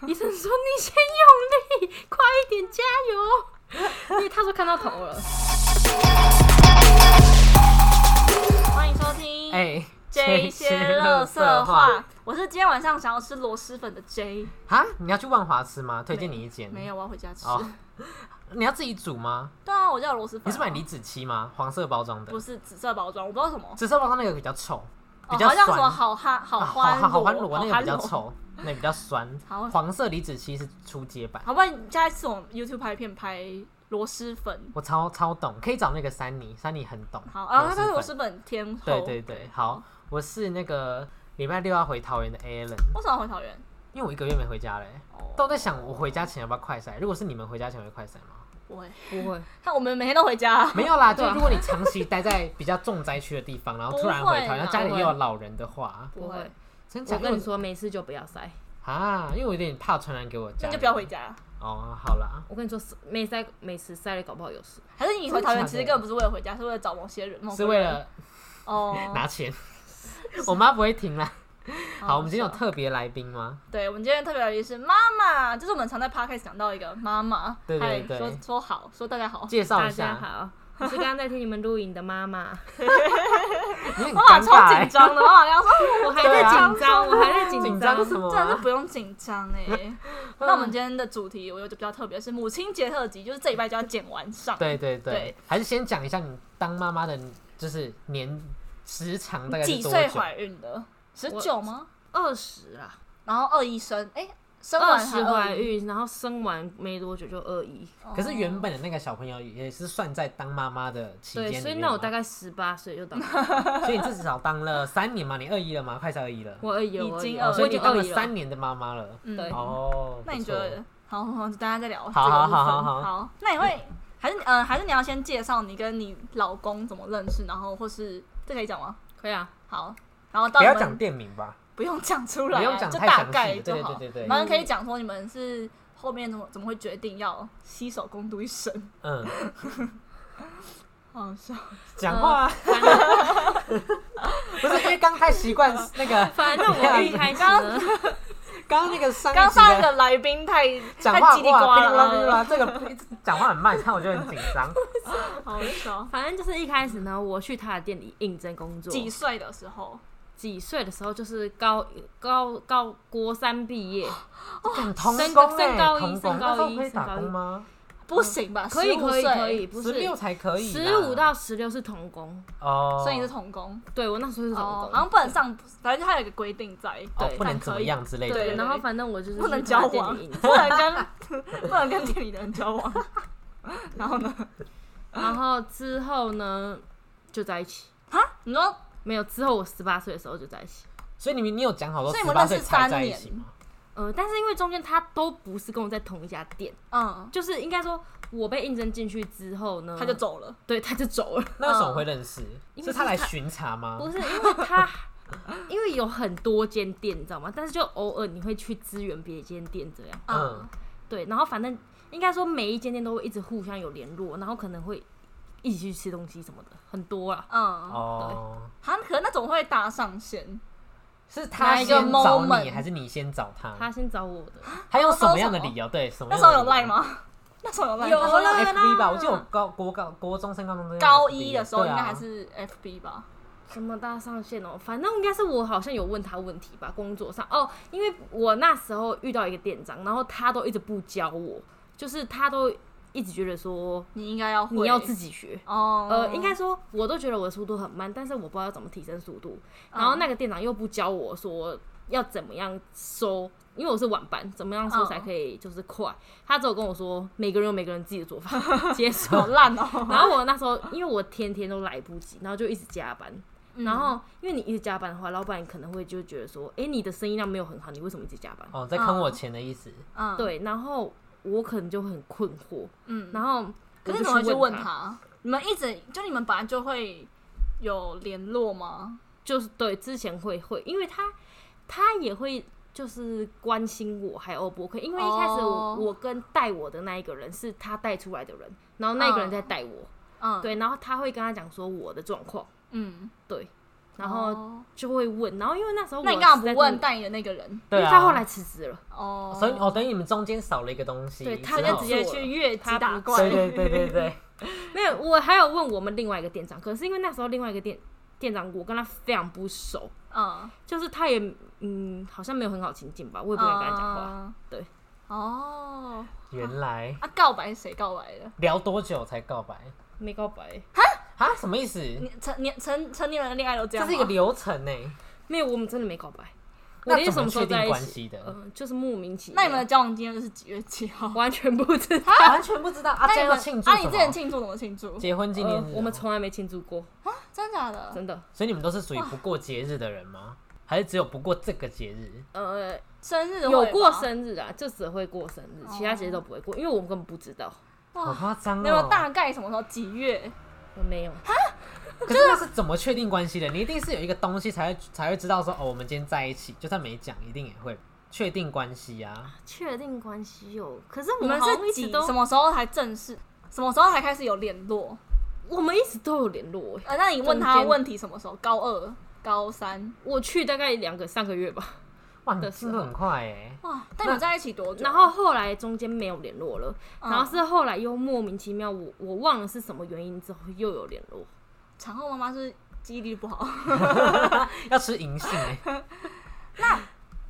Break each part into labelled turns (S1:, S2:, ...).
S1: 医生说你先用力，快一点，加油！因 为他说看到头了。欢迎收听
S2: 哎，
S1: J 一些乐色话，我是今天晚上想要吃螺蛳粉的 J，
S2: 啊！你要去万华吃吗？推荐你一间。
S1: 没有，我要回家吃。
S2: 哦你要自己煮吗？
S1: 对啊，我叫螺蛳粉啊。
S2: 你是买离子漆吗？黄色包装的
S1: 不，是紫色包装，我不知道什么，
S2: 紫色包装那个比较臭，比
S1: 哦，
S2: 较
S1: 好像
S2: 酸。
S1: 什么好憨好
S2: 啊
S1: 哦欢
S2: 好好欢
S1: 螺，
S2: 螺
S1: 好
S2: 那个
S1: 憨
S2: 比较
S1: 螺。
S2: 臭，那比较酸。
S1: 好
S2: 黄色离子漆是初阶版，
S1: 好不然你下一次我们 YouTube 拍片拍螺蛳粉。
S2: 我超超懂，可以找那个珊妮，珊妮很懂。
S1: 好，然后
S2: 粉
S1: 但是螺蛳粉天后。
S2: 对对对，好，我是那个礼拜六要回桃园的 Alan，
S1: 为什么要回桃园？
S2: 因为我一个月没回家嘞、
S1: 哦
S2: 但我在想，我回家前要不要快筛？如果是你们回家前会快筛吗？
S1: 不会，
S2: 不会，
S1: 看我们每天都回 家。
S2: 没有啦。
S1: 对
S2: 就
S1: 啊
S2: 如果你长期待在比较重灾区的地方，然后突然回
S1: 不
S2: 头，
S1: 会啦
S2: 然后家里又有老人的话，
S3: 不会，
S2: 真假
S3: 我
S2: 的？
S3: 跟你说，没事就不要塞。
S2: 啊，因为我有点怕传染给我家，
S1: 那你就不要回。家。啊
S2: 哦，好啦，
S3: 我跟你说，没塞没事塞了，搞不好有事。
S1: 还是你回桃园其实根本不是为了回家，是为了找某些人，某
S2: 是
S1: 个
S2: 为
S1: 人
S2: 了
S1: 哦。哦
S2: 拿钱，我妈不会停啦。好，我们今天有
S1: 笑
S2: 特别来宾吗？
S1: 对，我们今天特别来宾是妈妈，就是我们常在 podcast 讲到一个妈妈，
S2: 对对
S1: 嗨
S2: 对
S1: 说说好，说大家好，
S2: 介绍
S3: 大
S2: 一
S3: 家
S2: 下，
S3: 好，我是刚刚在听你们录影的妈妈，
S2: 你很
S1: 妈妈
S2: 尴
S1: 超
S2: 尬
S1: 紧
S2: 欸，
S1: 张的，妈妈刚刚说
S3: 我还在紧张，我还 在
S2: 紧
S3: 紧
S2: 张
S3: 张
S2: 什。么
S1: 真的
S2: 啊
S1: 是？不用紧张 哎。那我们今天的主题我觉得比较特别，是母亲节特辑，就是这礼拜就要剪完上。
S2: 对对对
S1: 对，
S2: 还是先讲一下你当妈妈的，就是年时长大概是
S1: 几
S2: 多
S1: 岁
S2: 久？
S1: 怀孕的？十九吗？
S3: 二十啊，
S1: 然后二一生，哎、生
S3: 二
S1: 完还
S3: 十怀
S1: 21，
S3: 孕，然后生完没多久就二一。
S2: 可是原
S1: 本
S2: 本的那个小朋友也是算在当妈妈的期间里面
S3: 对，
S2: 吗，
S3: 所以那我大概十八岁就当，
S2: 所以你至少当了三年嘛，你二一了嘛，快上二一了，
S3: 我二一了，
S1: 已
S3: 我
S1: 经
S3: 二一了
S1: 二一
S2: 所
S3: 我
S2: 以
S3: 已
S2: 你
S3: 经
S2: 当
S3: 二
S2: 了
S3: 一了
S2: 三。年的妈妈了。
S1: 嗯
S3: 对
S2: 哦，
S1: 那你
S2: 不
S1: 觉
S2: 错
S1: 得？好，好，大家再聊这个部
S2: 好
S1: 分。
S2: 好好好好
S1: 那你会还是嗯、呃，还是你要先介绍你跟你老公怎么认识，然后或是这可以讲吗？
S3: 可以啊，
S1: 好，然后到
S2: 不
S1: 你
S2: 要
S1: 们
S2: 讲店名吧？
S1: 不用讲出来，
S2: 不用讲
S1: 就
S2: 太
S1: 大
S2: 详细
S1: 概
S2: 了
S1: 就
S2: 对
S1: 好。
S2: 对对对
S1: 然后可以讲说你们是后面怎么怎么会决定要携手共度一生，
S2: 嗯，
S1: 好笑。
S2: 讲话啊 不是因为刚太习惯那个，
S3: 反正我一开始呢，
S2: 刚刚那个上一集的
S1: 刚上一个来宾太
S2: 讲
S1: 太
S2: 话
S1: 叽里
S2: 哇，
S1: 呱
S2: 哔哩啦哔哩
S1: 啦，
S2: 啦，这个讲话很慢， 你看我就很紧张。
S1: 好笑。
S3: 反正就是一开始呢，我去他的店里应征工作。
S1: 几岁的时候？
S2: 嗯
S3: 几岁的时候，就是高高高国三毕业，
S2: 干童
S3: 升
S2: 工哎，
S3: 升高一
S2: 童工
S3: 升高
S2: 那时候
S3: 一
S2: 可以
S3: 升
S2: 打
S3: 高
S2: 工
S3: 一
S2: 吗？
S1: 不行吧？
S3: 可以
S1: 15
S3: 可以
S1: 岁
S3: 可以，，不
S2: 十
S3: 是
S2: 六才可以啦，
S3: 十五到十六是童工，
S2: 哦，
S1: 所以你是童工。
S3: 对我那时候是童
S1: 哦，
S3: 工，
S1: 好像不能上，反正它有一个规定在，
S2: 哦
S3: 对
S2: 不能
S1: 但
S2: 怎么
S1: 可以
S2: 样之类的。
S1: 对
S3: 对，然后反正我就是
S1: 不能
S3: 去
S1: 交
S3: 他店
S1: 往
S3: 里 应，征
S1: 不能跟不能跟店里的人交往。然后呢？
S3: 然后之后呢就在一起，
S1: 哈，你说
S3: 没有之后我十八岁的时候就在一起，
S2: 所以你们你有讲好说
S1: 所以你
S2: 十
S1: 们
S2: 八
S1: 认识
S2: 岁才
S1: 三
S2: 在一
S1: 年
S2: 起吗？
S3: 呃，但是因为中间他都不是跟我在同一家店，
S1: 嗯，
S3: 就是应该说我被应征进去之后呢，
S1: 他就，走了，
S3: 对，他就走了，
S2: 那为什么会认识？
S3: 因为
S2: 是
S3: 是
S2: 他来
S3: 他
S2: 巡查吗？
S3: 不是因为他。因为有很多间店，你知道吗？但是就偶尔你会去支援别间店这样。
S1: 嗯
S2: 嗯，
S3: 对，然后反正应该说每一间店都会一直互相有联络，然后可能会一起去吃东西什么的，很多啊啦。
S1: 嗯，
S2: 哦，
S1: 他可能那种会搭上线，
S2: 是
S1: 哪
S2: 他
S1: 一
S2: 先
S1: 个
S2: 找
S1: moment？
S2: 你，还是你先找
S3: 他
S2: 他？
S3: 先找我的，
S2: 他用什么样的理由？对，什么
S1: 那
S2: 样的
S1: 时候有
S2: 理由
S1: 赖？吗？那时候有赖吗，
S3: 有
S1: 那时候
S3: 啦
S2: FB 吧，我记得我高国高国中升高中都用
S1: 高
S2: FB
S1: 一的时候
S2: 对
S1: 应
S2: 啊
S1: 该还是 FB 吧？
S3: 什么大上线哦，反正应该是我好像有问他问题吧，工作上哦，因为我那时候遇到一个店长，然后他都一直不教我，就是他都一直觉得说
S1: 你应该要会
S3: 你要自己学。
S1: 哦，
S3: 呃，应该说我都觉得我的速度很慢，但是我不知道怎么提升速度。然
S1: 嗯
S3: 后那个店长又不教我说要怎么样收，因为我是晚班，怎么样收才
S1: 嗯
S3: 可以就是快。他只有跟我说每个人有每个人自己的做 法，接
S1: 好
S3: 受。
S1: 烂哦。
S3: 然后我那时候因为我天天都来不及，然后就一直加班。
S1: 嗯
S3: 然后因为你一直加班的话，老板可能会就觉得说，哎、你的生意量没有很好，你为什么一直加班？
S2: 哦，在坑我钱的意思。
S1: 嗯，
S3: 对，然后我可能就会很困惑。
S1: 嗯，
S3: 然后
S1: 可是
S3: 我就
S1: 你怎么会去问
S3: 他？
S1: 他？你们一直就你们本来就会有联络吗？
S3: 就是对，之前会会，因为他他也会就是关心我，还有欧博克，因为一开始我、
S1: 哦
S3: 我跟带我的那一个人是他带出来的人，然后那一个人在带我，
S1: 嗯，，
S3: 对，然后他会跟他讲说我的状况，
S1: 嗯，
S3: 对，然后
S1: 哦
S3: 就会问，然后因为那时候
S1: 那你
S3: 我
S1: 干嘛
S3: 实在
S1: 不问
S3: 真的？
S1: 带你的那个人？
S3: 因
S2: 对
S3: 为
S2: 啊，
S3: 他后来辞职了，
S1: 哦，
S2: 所以哦，等于你们中间少了一个东西，
S3: 对
S2: 之
S3: 他
S1: 他
S2: 后
S1: 就直接去越级打怪，
S2: 对对对 对对，
S3: 没有，我还有问我们另外一个店长，可是因为那时候另外一个店店长我跟他非常不熟，
S1: 嗯，
S3: 就是他也嗯好像没有很好亲近吧，我也不敢跟他讲话。
S1: 嗯
S3: 对。
S1: 哦，
S2: 原来
S1: 啊，告白谁告白的？
S2: 聊多久才告白
S3: 没告白，
S2: 啊？什么意思？
S1: 你成年成成年人的恋爱都这
S2: 这
S1: 样吗，
S2: 是一个流程呢。
S3: 没有，我们真的没告白。我
S2: 那
S3: 连
S2: 怎
S3: 什
S2: 么
S3: 时候
S2: 确
S3: 在
S2: 定
S3: 一
S2: 关
S3: 起，
S2: 系的？
S3: 嗯，就是莫名其妙。
S1: 那你们的交往经验是几月几号？
S3: 完全不知道，
S2: 完全不知道
S1: 呃
S2: 啊！
S1: 那
S2: 这
S1: 你
S2: 样
S1: 们
S2: 要庆祝
S1: 啊，
S2: 什
S1: 你
S2: 么
S1: 之？前庆祝怎么庆祝？啊
S2: 结婚纪念
S3: 呃
S2: 日哦，
S3: 我们从来没庆祝过，
S1: 真假的？
S3: 真的。
S2: 所以你们都是属于不过节日的人吗？还是只有不过这个节日？
S3: 呃，
S1: 生日
S3: 有
S1: 会吧
S3: 过？生日啊，就只会哦过生日，其他节日都不会过，因为我们根本不知道。
S2: 好
S1: 哇，
S2: 夸张哦！
S1: 你有没有大概什么时候？几月？
S3: 我没有，
S2: 可是那是怎么确定关系的？你一定是有一个东西才会才会知道说哦，我们今天在一起，就算没讲，一定也会确定关系啊。
S3: 确定关系有，可是
S1: 你们
S3: 好像
S1: 是
S3: 一直
S1: 几
S3: 都
S1: 什，么时候才正式？什么时候才开始有联络？
S3: 我们一直都有联络欸。
S1: 呃，那你问他
S3: 中间
S1: 问题什么时候？高二、高三？
S3: 我去大概两个三个月吧，
S2: 哇，你
S3: 的
S2: 进度很快哎！
S1: 哇，哦但你们在一起多久？
S3: 然后后来中间没有联络了，
S1: 嗯
S3: 然后是后来又莫名其妙，我我忘了是什么原因之后又有联络。
S1: 产后妈妈是记忆力不好。
S2: 要吃银杏 哎，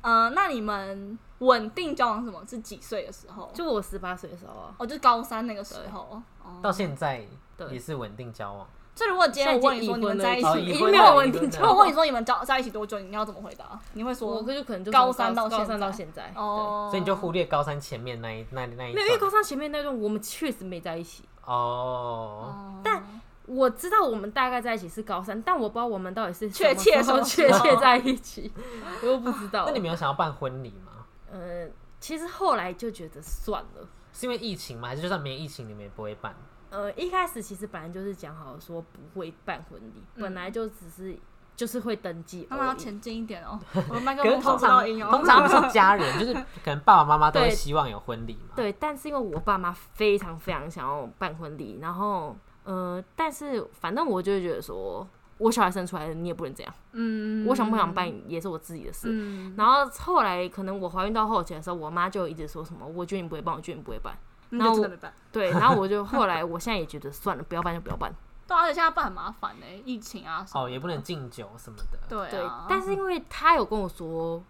S1: 呃，那你们稳定交往什么是几岁的时候？
S3: 就我十八岁的时候啊，
S1: 哦，就是高三那个时候。哦，
S2: 到现在
S3: 对
S2: 也是稳定交往。
S1: 所以如果今天我问你说你们在一
S2: 哦
S1: 起，
S2: 已
S3: 已
S2: 婚了
S3: 经没有稳定
S2: 已婚
S1: 如果
S2: 了
S3: 交
S1: 我问
S3: 往
S1: 你。说你们交在一起多久，你要怎么回答？你会
S3: 哦我
S1: 说
S3: 就可能就
S1: 高三到
S3: 高
S1: 现
S3: 三到
S1: 在
S3: 现在，哦，
S1: 哦，
S2: 所以你就忽略高三前面那一那那一
S3: 没有，因为高
S2: 段
S3: 三前面那段我们确实没在一起。
S2: 哦，
S1: 哦，
S3: 但我知道我们大概在一起是高三，但我不知道我们到底是什
S1: 确
S3: 么时
S1: 切什
S3: 候
S1: 么时
S3: 确
S1: 候
S3: 切在一起， 我又不知道。
S2: 那你们有想要办婚礼吗？
S3: 呃，其实后来就觉得算了。
S2: 是因为疫情吗？还是就算没疫情你们也不会办？
S3: 呃，一开始其实本来就是讲好说不会办婚礼，
S1: 嗯
S3: 本来就只是就是会登记
S1: 他们
S3: 而
S1: 要
S3: 已。
S1: 前进一点哦，我的麦克
S2: 可是
S1: 风收
S2: 通
S1: 不到
S2: 常
S1: 音哦。
S2: 通常不是家 人，就是可能爸爸妈妈都会
S3: 对
S2: 希望有婚礼嘛。，
S3: 对，但是因为我爸妈非常非常想要办婚礼，然后呃，但是反正我就会觉得说，我小孩生出来了，你也不能这样，
S1: 嗯，
S3: 我想不想办也是我自己的事。
S1: 嗯，
S3: 然后后来可能我怀孕到后期的时候，我妈就一直说什么，我觉得你不会办，我觉得你不会办。
S1: 那
S3: 然
S1: 就
S3: 后
S1: 真
S3: 我
S1: 的没办。
S3: 对，然后 我就后来，我现在也觉得算了，不要办就不要办。
S1: 对啊，而且现在办很麻烦呢，疫情啊什么
S2: 哦，也不能敬酒什么的。
S1: 对
S3: 对
S1: 啊，，
S3: 但是因为她有跟我说，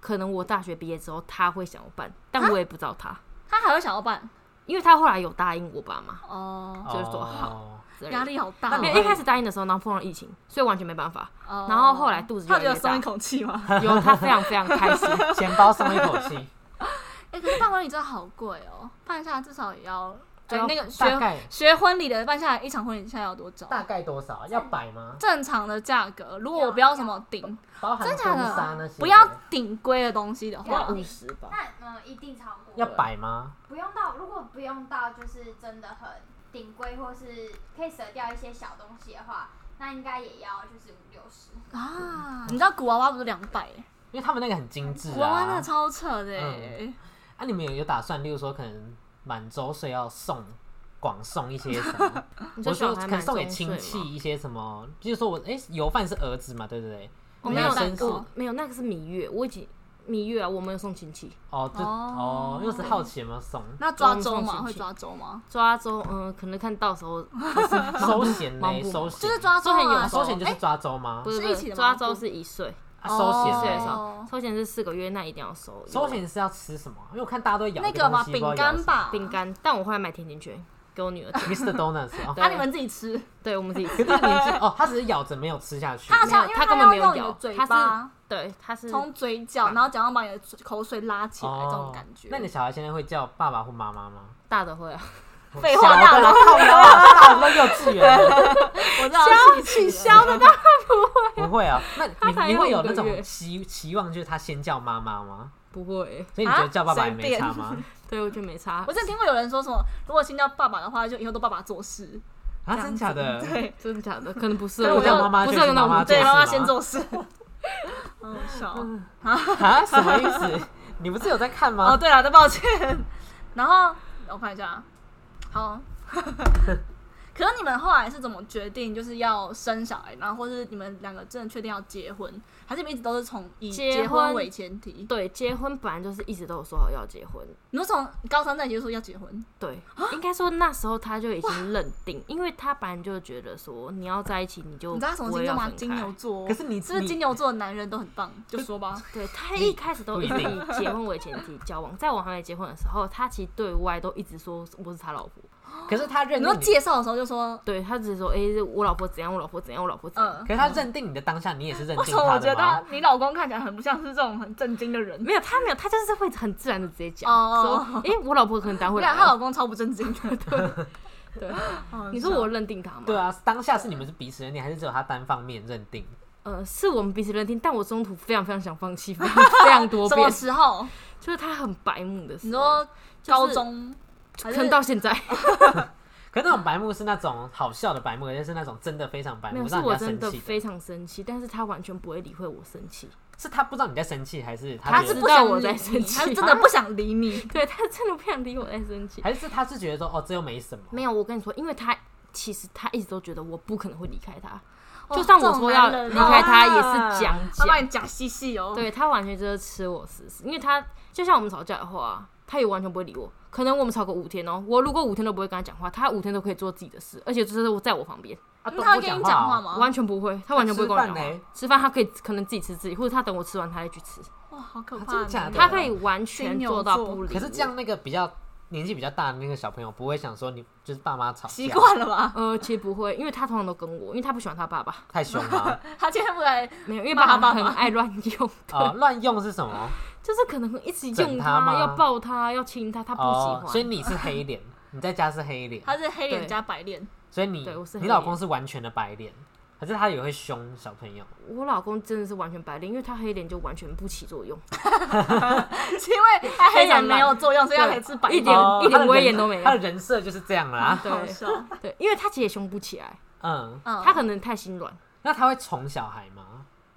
S3: 可能我大学毕业之后她会想要办，
S1: 啊
S3: 但我也不知道她，
S1: 他还会想要办
S3: 因为她后来有答应我爸妈
S1: 哦，
S3: 就是说
S2: 哦
S3: 好之类的
S1: 压。力好大
S2: 那
S1: 哦。
S3: 没有一开始答应的时候，然后碰到疫情，所以完全没办法。
S1: 哦
S3: 然后后来肚子
S1: 他
S3: 越
S1: 觉得
S3: 来越
S1: 松一
S3: 大，
S1: 口气吗？
S3: 有她非常非常开心。
S2: 钱包松一口气，
S1: 哎，可是办婚礼真的好贵哦，办下来至少也要
S3: 就
S1: 哎
S3: 要
S1: 那个 学
S2: 大概
S1: 学婚礼的办下来一场婚礼现在要多少？
S2: 大概多少啊？要百吗？
S1: 正常的价格，如果我不要什么顶，
S2: 包含
S1: 真
S2: 婚
S1: 假
S2: 纱那
S1: 的
S2: 些，
S1: 不要顶规的东西的话
S4: 要，
S3: 五十吧，
S4: 那嗯，一定超过。
S2: 要百吗？
S4: 不用到，如果不用到，就是真的很顶规，或是可以舍掉一些小东西的话，那应该也要就是五六十。
S1: 啊，你知道古娃娃不是啊两百、
S2: 因为他们那个很精致
S1: 古娃娃那个
S2: 啊。
S1: 超扯的、欸
S2: 啊，你们有有打算，例如说可能满周岁要送广送一些 什么？
S3: 你
S2: 我
S3: 说
S2: 说
S3: 小
S2: 可
S3: 孩
S2: 能
S3: 满
S2: 送给
S3: 周
S2: 亲
S3: 岁
S2: 戚
S3: 吗，
S2: 一些什么，比如说我哎、油饭是儿子嘛，对不对？
S3: 我
S1: 没
S3: 没
S1: 有
S3: 有
S1: 蛋
S2: 生是
S1: 糕
S3: 我没有那个是蜜月，我已经蜜月啊，我没有送亲戚。
S2: 哦，就
S1: 哦
S2: 哦，又是好奇有没有送，
S1: 那抓周吗？
S3: 嗯
S1: 会抓周吗？
S3: 抓周，嗯，可能看到时候
S2: 收钱
S3: 忙
S2: 嘞，
S3: 不
S2: 收
S3: 忙
S2: 钱
S1: 就是抓周
S3: 周很
S1: 啊，
S3: 有
S2: 收钱就是
S1: 哎
S2: 抓周吗？
S3: 不是
S1: 是
S3: 不
S1: 一起
S3: 是
S1: 的吗
S3: 抓周是一岁，
S2: 啊收钱
S1: 哦
S3: 一岁的
S2: 嘞
S3: 时
S1: 哦
S3: 候，抽钱是四个月，那一定要收。
S2: 收钱是要吃什么？啊因为我看大家都咬
S1: 那
S2: 一个
S1: 个嘛，
S2: 东西
S1: 饼干。 吧，
S3: 饼。干，但我后来买甜甜圈给我女儿吃，
S2: 不知道咬什么 Mr. Donuts 哦，
S1: 啊那、你们自己吃，
S3: 对我们自己
S2: 可
S3: 吃。
S2: 是你这哦，他只是咬着没有吃下去。
S1: 它好
S3: 没有
S1: 像因为
S3: 它根
S1: 要
S3: 本没有
S1: 用你
S3: 咬
S1: 的嘴
S3: 它是
S1: 巴，
S3: 对，她是
S1: 从嘴角，然后讲到把你的口水拉起来，这种感觉。
S2: 啊哦那你小孩现在会叫爸爸或妈妈吗？
S3: 大的会啊，
S1: 废话
S2: 小的啦，靠腰啊，大的都幼稚 园了，
S1: 我知道消气 消的 到
S2: 不会啊。 那
S3: 才
S2: 你你
S3: 有
S2: 会有
S3: 五个
S2: 那种
S3: 月
S2: 期期望，就是他先叫妈妈吗？
S3: 不会，
S2: 所以你觉
S1: 啊
S2: 得叫爸爸也
S1: 随
S2: 没
S1: 便
S2: 差吗？
S3: 对我就没差
S1: 我。之前听过有人说什么，如果先叫爸爸的话，就以后都爸爸做事。
S2: 啊，真假的？
S1: 对，
S3: 真的假的？可能不是，
S1: 可能
S3: 我
S1: 我叫
S2: 妈妈
S3: 不
S2: 就是
S3: 是那
S2: 妈妈
S3: 种
S1: 对，
S2: 做事
S1: 妈妈
S2: 吗
S1: 先做 事。好好笑哦。
S2: 啊，什么意思？ 你不是有在看
S1: 哦，
S2: 吗？
S1: 对了， 对，抱歉。然后我看一下，好，可是你们后来是怎么决定就是要生小孩，然后或是你们两个真的确定要结婚，还是你们一直都是从以
S3: 结
S1: 结
S3: 婚
S1: 婚为前提？
S3: 对，结婚本来就是一直都有说好要结婚，
S1: 你们从高三那你就说要结婚，
S3: 对，
S1: 啊
S3: 应该说那时候他就已经认定，因为他本来就觉得说你要在一起，你就
S1: 你知道他什么
S3: 不
S1: 星座
S3: 会嗯要
S1: 吗？
S3: 分
S1: 金牛
S3: 开。
S1: 座哦。
S2: 可是你
S1: 是不是
S2: 你
S1: 金牛座的男人都很棒？就说吧，
S3: 对他一开始都一直
S2: 不一
S3: 以
S2: 定
S3: 结婚为前提交往，在我还没结婚的时候，他其实对外都一直说我是他老婆，
S2: 可是他认
S1: 你
S2: 定
S1: 说
S2: 你，
S1: 介绍的时候就说，
S3: 对他只是说哎、我老婆怎样，我老婆怎样，我老婆怎样。
S1: 嗯
S2: 可，是他认定你的当下，你也是认
S1: 为
S2: 定
S1: 什么我
S2: 他
S1: 觉
S2: 的吗
S1: 得？你老公看起来很不像是这种很震惊的人？
S3: 没有，他没有，他就是会很自然的直接讲
S1: 哦
S3: 说，哎、我老婆可能待会
S1: 对
S3: 来
S1: 啊，她
S3: 哦。
S1: 老公超不正经的。 哦
S3: 对，
S1: 好
S3: 你说
S1: 笑
S3: 我认定他吗？
S2: 对，啊，当下是你们是彼此认定，还是只有他单方面认定？
S3: 呃，是我们彼此认定，但我中途非常非常想放弃，非常非常多
S1: 什么
S3: 遍，
S1: 时候？
S3: 就是他很白目的时候，
S1: 你说高中还
S3: 可
S1: 是
S3: 能到现在，
S2: 可是那种白目是那种好笑的白目，而且是那种真的非常白
S3: 没
S2: 目，
S3: 有，是
S2: 让人
S3: 我
S2: 家
S3: 真
S2: 生
S3: 的
S2: 气
S3: 非常生气，但是他完全不会理会我生气，
S2: 是他不知道你在生气，还是
S1: 他
S2: 觉
S1: 是
S2: 得
S1: 不
S3: 知道
S1: 想
S3: 我
S1: 理
S3: 在
S1: 你
S3: 生气
S1: 他是真的不想理你。
S3: 对他真的不想理我在生气。
S2: 还是他是觉得说哦，这又没什么。
S3: 没有，我跟你说，因为他其实他一直都觉得我不可能会离开他，
S1: 哦
S3: 就算我说要
S1: 这种男人
S3: 离开哦
S2: 啊
S3: 他也是讲
S1: 他把
S3: 讲，
S1: 你假嘻嘻哦。，
S3: 对他完全就是吃我死死，因为他就像我们吵架的话，他也完全不会理我。可能我们吵个五天哦，我如果五天都不会跟他讲话，他五天都可以做自己的事，而且就是我在我旁边，
S2: 啊都
S1: 那他
S2: 不
S1: 会跟你
S2: 讲
S1: 讲话
S2: 哦？
S1: 吗？
S3: 完全不会，他完全不会跟我讲
S2: 那吃饭
S3: 话
S2: 嘞。
S3: 吃饭他可以可能自己吃自己，或者他等我吃完他再去吃，
S1: 哇，好可
S2: 啊真
S1: 怕
S2: 的假
S1: 呢！
S2: 的
S3: 他可以完全
S1: 金牛
S3: 做到
S1: 座
S3: 不理
S2: 可
S3: 我。
S2: 是这样，那个比较年纪比较大的那个小朋友不会想说你就是爸妈吵架
S1: 习惯了吧？
S3: 呃，其实不会，因为他通常都跟我，因为他不喜欢他爸爸。
S2: 太凶了
S1: 他今天不来，
S3: 没有，因为
S1: 骂
S3: 爸
S1: 他
S3: 爸
S1: 爸
S3: 很
S1: 爸
S3: 爱乱用，
S2: 啊！乱用是什么？
S3: 就是可能会一直
S2: 整
S3: 用
S2: 他吗
S3: 要抱他，要亲他，他不
S2: 哦，所
S3: 喜
S2: 以
S3: 欢。
S2: 你是黑脸，你在家是黑脸，
S1: 他是黑脸
S3: 对
S1: 加白脸，
S2: 所以你
S3: 对我是黑
S2: 你老公是完全的白脸，可是他也会凶小朋友。
S3: 我老公真的是完全白脸，因为他黑脸就完全不起作用，
S1: 哦是因为他黑脸没有作用，所以他可以
S3: 对
S1: 吃白
S3: 一
S1: 脸。
S3: 点
S2: 哦
S3: 一点
S2: 他的
S3: 威
S2: 人
S3: 严都没有嗯
S2: 他的人设就是这样啦。
S3: 对
S1: 好笑，
S3: 对，因为他其实也凶不起来，
S2: 嗯，
S1: 嗯，
S3: 他可能太心软，
S2: 那他会宠小孩吗？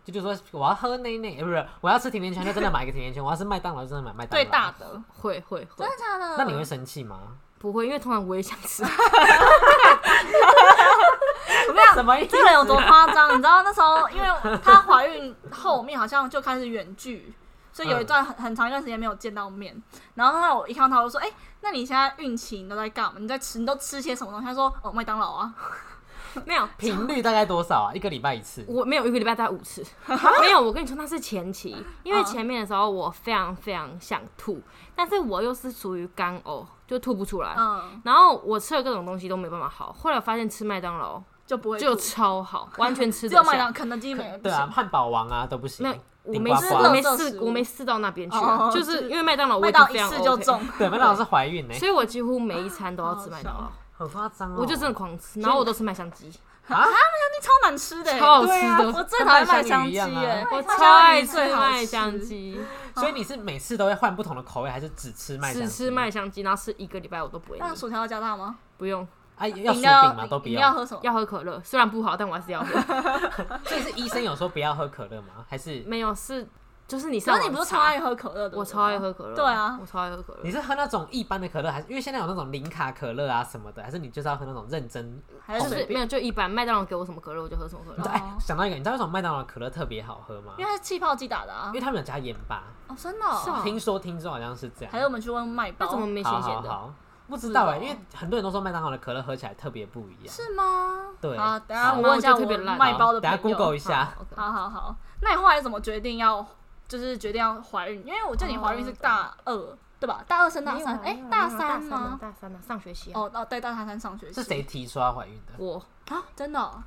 S2: 就就说我要喝奶奶，呃不是我要吃甜甜圈，就真的买一个甜甜圈；我要吃麦当劳，就真的买麦当劳。
S1: 最大的，
S3: 会会会
S1: 真，的假的？
S2: 那你会生气吗？
S3: 不会，因为通常我也想 吃，
S1: 怎么样？
S2: 什么意思
S1: 这个人有多夸张？你知道那时候，因为她怀孕后面好像就开始远距，所以有一段很很长一段时间没有见到面。然后后来我一看到她，我就说：“哎、那你现在孕期你都在干嘛？你在吃，你都吃些什么东西？”她说：“哦，麦当劳啊。
S3: 没有。
S2: 频率大概多少啊？一个礼拜一次。
S3: 我没有一个礼拜大概五 次，没有。我跟你说那是前期，因为
S1: 嗯
S3: 前面的时候我非常非常想吐，但是我又是属于干呕，就吐不出”来。
S1: 嗯，
S3: 然后我吃了各种东西都没办法好，后来我发现吃麦当劳
S1: 就不会
S3: 就
S1: 吐
S3: 超好，完全吃
S1: 只
S3: 啊得
S1: 有麦当
S3: 下
S1: 劳、。肯德基没有
S2: 对啊，，汉堡王啊都不行
S3: 没有，。我
S2: 顶
S3: 没
S2: 呱
S3: 试，
S2: 呱
S3: 我没
S1: 垃圾食
S3: 试，
S1: 物
S3: 我没试到那边去
S1: 哦
S3: 啊，
S1: 哦
S3: 就
S1: 就是
S3: 是因为麦当劳
S1: 麦
S3: 味
S1: 当
S3: 道
S1: 劳
S3: 非
S1: 一
S3: 常
S1: 次就
S3: OK，
S1: 中。
S2: 对，麦当劳是怀孕呢、
S3: 所以我几乎每一餐都要吃麦当
S1: 好好
S3: 劳，
S2: 很夸张哦。
S3: 我就真的狂吃，然后我都吃麦香鸡，
S2: 啊，
S1: 那超难吃的、欸，
S3: 超好吃
S2: 对啊
S1: 我
S3: 的，
S1: 最讨厌麦
S2: 跟麦香
S1: 香
S2: 鱼一
S1: 鸡欸
S2: 样啊
S1: 耶、
S3: 我
S1: 麦香
S3: 超爱
S1: 鱼
S3: 吃
S1: 最好
S3: 麦
S1: 吃
S3: 香，鸡，
S2: 所以你是每次都会换不同的口味，还是只吃麦香鸡？
S3: 只吃麦香鸡，然后吃一个礼拜我都不会腻
S1: 那，薯条要加大吗？
S3: 不用
S2: 啊，要薯
S1: 饮
S2: 饼
S1: 料
S2: 吗？都不
S1: 饮料
S2: 要。
S1: 喝什么？
S3: 要喝可乐，虽然不好，但我还是要喝，
S2: 所以是医生有说不要喝可乐吗？还是
S3: 没有是就是你
S1: 可
S3: 上
S1: 是你
S3: 网
S1: 不是
S3: 查
S1: 超爱喝可乐的？
S3: 我超爱。喝可乐，
S1: 对啊
S3: 我超爱喝可乐
S2: 你，是喝那种一般的可乐，还是因为现在有那种零卡可乐啊什么的，还是你就是要喝那种认真？
S1: 还
S3: 就是是
S1: 随便
S3: 没有就一般，麦当劳给我什么可乐我就喝什么可乐
S2: 你知。道哎、想到一个，你知道为什么麦当劳可乐特别好喝吗？
S1: 哦因为它是气泡机打的啊
S2: 因为。他们有加盐巴，
S1: 哦，真的、哦？
S3: 是哦
S2: 听说听说好像是这样。
S1: 还是我们去问麦包？
S3: 那怎么没新
S2: 好
S3: 鲜
S2: 好
S3: 的？
S2: 好，不知道
S1: 是
S2: 哎、
S1: 哦
S2: 因为很多人都说麦当劳的可乐喝起来特别不一样。
S1: 是吗？
S2: 对
S1: 好，哦等下
S2: 好
S1: 我问一下
S3: 那我就特别
S1: 我
S3: 烂
S1: 卖包的
S2: 等下
S1: 朋友
S2: Google 一下。
S3: 好，OK
S1: 好好好，那你后来怎么决定要，就是决定要怀孕？因为我记得你怀孕是大二、对吧？大二升大
S3: 啊
S1: 三，哎、大三吗？
S3: 大三啊，上学期啊。
S1: 哦哦，对，大三上学期
S2: 是谁提出要怀孕的？
S3: 我
S1: 啊？真的哦、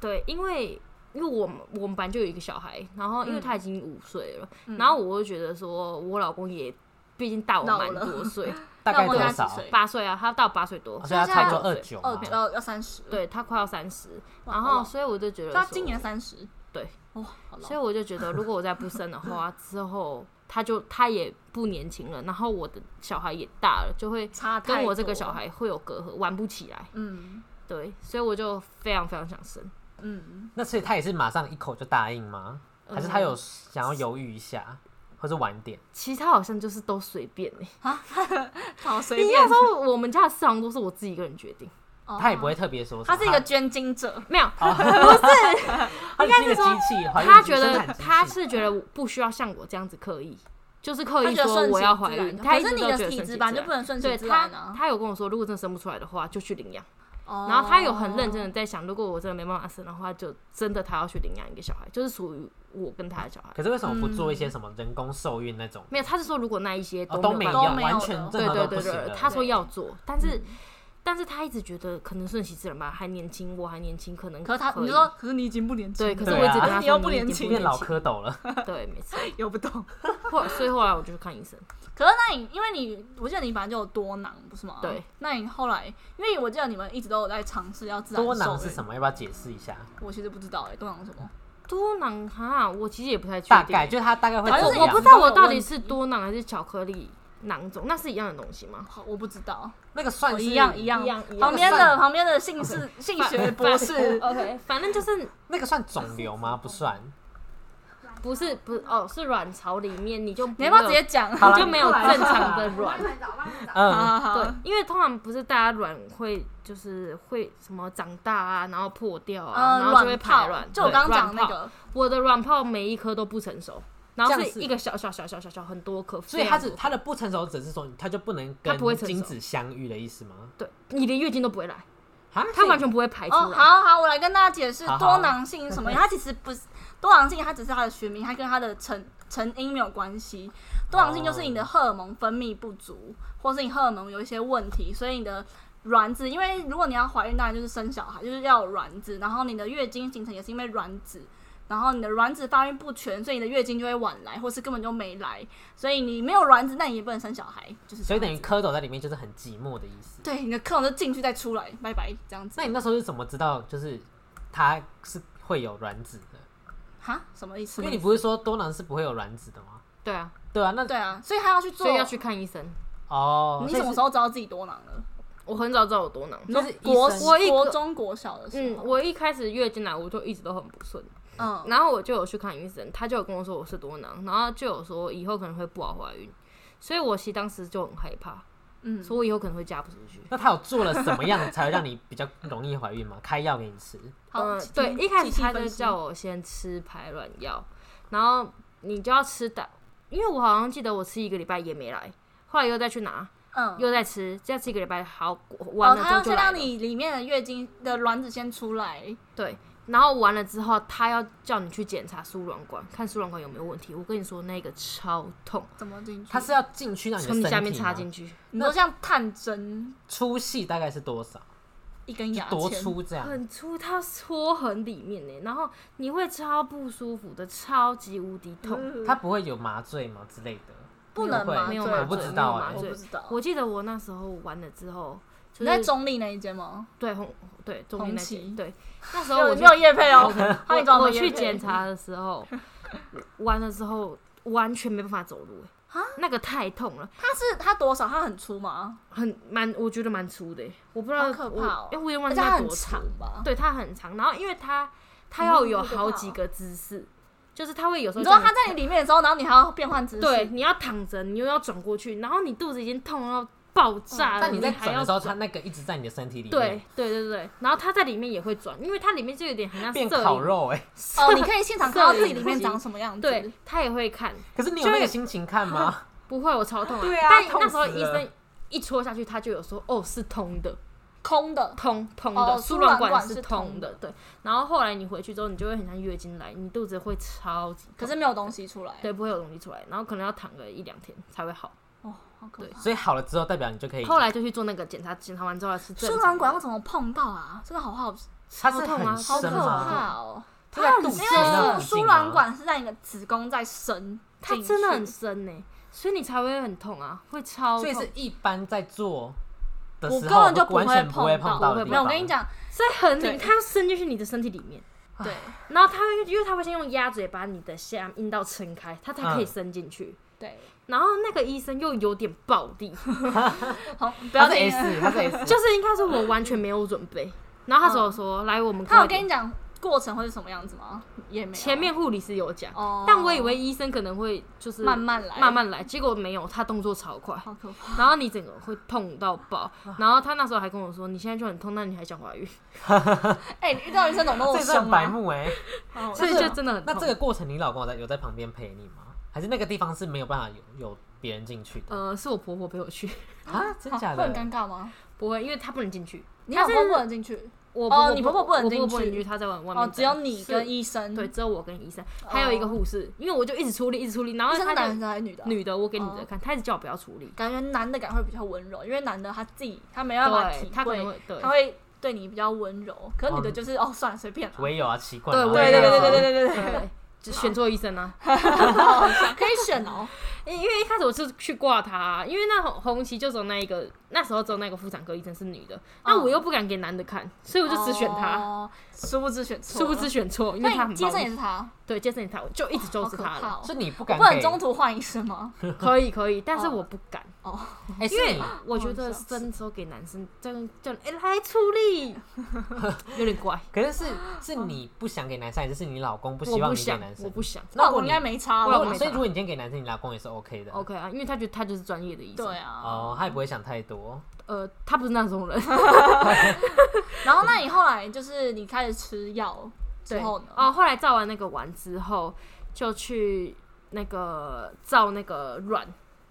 S3: 对，因为因为我们我们班就有一个小孩，然后因为
S1: 嗯
S3: 他已经五岁了，
S1: 嗯
S3: 然后我就觉得说，我老公也毕竟大我
S1: 老
S3: 蛮
S1: 了
S3: 多岁，
S2: 大概
S1: 那
S2: 多
S1: 我问他
S2: 少？
S1: 几岁
S3: 八岁啊，他到八岁多
S2: 哦，所以他
S1: 现在
S2: 差不多二九
S1: 二哦
S2: 嘛。
S1: 要要三十，，
S3: 对他快要三十，
S1: 哇
S3: 然
S1: 好
S3: 后
S1: 老
S3: 所以我就觉得
S1: 他
S3: 说
S1: 今年，三十，
S3: 对，
S1: 哇、好
S3: 所以
S1: 老。
S3: 我就觉得如果我再不生的话，之后他就他也不年轻了，然后我的小孩也大了，就会
S1: 差太
S3: 跟我这个
S1: 多
S3: 小，孩会有隔阂，玩不起来。
S1: 嗯
S3: 对，所以我就非常非常想生。
S1: 嗯，
S2: 那所以他也是马上一口就答应吗？还是他有想要犹豫一下，或是晚点？
S3: 其实他好像就是都随便哎、
S1: 好随
S3: 欸。应
S1: 便
S3: 该，说我们家的事好像都是我自己一个人决定，
S1: 哦
S2: 他也不会特别说什
S1: 他
S2: 么。
S1: 是一个捐精者，
S3: 没有，
S2: 他
S3: 应该
S2: 是一个
S3: 是
S2: 机
S3: 说
S2: 器，怀孕
S3: 他
S2: 机
S3: 觉
S2: 生
S3: 得
S2: 产机
S3: 他
S2: 器
S3: 是觉得我不需要像我这样子刻意，就是刻
S1: 他
S3: 意
S1: 觉得
S3: 说
S1: 顺其
S3: 我
S1: 自
S3: 要怀孕，
S1: 然。
S3: 他一
S1: 可是
S3: 直
S1: 你
S3: 都
S1: 的
S3: 觉得
S1: 体
S3: 顺
S1: 质
S3: 其
S1: 本来
S3: 自
S1: 就
S3: 然
S1: 不能顺
S3: 对
S1: 其自然
S3: 他
S1: 啊。
S3: 他有跟我说，如果真的生不出来的话，就去领养。
S1: 然
S3: 然后他有
S1: 哦
S3: 很认真的在想，如果我真的没办法生的话，就真的他要去领养一个小孩，就是属于我跟他的小孩。
S2: 可是为什么不做一些什么人工受孕那种？
S3: 没有，他是说如果那一些
S2: 哦，
S3: 嗯都
S2: 没
S3: 有
S2: 有，
S3: 办法
S1: 都没有
S2: 完
S1: 的
S2: 全
S3: 对
S2: 正常
S3: 对
S2: 都
S3: 对
S2: 不行
S3: 对，
S2: 了。
S3: 他说
S1: 对
S3: 要做，但是
S1: 嗯
S3: 但是他一直觉得可能顺其自然吧，还年轻，我还年轻，可能
S1: 哦可是他，你
S3: 以
S1: 说，可是你已经不年轻了，
S3: 对，可是
S2: 对
S3: 我一直
S2: 啊
S3: 跟他
S1: 你
S3: 说
S1: 又不
S3: 一
S1: 年
S3: 点
S1: 轻
S2: 变老
S3: 年
S2: 蝌蚪了，
S3: 轻，对，没错。
S1: 又不懂。
S3: 后所以后来我就去看医生，
S1: 可是那你，因为你，我记得你本来就有多囊，不是吗？
S3: 对。
S1: 那你后来，因为我记得你们一直都有在尝试要自然
S2: 多囊是
S1: 么？
S2: 什么？要不要解释一 下？
S1: 我其实不知道哎、多囊是什么？
S3: 多囊哈，我其实也不太确定，
S2: 大概就是他大概会
S1: 反正
S2: 怎
S1: 是
S2: 么
S3: 我
S2: 样
S3: 不
S1: 两
S3: 知道
S1: 个
S3: 我到底
S1: 问
S3: 是
S1: 题
S3: 多囊还是巧克力囊肿，那是一样的东西吗？
S1: 好我不知道，
S2: 那个算是
S1: 一样一样
S3: 一样一样
S1: 旁边
S2: 算
S1: 的旁边的姓氏性学博士
S3: OK，反正就是
S2: 那个算肿瘤 吗？不算。
S3: 不是不是哦，是卵巢里面你就
S1: 你
S3: 你
S1: 要不要直接讲？
S2: 好了
S3: 就没有正常的
S4: 慢
S3: 卵。
S4: 慢找，慢慢找。
S1: 好
S2: 嗯，
S1: 好好
S3: 对，因为通常不是大家卵会就是会什么长大啊，然后破掉啊，
S1: 呃，
S3: 然后就会
S1: 卵
S3: 排
S1: 泡
S3: 卵。
S1: 就我
S3: 对
S1: 刚刚讲的那，
S3: 卵
S1: 个，
S3: 泡我的卵泡每一颗都不成熟，然
S2: 这
S3: 后
S2: 样
S3: 是
S2: 是
S3: 一个小小小小小小很多颗，
S2: 所以
S3: 非
S2: 他
S3: 常
S2: 是
S3: 多
S2: 他的不成熟只是说他就不能
S3: 它不会
S2: 跟
S3: 成熟
S2: 精子相遇的意思吗？
S3: 对，你连月经都不会来，
S2: 啊，
S3: 它完全不会排出
S1: 哦，
S3: 来。
S1: 好好，我来跟大家解释
S2: 好好
S1: 多囊性是 什么。它其实不是多囊性，它只是它的学名，它跟它的成成因没有关系。多囊性就是你的
S2: 哦
S1: 荷尔蒙分泌不足，或是你荷尔蒙有一些问题，所以你的卵子，因为如果你要怀孕，当然就是生小孩，就是要有卵子，然后你的月经形成也是因为卵子。然后你的卵子发育不全，所以你的月经就会晚来，或是根本就没来。所以你没有卵子，那你也不能生小孩，就是这
S2: 所
S1: 样
S2: 以等于
S1: 子
S2: 蝌蚪在里面就是很寂寞的意思。
S1: 对你的克隆就进去再出来，拜拜这样子
S2: 那。你那时候是怎么知道就是它是会有卵子的？
S1: 哈，什么意思？
S2: 因为你不是说多囊是不会有卵子的吗？
S3: 对啊，
S2: 对啊，那
S1: 对啊，所以他要去做。
S3: 所以要去看医生。
S2: 哦，
S1: 你什么时
S2: 候？
S1: 候知道自己多囊了？
S3: 我很早知道我多囊，
S2: 就是
S1: 国
S2: 医生
S3: 我一
S1: 国
S3: 个
S1: 中国小的时
S3: 嗯，
S1: 候，
S3: 我一开始月经来我就一直都很不顺，
S1: 嗯
S3: 然后我就有去看医生，他就有跟我说我是多囊，然后就有说以后可能会不好怀孕，所以我其实当时就很害怕，
S1: 嗯，
S3: 所以我以后可能会嫁不出去。
S2: 那他有做了什么样才会让你比较容易怀孕吗？开药给你 吃？
S1: 好
S3: 嗯，，对，一开始他就
S1: 就
S3: 叫我先吃排卵药，然后你就要吃的，因为我好像记得我吃一个礼拜也没来，后来又再去拿，
S1: 嗯，
S3: 又再吃，再吃一个礼拜，好
S1: 哦，
S3: 完了之
S1: 他
S3: 后
S1: 要
S3: 就
S1: 先
S3: 来
S1: 让
S3: 了。
S1: 你里面的月经的卵子先出来，
S3: 对，然后完了之后，他要叫你去检查输卵管，看输卵管有没有问题。我跟你说，那个超痛，
S1: 怎么进去？
S2: 他是要进去让你的
S3: 从你
S2: 身
S3: 下面
S2: 体
S3: 插
S2: 吗
S3: 进去，
S1: 你说像探针
S2: 粗细大概是多少？
S1: 一根
S2: 就
S1: 牙
S2: 多
S1: 签，
S2: 粗这样？
S3: 很粗，它戳很里面呢，然后你会超不舒服的，超级无敌痛。
S1: 嗯
S2: 他不会有麻醉吗之类的？
S1: 不能麻醉
S2: 没
S3: 有
S2: 有
S3: 麻
S2: 我
S3: 醉，
S2: 不知道
S3: 没
S2: 哎
S3: 有麻
S1: 我
S3: 醉
S1: 不知道。
S3: 我记得我那时候玩了之后，就
S1: 你在
S3: 是
S1: 中立那一间吗？
S3: 对红对中间
S1: 红
S3: 那间
S1: 旗
S3: 对，那时
S1: 没
S3: 候
S1: 有
S3: 我
S1: 没有
S3: 去
S1: 叶配哦，欢迎找
S3: 我我
S1: 们业
S3: 去
S1: 配
S3: 检，查的时候，玩的时候完全没办法走路哎、
S1: 啊
S3: 那个太痛了，
S1: 它是它多少？它很粗吗？
S3: 很蛮我觉得蛮粗的哎、我不知道
S1: 好可怕哦
S3: 呃我因为我也忘
S1: 而
S3: 记
S1: 且它
S3: 它
S1: 很
S3: 多粗
S1: 长，哦吧？
S3: 对它很长，然后因为它它要有好几个姿势，就是它会有时候
S1: 你知道
S3: 叫
S1: 它在你里面的时候，然后你还要变换姿势，
S3: 对，你要躺着，你又要转过去，然后你肚子已经痛到爆炸了，
S2: 但你在
S3: 啊还
S2: 转
S3: 要
S2: 的时候，它那个一直在你的身体里
S3: 对
S2: 面，
S3: 对对对，然后它在里面也会转，因为它里面就有点很像
S2: 变
S3: 摄
S2: 烤
S3: 影
S2: 肉哎。
S1: 哦，你可以现场看到自己里面
S3: 摄影
S1: 长什么样子。
S3: 对，他也会看，
S2: 可是你有那个心情看 吗？
S3: 不会我超痛、啊。
S2: 对啊
S3: 但
S2: 痛
S3: 那时候
S2: 死
S3: 医
S2: 了
S3: 生一戳下去，他就有说，哦，是通的，
S1: 空的，
S3: 通通的，
S1: 哦
S3: 输
S1: 输
S3: 卵
S1: 卵
S3: 管
S1: 管
S3: 是
S1: 是
S3: 通
S1: 通
S3: 的，对。然后后来你回去之后，你就会很像月经来，你肚子会超级
S1: 可
S3: 痛，
S1: 是没有东西出来。
S3: 对，不会有东西出来，然后可能要躺个一两天才会好。
S1: 哦，好可
S3: 对
S1: 怕。
S2: 所以好了之后，代表你就可以。
S3: 后来就去做那个检查，检查完之后是正
S1: 输
S3: 常
S1: 卵
S3: 的
S1: 管要怎么碰到啊？这个好好，
S2: 它是
S3: 痛啊
S2: 很
S1: 好
S2: 深
S1: 可
S2: 吗？
S1: 怕哦。
S2: 它在肚
S1: 因
S2: 脐
S3: 啊
S2: 那
S1: 为
S2: 附
S1: 输
S2: 近
S1: 输
S2: 吗
S1: 卵管是在你的子宫在伸，
S3: 它真的很深呢、所以你才会很痛啊，会超
S2: 所
S3: 痛，
S2: 以是一般在做的
S1: 哦我
S2: 时
S1: 根
S2: 候，
S1: 本就
S2: 完全不
S1: 会
S2: 碰
S1: 到。
S2: 的地
S1: 没有，
S2: 方。
S1: 我跟你，讲，
S3: 所以很灵，
S1: 对
S3: 它要伸进去你的身体里面。
S1: 对，
S3: 然后它会，因为它会先用鸭嘴把你的下阴道撑开，它才可以
S2: 嗯
S3: 伸进去。
S1: 对，
S3: 然后那个医生又有点暴力，
S1: 好，不要
S2: 它是
S1: 听。
S2: S，它是 S，
S3: 就是应该是我完全没有准备。然后他只有说：“来，我们
S1: 嗯他有
S3: 快
S1: 跟
S3: 点
S1: 你讲过程会是什么样子吗？也没有
S3: 前面护理师有讲，
S1: 哦，
S3: 但我以为医生可能会就是
S1: 慢慢来，
S3: 慢慢来，结果没有，他动作超快，
S1: 好可怕，
S3: 然后你整个会痛到爆。然后他那时候还跟我说，你现在就很痛，那你还讲华语，
S1: 哦哎、你遇到医生怎么那么
S2: 这算
S1: 凶
S2: 白
S1: 啊？
S2: 目哎、
S1: 好
S3: 所以
S2: 这
S3: 就真的很
S2: 那
S3: 痛。
S2: 这个过程，你老公有在有在旁边陪你吗？还是那个地方是没有办法有有别人进去的、
S3: 呃，是我婆婆陪我去，
S2: 啊？真
S1: 好
S2: 假
S1: 会
S2: 的
S1: 很？尴尬吗？
S3: 不会，因为她不能进去。
S1: 你
S3: 她
S1: 老
S3: 是
S1: 公不能进去
S3: 我
S1: 哦
S3: 婆
S1: 你婆婆不能
S3: 我
S1: 进
S3: 婆婆不能
S1: 去
S3: 进去，她在外外面
S1: 哦，
S3: 等。
S1: 只有你跟
S3: 是
S1: 医生，
S3: 对，
S1: 医
S3: 只有我跟医生，还有一个护士，因为我就一直处理，一直处理，然后
S1: 生
S3: 她
S1: 是男
S3: 就
S1: 生还是女的？
S3: 女的，我给女的
S1: 哦
S3: 看，她一直叫我不要处理，
S1: 感觉男的感觉会比较温柔，因为男的他自己他没办法体
S3: 对，她可能
S1: 会，
S3: 会对
S1: 他。会对你比较温柔，可是女的就是哦算了随便啦
S2: 我也有啊，奇怪。
S3: 对
S2: 然后
S3: 我也
S1: 对
S2: 就
S1: 对
S3: 有
S2: 这
S1: 对
S2: 样
S1: 对对
S2: 子
S1: 对对对
S3: 对，就选错医生啊！
S1: 对， 可以选哦，
S3: 因因为一开始我是去挂他、因为那红红旗就只有那一个，那时候只有那个妇产科医生是女的，那我又不敢给男的看，所以 我就只选他，
S1: 哦，殊不知选错，
S3: 殊不知，选错，因为他
S1: 那你
S3: 很
S1: 接生也
S3: 棒。
S1: 是他，
S3: 对，接生也是他，我就一直
S1: 好
S3: 就是
S1: 可
S3: 他
S1: 怕
S3: 了。
S1: 哦，
S2: 是你不
S1: 我
S2: 敢
S1: 不能
S2: 给
S1: 中途换医生吗？
S3: 可以可以，但是
S1: 哦
S3: 我不敢，
S1: 哦，
S2: 哎、
S3: 因
S2: 是
S3: 为
S2: 你
S3: 我觉
S1: 哦
S3: 得
S1: 笑死
S3: 生的时候给男生这样叫哎、来处理， 有点怪。
S2: 可是是是你不想给男生，还是是你老公不
S3: 我
S2: 希望
S3: 不
S2: 你给
S3: 想
S2: 男，生？
S3: 我不想。
S1: 那
S2: 那
S1: 我
S2: 我
S1: 应该没差
S3: 我
S1: 了吧
S3: 老公
S2: 哦所以
S3: 想
S2: 如果你今天给男生，你老公也是 OK 的。
S3: OK 啊，因为他觉得他就是专业的医生。
S1: 对，啊，
S2: 哦，他也不会想太多。
S3: 呃，他不是那 种人。
S1: 然后那你后来就是你开始吃药之后呢？
S3: 哦，后来照完那个完之后，就去那个照那个卵，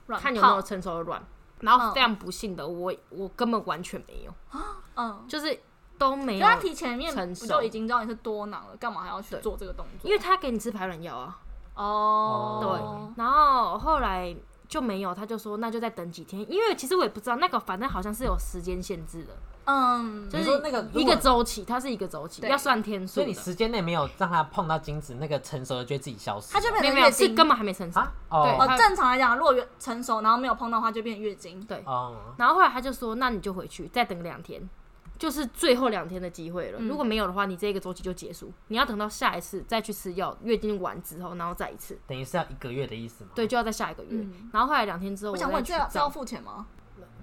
S1: 软
S3: 看有没
S1: 泡
S3: 有成熟的卵。然后
S1: 嗯
S3: 非常不幸的，我我根本完全没有，
S1: 嗯，
S3: 就是都没
S1: 因为
S3: 有
S1: 他，提前面
S3: 成
S1: 不
S3: 熟
S1: 就已经知道你是多囊了，干嘛还要去
S3: 对
S1: 做这个动作？
S3: 因为他给你吃排卵药啊。
S1: 哦，
S3: 然后后来就没有，他就说那就再等几天，因为其实我也不知道那个，反正好像是有时间限制的，
S1: 对，嗯，
S3: 就
S2: 你
S3: 是
S2: 说那个如
S3: 一
S2: 果
S3: 个周期，它是一个周期，
S1: 对
S3: 要算天数
S2: 所
S3: 的。
S2: 以你时间内没有让他碰到精子，那个成熟的就会自己消失。
S1: 它就变
S3: 没有
S1: 成
S3: 没
S1: 月
S3: 有是
S1: 经
S3: 根本还没成熟。
S2: 啊，哦
S3: 对
S1: 哦，正常来讲，如果月成熟然后没有碰到的话，就变月经。
S3: 对，
S2: 哦，
S3: 然后后来他就说，那你就回去再等两天，就是最后两天的机会了。
S1: 嗯
S3: 如果没有的话，你这个周期就结束，你要等到下一次再去吃药，月经完之后，然后再一次，
S2: 等于是要一个月的意思嘛？
S3: 对，，就要在下一个月。
S1: 嗯
S3: 然后后来两天之后，
S1: 我
S3: 我
S1: 想
S3: 再
S1: 问，
S3: 去
S1: 这要这要
S3: 找
S1: 付钱吗？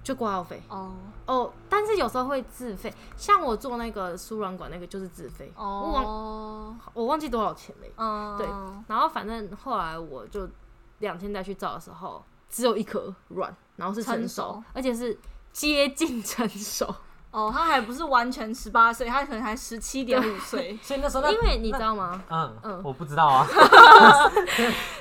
S3: 就挂号费
S1: 哦
S3: 哦，但是有时候会自费，像我做那个输卵管那个就是自费，我忘
S1: 哦，
S3: 我忘记多少钱了。
S1: 嗯，
S3: 对然后反正后来我就两天再去照的时候，只有一颗卵，然后是成
S1: 成
S3: 熟，
S1: 熟
S3: 而且是接近成熟。
S1: 哦，他还不是完全十八岁，他可能还十七点五岁。
S2: 所以那时候那
S3: 因为你知道吗？
S2: 嗯嗯
S3: 嗯，
S2: 我不知道 啊。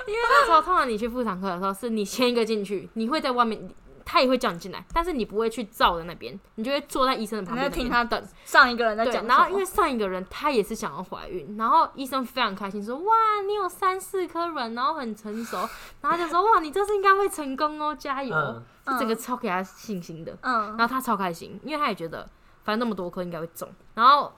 S3: 因为那时候通常你去妇产科的时候，是你先一个进去，你会在外面，他也会叫你进来，但是你不会去照的那边，你就会坐在医生的旁边
S1: 你在听
S3: 那边等。
S1: 上一个人在
S3: 对
S1: 讲什，么，
S3: 然后因为上一个人他也是想要怀孕，然后医生非常开心说：“哇，你有三四颗卵，然后很成熟。”然后就说：“哇，你这次应该会成功哦，加油！”
S2: 嗯，
S3: 就整个超给他信心的。
S1: 嗯
S3: 然，后他超开心，因为他也觉得反正那么多颗应该会中。然后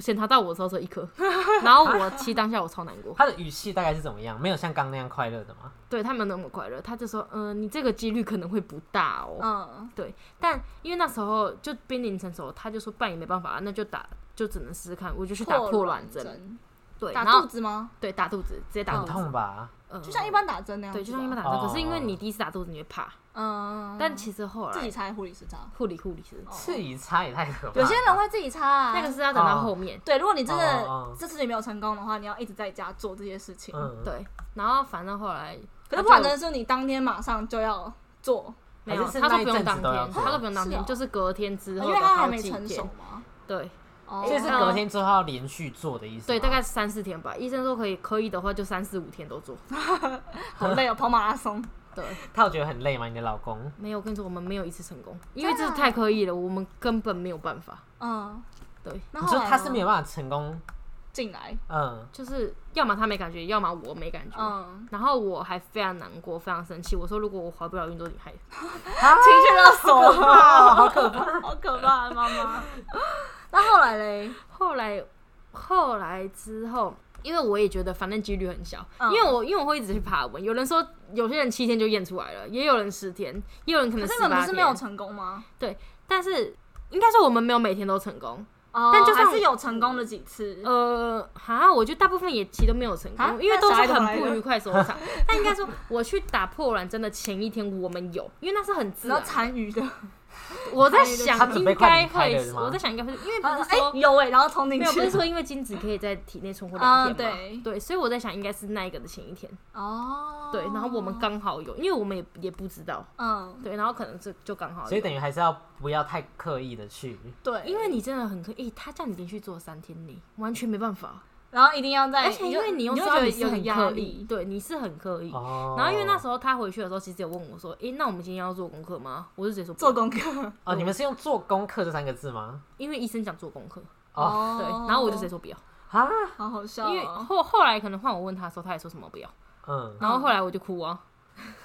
S3: 检查到我的时候只有一颗， 然后我其实当下我超难过。
S2: 他的语气大概是怎么样？没有像刚那样快乐的吗？
S3: 对他没有那么快乐，他就说：“嗯、你这个几率可能会不大哦。
S1: 嗯，
S3: 但因为那时候就濒临成熟，他就说：“半也没办法，那就打，就只能试试看。”我就去打破卵针，
S1: 针，
S3: 对，
S1: 打
S3: 然
S1: 肚
S3: 后
S1: 子吗？
S3: 对打肚子，直接打
S2: 很
S3: 肚
S2: 嗯
S3: 子，
S2: 痛吧？
S3: 呃
S1: 就像一般打针那样子吧，
S3: 对，就像一般打针。
S2: 哦
S3: 可是因为你第一次打肚子，你会怕，
S1: 嗯，
S3: 但其实后
S1: 自己
S3: 来
S1: 猜护理师差，
S3: 护理护理师，
S1: 哦
S2: 自己擦也太可怕了。
S1: 有些人会自己擦啊，
S3: 那个是要等到后面，
S1: 对，如果你真的
S2: 哦哦
S1: 这次你没有成功的话，你要一直在家做这些事情。
S2: 嗯，
S3: 对。然后反正后来
S1: 可是不然真的是你当天马上就要做，
S3: 没
S2: 还
S3: 有，
S2: 是是
S3: 他说
S2: 那一
S3: 不用
S2: 阵
S3: 当
S2: 子都要
S3: 天，
S2: 做
S3: 他说不用当
S1: 是
S3: 天
S1: 哦，
S3: 就是隔天之
S1: 因
S3: 后
S1: 为
S3: 的
S1: 他还
S3: 好
S1: 没
S3: 几
S1: 成熟
S3: 天，
S1: 嘛。
S3: 对
S1: 哦
S2: 所以是哦
S3: 嗯
S2: 隔天之后要连续做的意思吗。
S3: 对，大概三四天吧。医生说可以，可以的话就三四五天都做。
S1: 好累哦，跑马拉松。
S3: 对，
S2: 他有觉得很累吗？你的老公？
S3: 没有，我跟你说，我们没有一次成功，因为
S1: 真
S3: 这
S1: 的啊
S3: 太刻意了，我们根本没有办法。
S1: 嗯，
S3: 对，
S1: 那
S2: 你
S1: 后
S2: 说
S1: 来
S2: 他是没
S1: 有
S2: 有办法成功，
S1: 进来，
S2: 嗯，
S3: 就是要么他没感觉，要么我没感觉。
S1: 嗯，
S3: 然后我还非常难过，非常生气。我说，如果我怀不了孕，都是你害的。
S1: 情绪勒索，
S2: 好可怕！
S1: 啊好可怕，妈妈。那后来嘞，
S3: 后来，后来之后，因为我也觉得反正几率很小，
S1: 嗯
S3: 因为我因为我会一直去爬文，有人说有些人七天就验出来了，也有人十天，也有人可
S1: 可
S3: 能
S1: 是
S3: 十
S1: 你们
S3: 八
S1: 不是没有
S3: 天。
S1: 成功吗？
S3: 但是应该说我们没有每天都成功。
S1: 哦
S3: 但就算
S1: 还是有嗯成功的几次。
S3: 呃，哈，我觉得大部分也其实都没有成
S1: 啊
S3: 功，因为都
S1: 那小孩
S3: 是
S1: 怎么来
S3: 很
S1: 的
S3: 不愉快收场。但应该说，我去打破卵针的前一天，我们有，因为那是很自啊
S1: 然后
S3: 然。
S1: 残余的，
S3: 我在
S2: 他
S3: 想
S2: 准
S3: 应
S2: 备快
S3: 该
S2: 离开
S3: 会
S2: 了是
S3: 是，
S2: 吗
S3: 我在想应该会是，因为
S1: 他
S3: 不
S1: 说
S3: 是说
S1: 哎有哎，然后冲进
S3: 没有，不是
S1: 去，
S3: 说因为精子可以在体内存活两
S1: 嗯
S3: 天嘛，
S1: 对
S3: 所以我在想应该是那一个的前一天，
S1: 哦，
S3: 对，然后我们刚好有，因为我们也也不知道，
S1: 嗯
S3: 对，然后可能这就刚好有，
S2: 所以等于还是要不要太刻意的去，
S1: 对，
S3: 因为你真的很可以，诶他叫你连续做三天，你完全没办法，
S1: 然后一定要在，
S3: 而且因为
S1: 你
S3: 又
S1: 就
S3: 知
S1: 你
S3: 道
S1: 就
S3: 你
S1: 觉得
S3: 是
S1: 有
S3: 很
S1: 压
S3: 刻意
S1: 力，，
S3: 对，你是很刻意。
S2: 哦，
S3: 然后因为那时候他回去的时候，其实有问我说：“诶，那我们今天要做功课吗？”我就直接说不
S1: 做
S3: 要，
S1: 功课
S2: 哦，你们是用做功课这三个字吗？
S3: 因为医生讲做功课，
S2: 哦，
S3: 对，然后我就直接，说不要，
S2: 啊，
S1: 好好笑哦，
S3: 因为后后来可能换我问他的时候，他也说什么不要，
S2: 嗯，
S3: 然后后来我就哭啊，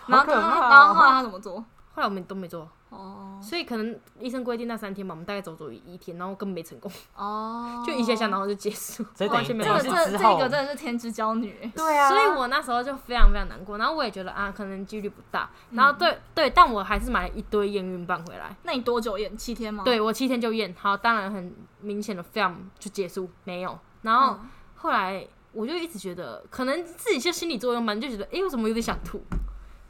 S1: 然
S2: 好
S1: 后
S2: 可怕
S1: 他
S2: 哦
S1: 然后后来他怎么做？
S3: 后来我们都没做，
S1: 哦
S3: 所以可能医生规定那三天嘛，我们大概走走一天，然后根本没成功，
S1: 哦，
S3: 就一下下，然后就结束，
S2: 所以等
S3: 完
S2: 于
S3: 全没
S1: 这
S2: 等于
S1: 个
S2: 是
S1: 这个
S2: 之
S3: 成功。
S1: 这
S2: 后
S1: 个真的是天之骄女，
S2: 对啊，
S3: 所以我那时候就非常非常难过，然后我也觉得啊，可能几率不大，
S1: 嗯
S3: 然后对、对，但我还是买了一堆验孕棒回来，
S1: 那你多久验？七天吗？嗯
S3: 对我七天就验，好，当然很明显的 film 就结束没有，然后
S1: 嗯
S3: 后来我就一直觉得，可能自己就心理作用吧，你就觉得，诶，为什么有点想吐？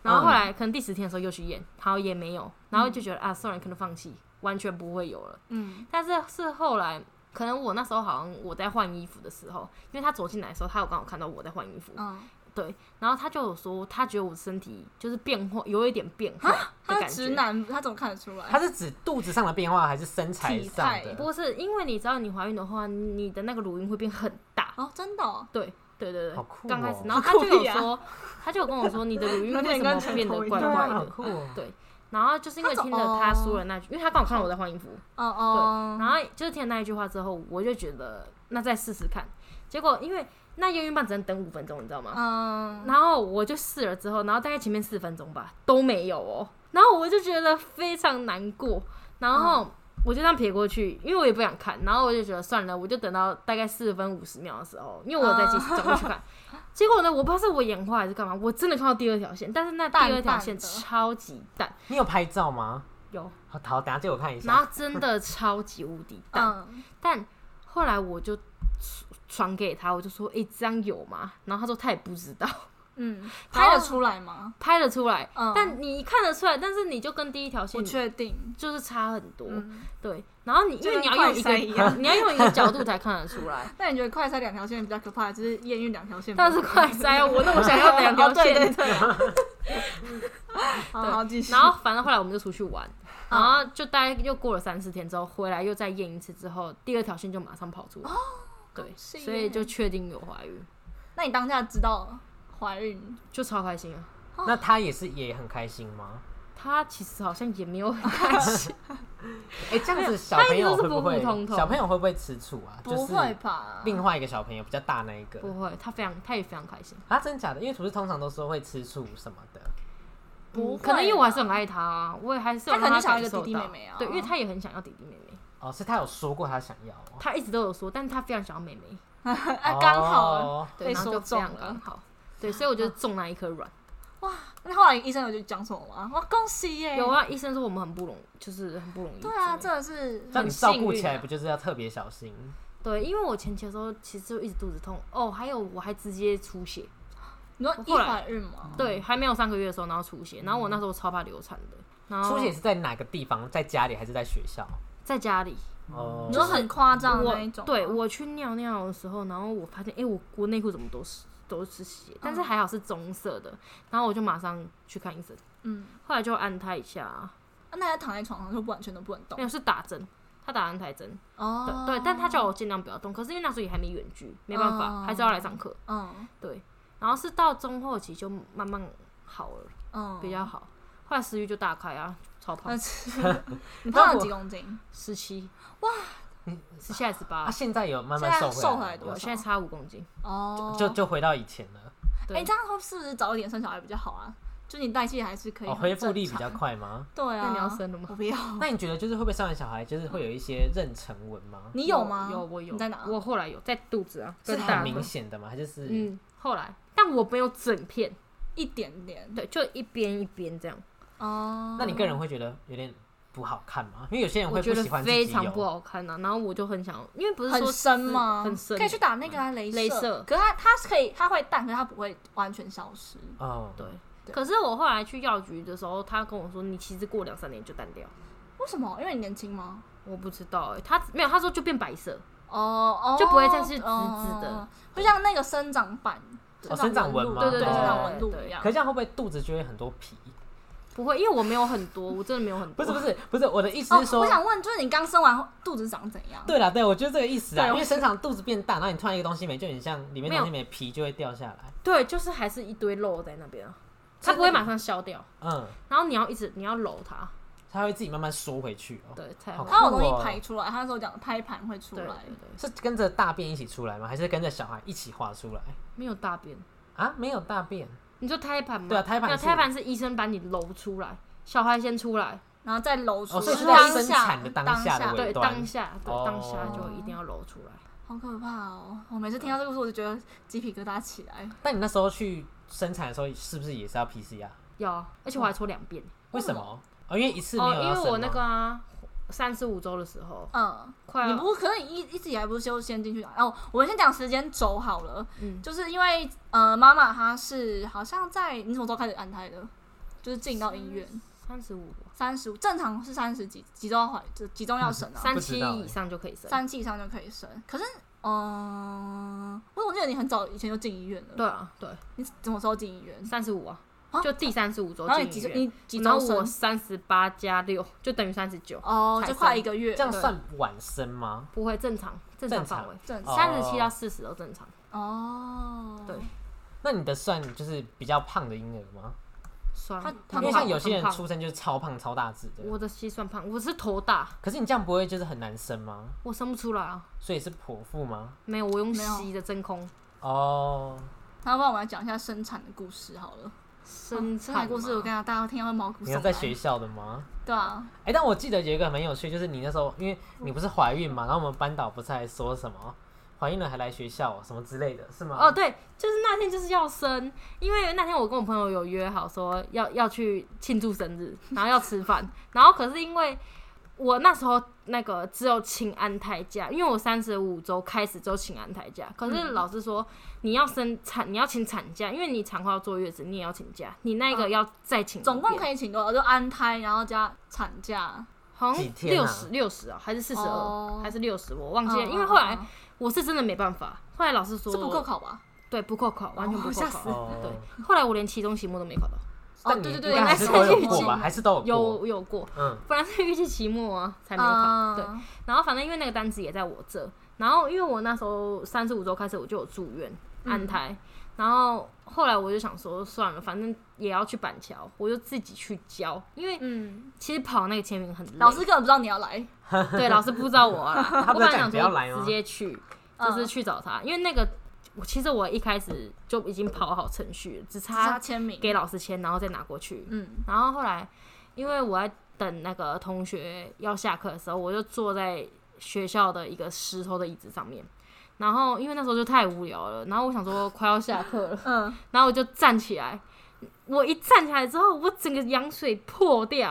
S3: 然
S1: 嗯
S3: 后后来可能第十天的时候又去验，好也没有，然后就觉得、啊，算了，可能放弃，完全不会有了。
S1: 嗯，
S3: 但是是后来，可能我那时候好像我在换衣服的时候，因为他走进来的时候，他有刚好看到我在换衣服，
S1: 嗯
S3: 对，然后他就有说，他觉得我身体就是变化有一点变化的
S1: 啊他
S3: 感
S1: 是直
S3: 觉。
S1: 男，他怎么看得出来？
S2: 它是指肚子上的变化还是身材
S1: 体
S2: 上
S1: 态
S2: 的？
S3: 不是，因为你知道你怀孕的话，你的那个乳晕会变很大。
S1: 哦，真的哦，
S3: 对对对
S2: 好
S3: 对
S2: 酷，
S3: 刚、开始
S2: 哦，
S3: 然后他
S1: 好酷
S3: 就有
S1: 屁啊
S3: 说，他就有跟我说你 的乳
S1: 有
S3: 晕
S1: 点
S3: 为什
S1: 跟
S3: 么
S1: 拳
S3: 变得
S1: 头一
S3: 怪
S1: 样
S3: 怪
S2: 啊，好
S3: 的。
S2: 酷哦，
S3: 对然后就是因为
S1: 他怎
S3: 听了他说了那句，因为他刚好看到我在换衣服，
S1: 哦
S3: 对，
S1: 哦，
S3: 然后就是听了那一句话之后，我就觉得那再试试看。结果因为那验孕棒只能等五分钟，你知道吗？
S1: 嗯，
S3: 然后我就试了之后，然后大概前面四分钟吧都没有哦，然后我就觉得非常难过，然
S1: 嗯
S3: 后我就这样撇过去，因为我也不想看，然后我就觉得算了，我就等到大概四分五十秒的时候，因为我有在 计时转过去看，结果呢，我不知道是我眼花还是干嘛，我真的看到第二条线，但是那第二
S1: 淡淡
S3: 条
S1: 的
S3: 线超级淡，
S2: 你有拍照吗？
S3: 有，
S2: 好，好，等下借我看一
S1: 啊
S3: 然后
S2: 下。
S3: 真的超级无敌淡，
S1: 嗯，
S3: 但后来我就传给他，我就说，诶、这样有吗？然后他说他也不知道。
S1: 嗯，
S3: 然后
S1: 拍得出来吗？
S3: 拍得出来，
S1: 嗯
S3: 但你看得出来，但是你就跟第一条
S1: 不
S3: 线
S1: 确定，
S3: 就是差很多，
S1: 嗯，
S3: 对。然后你因
S1: 就跟
S3: 为你要用一
S1: 快筛啊
S3: 个
S1: 一样
S3: 你要用一个角度才看得 出来，
S1: 那你觉得快筛两条线比较可怕，还是验孕两条线比较
S3: 但
S1: 可
S3: 是
S1: 怕？
S3: 快塞我那我想要两条
S1: 哦对对
S3: 线，
S1: 对， 好
S3: 对
S1: 好继续，
S3: 然后反正后来我们就出去玩，
S1: 嗯
S3: 然后就大概又过了三四天之后回来又再验一次之后，第二条线就马上跑出来，对，
S1: 哦喜
S3: 所以
S1: 耶
S3: 就确定有怀孕，
S1: 那你当下知道怀孕？
S3: 就超开心啊。
S2: 那他也是也很开心吗？
S3: 他其实好像也没有很开心，
S2: 哎，这样子小
S3: 他一
S2: 朋
S3: 直
S2: 友
S3: 都是
S2: 会不
S3: 普普
S2: 会
S3: 通通
S2: 小朋友会不会吃醋啊？就
S1: 不
S2: 是
S1: 会吧？
S2: 另外一个小朋友比较大那一个
S3: 不会，他非常他也非常开心，
S2: 啊，真假的？因为不是通常都说会吃醋什么的。
S1: 不会啊
S3: 嗯可能因为我还是很爱他、啊，我也还是有
S1: 他可能
S3: 让
S1: 想要
S3: 感
S1: 一个
S3: 受
S1: 弟弟妹
S3: 到
S1: 妹啊
S3: 对，因为他也很想要弟弟妹妹，
S2: 哦，是他有说过他想要哦，
S3: 他一直都有说，但是他非常想要妹妹，
S1: 啊，刚好
S2: 哦
S3: 对，
S1: 被
S3: 然后
S1: 说
S3: 就非
S1: 中
S3: 常刚
S1: 了。
S3: 好，对，所以我就中那一颗卵。
S1: 那后来医生有就讲什么吗？哇，哦恭喜耶！
S3: 有，啊，医生说我们很不容，就是很不容易之类
S1: 哎对
S3: 的。
S1: 啊，真的是
S2: 这样你
S3: 很
S2: 照
S3: 幸
S2: 顾
S3: 运
S2: 起来
S3: 啊
S2: 不就是要特别小心？
S3: 对，因为我前期的时候其实就一直肚子痛哦，还有我还直接出血，
S1: 啊你说一
S3: 后来
S1: 怀孕吗？
S3: 对，还没有三个月的时候，然后出血，然后我那时候超怕流产的，然后
S2: 出血是在哪个地方？在家里还是在学校？
S3: 在家里，
S2: 哦
S1: 你，说很夸张的那一
S3: 我
S1: 种吗，
S3: 对我去尿尿的时候，然后我发现，哎、我我内裤怎么都是都是血，但是还好是棕色的，然后我就马上去看医生，
S1: 嗯，
S3: 后来就按他一下，
S1: 啊那他躺在床上就完全都不能
S3: 没
S1: 动
S3: 有是打针，他打安胎针，对、
S1: 哦
S3: 对，但他叫我尽量不要动，可是因为那时候也还没远距，没办法，
S1: 哦
S3: 还是要来上课，
S1: 嗯
S3: 对，然后是到中后期就慢慢好了，
S1: 嗯
S3: 比较好，后来食欲就大开啊，超胖
S1: 呃， 你胖了几公斤？
S3: 十七，哇，十七还是十
S2: 啊，
S3: 八，
S2: 现在有慢
S1: 现
S2: 慢
S1: 在
S2: 瘦
S1: 瘦
S2: 回
S1: 回
S2: 来
S1: 来
S2: 了
S1: 多
S3: 我
S2: 吗
S1: 少
S3: 现在差五公斤，
S1: 哦，
S2: 就就回到以前了。
S3: 对，
S1: 哎，这样是不是早一点生小孩比较好啊？就你代谢还是可以
S2: 哦，
S1: 很
S2: 恢复力比
S1: 正
S2: 较
S1: 常
S2: 快吗？
S1: 对啊。
S3: 那你要生了吗
S1: 我不要，
S2: 那你觉得就是会不会生完小孩就是会有一些妊娠纹吗？
S1: 你有吗？
S3: 有，我有。
S1: 你在哪？
S3: 我后来有在肚子啊，
S2: 是
S3: 跟大
S2: 很
S3: 腿
S2: 明显的吗？还是是
S3: 嗯，后来，但我没有整片，
S1: 一点点。
S3: 对，就一边一边这样，
S1: 哦，
S2: 那你个人会觉得有点不好看吗？因为有些人
S3: 我
S2: 会
S3: 觉
S2: 不
S3: 得
S2: 喜欢自
S3: 非
S2: 己哦
S3: 常不
S2: 有，
S3: 好看啊。然后我就很想，因为不是说
S1: 很深吗？
S3: 很深，
S1: 可以去打那个啊，镭
S3: 镭射
S1: 可是它它是可以，它会淡，可是它不会完全消失。
S2: 哦，
S3: 对。
S1: 对
S3: 可是我后来去药局的时候，他跟我说，你其实过两三年就淡掉，
S1: 为什么？因为你年轻吗？
S3: 我不知道哎、他没有，他说就变白色，
S1: 哦哦，
S3: 就不会再是直直的
S1: 哦，就像那个生长板，
S2: 哦生长纹吗
S1: 对
S3: 对对
S1: 生长
S3: 对
S1: 纹路
S3: 对
S1: 一样
S2: 可。这样会不会肚子就会很多皮？
S3: 不会，因为我没有很多，我真的没有很
S2: 不
S3: 多。
S2: 是不是不是，我的意思
S1: 哦
S2: 是，说
S1: 我，想问，就是你刚生完后肚子长怎样？
S2: 对啦，对我就是这个意思啊，
S1: 对
S2: 因
S1: 我
S2: 为生长肚子变大，然后你突然一个东西没，就很像里面
S3: 没
S2: 东
S3: 有
S2: 西没皮就会掉下来。
S3: 对，就是还是一堆肉在那边啊，
S2: 所
S3: 它
S2: 以那
S3: 不会
S2: 个
S3: 马上消掉，
S2: 嗯，
S3: 然后你要一直你要揉它，
S2: 它会自己慢慢缩回去哦。
S3: 对，才
S2: 好
S3: 会
S1: 它有东
S2: 酷哦
S1: 西排出来，他那时候讲胎盘会出
S3: 对对
S1: 来。
S3: 对，
S2: 是跟着大便一起出来吗？还是跟着小孩一起画出来？
S3: 没有大便。
S2: 啊，没有大便，
S3: 你说胎盘吗？
S2: 对啊胎盘
S3: 没有
S2: 是
S3: 胎盘是医生把你揉出来，小孩先出来，
S1: 然后再揉出
S2: 哦，
S1: 来，
S2: 所以是
S3: 当
S2: 在
S3: 下
S2: 生产的当
S1: 当
S2: 下的
S1: 下
S2: 尾
S3: 对，
S2: 端
S3: 当。下对、
S2: 哦
S3: 当下就一定要揉出来。
S1: 好可怕哦！我每次听到这个故事，我就觉得鸡皮疙瘩起来。
S2: 但你那时候去生产的时候，是不是也是要 PCR？
S3: 要啊，而且我还抽两遍
S2: 为什么？哦，因为一次没
S3: 哦，
S2: 有
S3: 因
S2: 要生吗、
S3: 为我那个啊，三十五周的时候，
S1: 嗯，
S3: 快
S1: 你
S3: 要
S1: 不可能一一直以来不是就先进去打？哦，我们先讲时间轴好了，
S3: 嗯
S1: 就是因为呃，妈妈她是好像在你什么时候开始安胎的？就是进到医院
S3: 三十嗯五
S1: 三十五，正常是三十几几周要怀就几周要生啊，
S3: 三
S2: 不知
S3: 七
S2: 道欸
S3: 以上就可以生。
S1: 三期以上就可以生。可是嗯，我怎么记得你很早以前就进医院了？
S3: 对啊，对，
S1: 你什么时候进医院？
S3: 三十五啊
S1: 啊，
S3: 就第三十五周
S1: 然后你
S3: 进
S1: 几
S3: 医
S1: 周
S3: 院，
S1: 你几
S3: 然
S1: 周
S3: 后我
S1: 生？
S3: 三十八加六就等于三十九，
S1: 哦，就快一个月，
S2: 这样算晚生吗？
S3: 不会正常正
S2: 常
S3: 常范围，
S1: 正
S2: 哦
S3: 三十七到四十都正常。
S1: 哦，
S3: 对，
S2: 那你的算就是比较胖的婴儿吗？
S3: 算
S1: 他
S2: 因
S1: 很
S2: 为
S1: 胖
S2: 像有些人
S3: 很胖
S2: 出生就是超胖超大只的，
S3: 我的膝算胖，我是头大，
S2: 可是你这样不会就是很难生吗？
S3: 我生不出来啊。
S2: 所以是剖腹吗？
S3: 没有，我用
S1: 没有
S3: 吸的真空
S2: 哦，
S1: 那帮我们来讲一下生产的故事好了。生
S3: 生产
S1: 产嗯
S3: 嘛
S1: 故事，我跟你讲，大家都听到会毛骨悚
S2: 嗯你
S1: 然。
S2: 要在学校的吗？
S1: 对啊，
S2: 哎、但我记得有一个蛮有趣，就是你那时候，因为你不是怀孕嘛，然后我们班导不是还说什么怀孕了还来学校、哦什么之类的，是吗？
S3: 哦，对，就是那天就是要生，因为那天我跟我朋友有约好说要要去庆祝生日，然后要吃饭，然后可是因为我那时候那个只有请安胎假，因为我三十五周开始就请安胎假，可是
S1: 嗯
S3: 老师说你要生产你要请产假，因为你产后要坐月子，你也要请假，你那个
S1: 哦
S3: 要再请一遍，
S1: 总共可以请多少？就安胎，然后加产假，
S3: 好像
S2: 几天
S3: 六
S2: 啊
S3: 十六十啊，还是四十
S1: 哦
S3: 二，还是六十，我忘记了，
S1: 嗯
S3: 因为后来
S1: 嗯嗯
S3: 我是真的没办法，后来老师
S1: 嗯
S3: 说
S1: 是不够，考吧？
S3: 对，不够考，完全不够
S1: 吓
S3: 考
S1: 死。
S2: 哦，
S3: 对，后来我连期中、期末都没考到，
S2: 但
S1: 哦
S2: 你
S1: 对对对
S2: 应该还是
S1: 应
S2: 都
S1: 该是
S2: 有
S1: 有
S2: 过
S1: 进
S2: 吧？
S1: 的
S2: 还是都有过？
S3: 有有过，
S2: 嗯，
S3: 本来是预计期末啊才没考，
S1: 啊，
S3: 对。然后反正因为那个单子也在我这，然后因为我那时候三十五周开始我就有住院
S1: 嗯
S3: 安胎，然后后来我就想说算了，反正也要去板桥，我就自己去教，因为
S1: 嗯，
S3: 其实跑那个签名很累，
S1: 老师根本不知道你要来，
S3: 对老师不知道我啊，
S2: 他
S3: 我
S2: 不
S3: 本
S2: 是叫
S3: 来想
S2: 你不要来
S3: 说
S2: 吗
S3: 直接去，
S1: 嗯
S3: 就是去找他，因为那个我其实我一开始就已经跑好程序了，只
S1: 只是他
S3: 差
S1: 签名。
S3: 给老师签，然后再拿过去。
S1: 嗯，
S3: 然后后来因为我在等那个同学要下课的时候，我就坐在学校的一个石头的椅子上面。然后因为那时候就太无聊了，然后我想说快要下课了，
S1: 嗯，
S3: 然后我就站起来。我一站起来之后，我整个羊水破掉，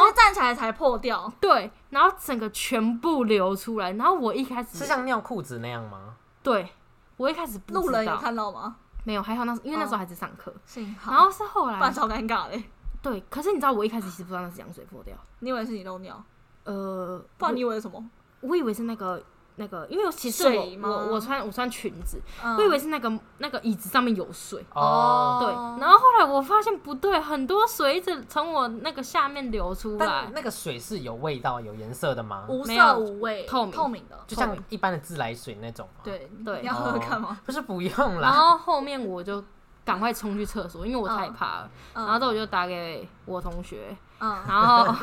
S1: 然
S3: 后
S1: 后站起来才破掉，
S3: 对，然后整个全部流出来。然后我一开
S2: 是
S3: 始，
S2: 像尿裤子那样吗？
S3: 对我一开始不
S1: 路
S3: 知
S1: 人有
S3: 道，
S1: 看到吗？
S3: 没有，还好那时因为那时候
S1: 哦
S3: 还在上课，
S1: 幸好，
S3: 然后是后
S1: 不然
S3: 来
S1: 超尴尬的。
S3: 对，可是你知道我一开始其实不知道那是羊水破掉，
S1: 你以为是你漏尿，
S3: 呃，
S1: 不然你
S3: 我
S1: 以为是什么？
S3: 我以为是那个那个，因为其实
S1: 水
S3: 我
S1: 吗
S3: 我我穿我穿裙子，
S1: 嗯
S3: 我以为是那个那个椅子上面有水。
S1: 哦
S3: 对，然后后来我发现不对，很多水一直从我那个下面流出来
S2: 但，那个水是有味道、有颜色的吗？
S1: 无
S3: 没有
S1: 色无味，
S3: 透明
S1: 透明的。
S2: 就像一般的自来水那种吗？，哦
S1: 对
S3: 对
S1: 你要喝喝看吗？
S2: 不是不用
S3: 然
S2: 啦。
S3: 后后面我就赶快冲去厕所，因为我太
S1: 嗯
S3: 怕了。
S1: 嗯
S3: 然后之后我就打给我同学，
S1: 嗯，
S3: 哦然后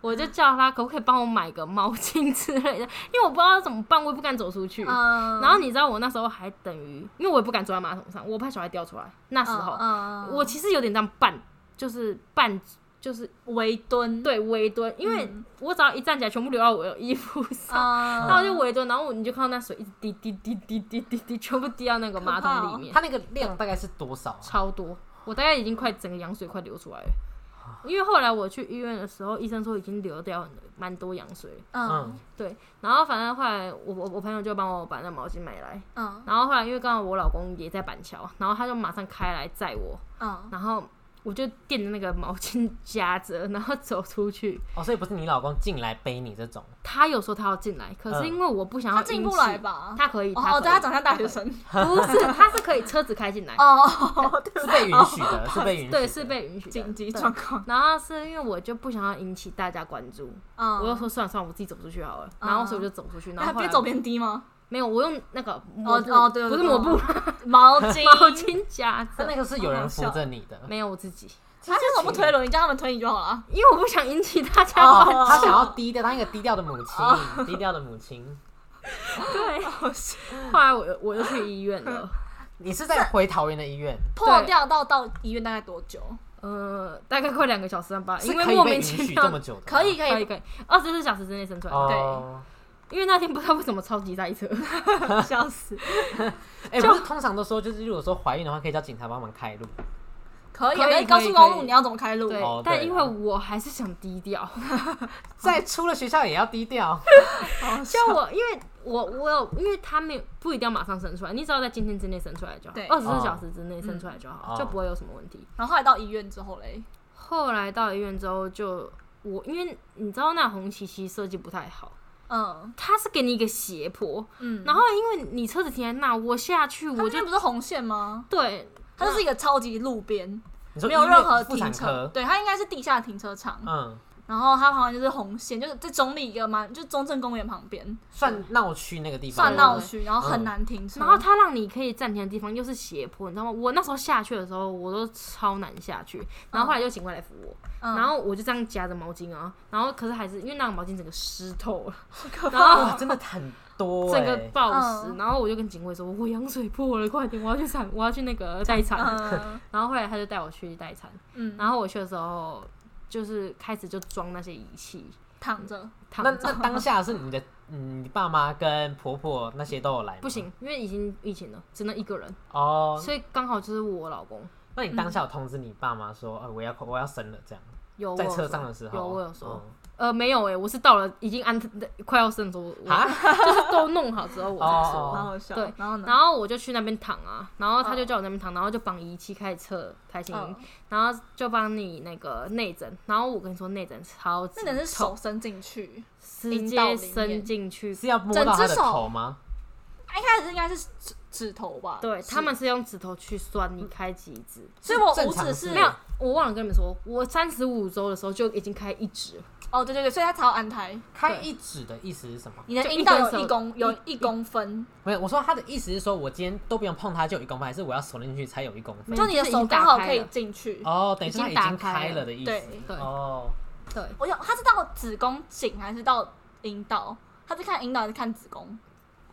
S3: 我就叫他可不可以帮我买个毛巾之类的，因为我不知道怎么办，我也不敢走出去。
S1: 嗯
S3: 然后你知道我那时候还等于，因为我也不敢坐在马桶上，我怕小孩掉出来。那时候、
S1: 嗯嗯
S3: 我其实有点这样半，就是半，就是
S1: 围蹲，
S3: 对微蹲，因为
S1: 嗯
S3: 我只要一站起来，全部流到我的衣服上。
S1: 嗯，
S3: 然后我就围蹲，然后我你就看到那水一直滴滴滴滴滴滴滴，全部滴到那个马
S1: 可怕
S3: 桶
S1: 哦
S3: 里面。
S2: 它那个量大概是多少啊？
S3: 超多，我大概已经快整个羊水快流出来了。因为后来我去医院的时候，医生说已经流掉很蛮多羊水了。
S1: 嗯
S2: 嗯，
S3: 对，然后反正后来我我我朋友就帮我把那毛巾买来，
S1: 嗯
S3: 然后后来因为刚好我老公也在板桥，然后他就马上开来载我，
S1: 嗯，
S3: 然后我就垫着那个毛巾夹着，然后走出去。
S2: 哦，所以不是你老公进来背你这种，
S3: 他有时候他要进来，可是因为我不想
S1: 他
S3: 要引
S1: 进
S3: 起、
S1: 不来吧？
S3: 他可以，
S1: 哦
S3: 他可以
S1: 哦，对他长像大学，生
S3: 他可以不是，他是可以车子开进来，
S1: 哦 哦，对
S2: 是被允许的，是被允许的，
S3: 对，是被允许的
S1: 紧急
S3: 对
S1: 状况，
S3: 然后是因为我就不想要引起大家关注，
S1: 嗯，
S3: 我就说算了算了，我自己走出去好了。然后所以我就走出去，然
S1: 那
S3: 后后来
S1: 边走边低吗？
S3: 没有，我用那个抹布，
S1: 哦对哦
S3: 不是
S1: 对
S3: 抹布，
S1: 毛巾，
S3: 毛。巾夹
S2: 但那
S3: 着，
S2: 个是有人扶着你的，
S3: 没有我自己，
S1: 他为什么不推轮椅？叫他们推你就好 了。
S3: 因为我不想引起大家
S1: 哦
S3: 关注。
S2: 他想要低调，他一个低调的母亲，低调的母亲。
S3: 对，后来我又我就去医院了，
S2: 你是在回桃园的医院，
S1: 破掉到到医院大概多久？
S3: 呃，大概快两个小时了吧，
S2: 是
S3: 因为
S2: 可以
S3: 莫
S2: 被
S3: 名
S2: 允
S3: 其
S2: 许这
S3: 妙
S2: 么。久的吗，
S1: 可以可
S3: 可以
S1: 以，
S3: 可以，二十四小时之内生出来的，
S2: 哦。
S3: 因为那天不知道为什么超级塞车，
S1: 笑死，
S2: 哎，不是，通常都说就是如果说怀孕的话，可以叫警察帮忙开路。
S1: 可以
S3: 可以
S1: 可以。高速公路你要怎么开路？
S3: 对
S2: 哦，
S3: 但
S2: 对
S3: 因为
S2: 啦
S3: 我还是想低调，
S2: 在出了学校也要低调。
S3: 就我，因为我我有，因为他没有不一定要马上生出来，你只要在今天之内生出来就好
S1: 对，
S3: 二十
S2: 哦
S3: 四小时之内生出来就好，
S2: 嗯
S3: 就
S2: 哦
S3: 不会有什么问题。
S1: 然后后来到医院之后嘞，
S3: 后来到医院之后就。我因为你知道那红旗其实设计不太好，
S1: 嗯
S3: 它是给你一个斜坡，
S1: 嗯，
S3: 然后因为你车子停在那，我下去
S1: 他
S3: 我
S1: 那
S3: 就
S1: 边不是红线吗？
S3: 对，啊
S1: 它就是一个超级路边，
S2: 你说
S1: 没有
S2: 医院
S1: 任何
S2: 妇产
S1: 停车，
S2: 科，
S1: 对，它应该是地下停车场。
S2: 嗯，
S1: 然后它旁边就是红线，就是在中立一个蛮，就是中正公园旁边
S2: 算闹区那个地方，
S1: 算闹区，然后很难停车。
S3: 然后它让你可以暂停的地方又是斜坡，你知道吗？我那时候下去的时候，我都超难下去。然后后来又请过来扶我，
S1: 嗯
S3: 然后我就这样夹着毛巾啊，然后可是还是因为那个毛巾整个湿透了，然
S2: 哇，
S3: 后
S2: 啊真的很多
S3: 整个
S2: 哎。
S3: 爆湿，
S1: 嗯
S3: 然后我就跟警卫说：“我羊水破了，快点，我要去产，我要去那个待产。
S1: 嗯”
S3: 然后后来他就带我去待产，
S1: 嗯，
S3: 然后我去的时候就是开始就装那些仪器，
S1: 躺着，
S3: 躺
S2: 那
S3: 着
S2: 那当下是你的，嗯，你爸妈跟婆婆那些都有来吗
S3: 不行，因为已经疫情了，只能一个人，
S2: 哦。
S3: 所以刚好就是我老公
S2: 那你当下有通知你爸妈说，呃，我要我要生了这样，
S3: 有
S2: 在
S3: 我有
S2: 车
S3: 说
S2: 上的时候，
S3: 有我有说。
S2: 嗯
S3: 呃，没有哎、我是到了已经安快要生的时候，我
S2: 啊
S3: 就是都弄好之后我再
S2: 哦
S3: 说。
S1: 好好笑。
S3: 对
S1: 然后呢？
S3: 然后我就去那边躺啊，然后他就
S1: 哦
S3: 叫我那边躺，然后就绑仪器开始测胎心
S1: 嗯
S3: 音，然后就帮你那个内诊，然后我跟你说内诊超级
S1: 那等是手伸进去，
S3: 直
S1: 阴道
S3: 接
S1: 里面
S3: 伸进去，
S2: 是要摸到他的头吗？
S1: 一开始应该是指指头吧？
S3: 对
S1: 是
S3: 他们，是用指头去酸你开几指，
S1: 所以我
S2: 正
S1: 五
S2: 常
S1: 指
S2: 是
S1: 是
S3: 没有，我忘了跟你们说，我三十五周的时候就已经开一指了，
S1: 哦，对对对，所以他才要安胎。
S2: 开一指的意思是什么？
S1: 你的
S3: 就
S1: 阴
S3: 一
S1: 道
S3: 根
S1: 有
S3: 手
S1: 一公有一公分，
S2: 没有，我说他的意思是说我今天都不用碰它就有一公分，还是我要手进去才有一公分？
S3: 没
S1: 就
S3: 有
S1: 你的
S3: 这已
S1: 手
S3: 经
S1: 刚
S3: 打
S1: 好
S3: 开
S1: 可以
S3: 了
S1: 进去。
S2: 哦，等于是它已
S3: 已
S2: 经
S3: 经打
S2: 开
S3: 开
S2: 了
S3: 了
S2: 的意
S1: 对
S2: 思。
S3: 对
S2: 哦，
S3: 对，
S1: 我有，他是到子宫颈还是到阴道？他是看阴道还是看子宫？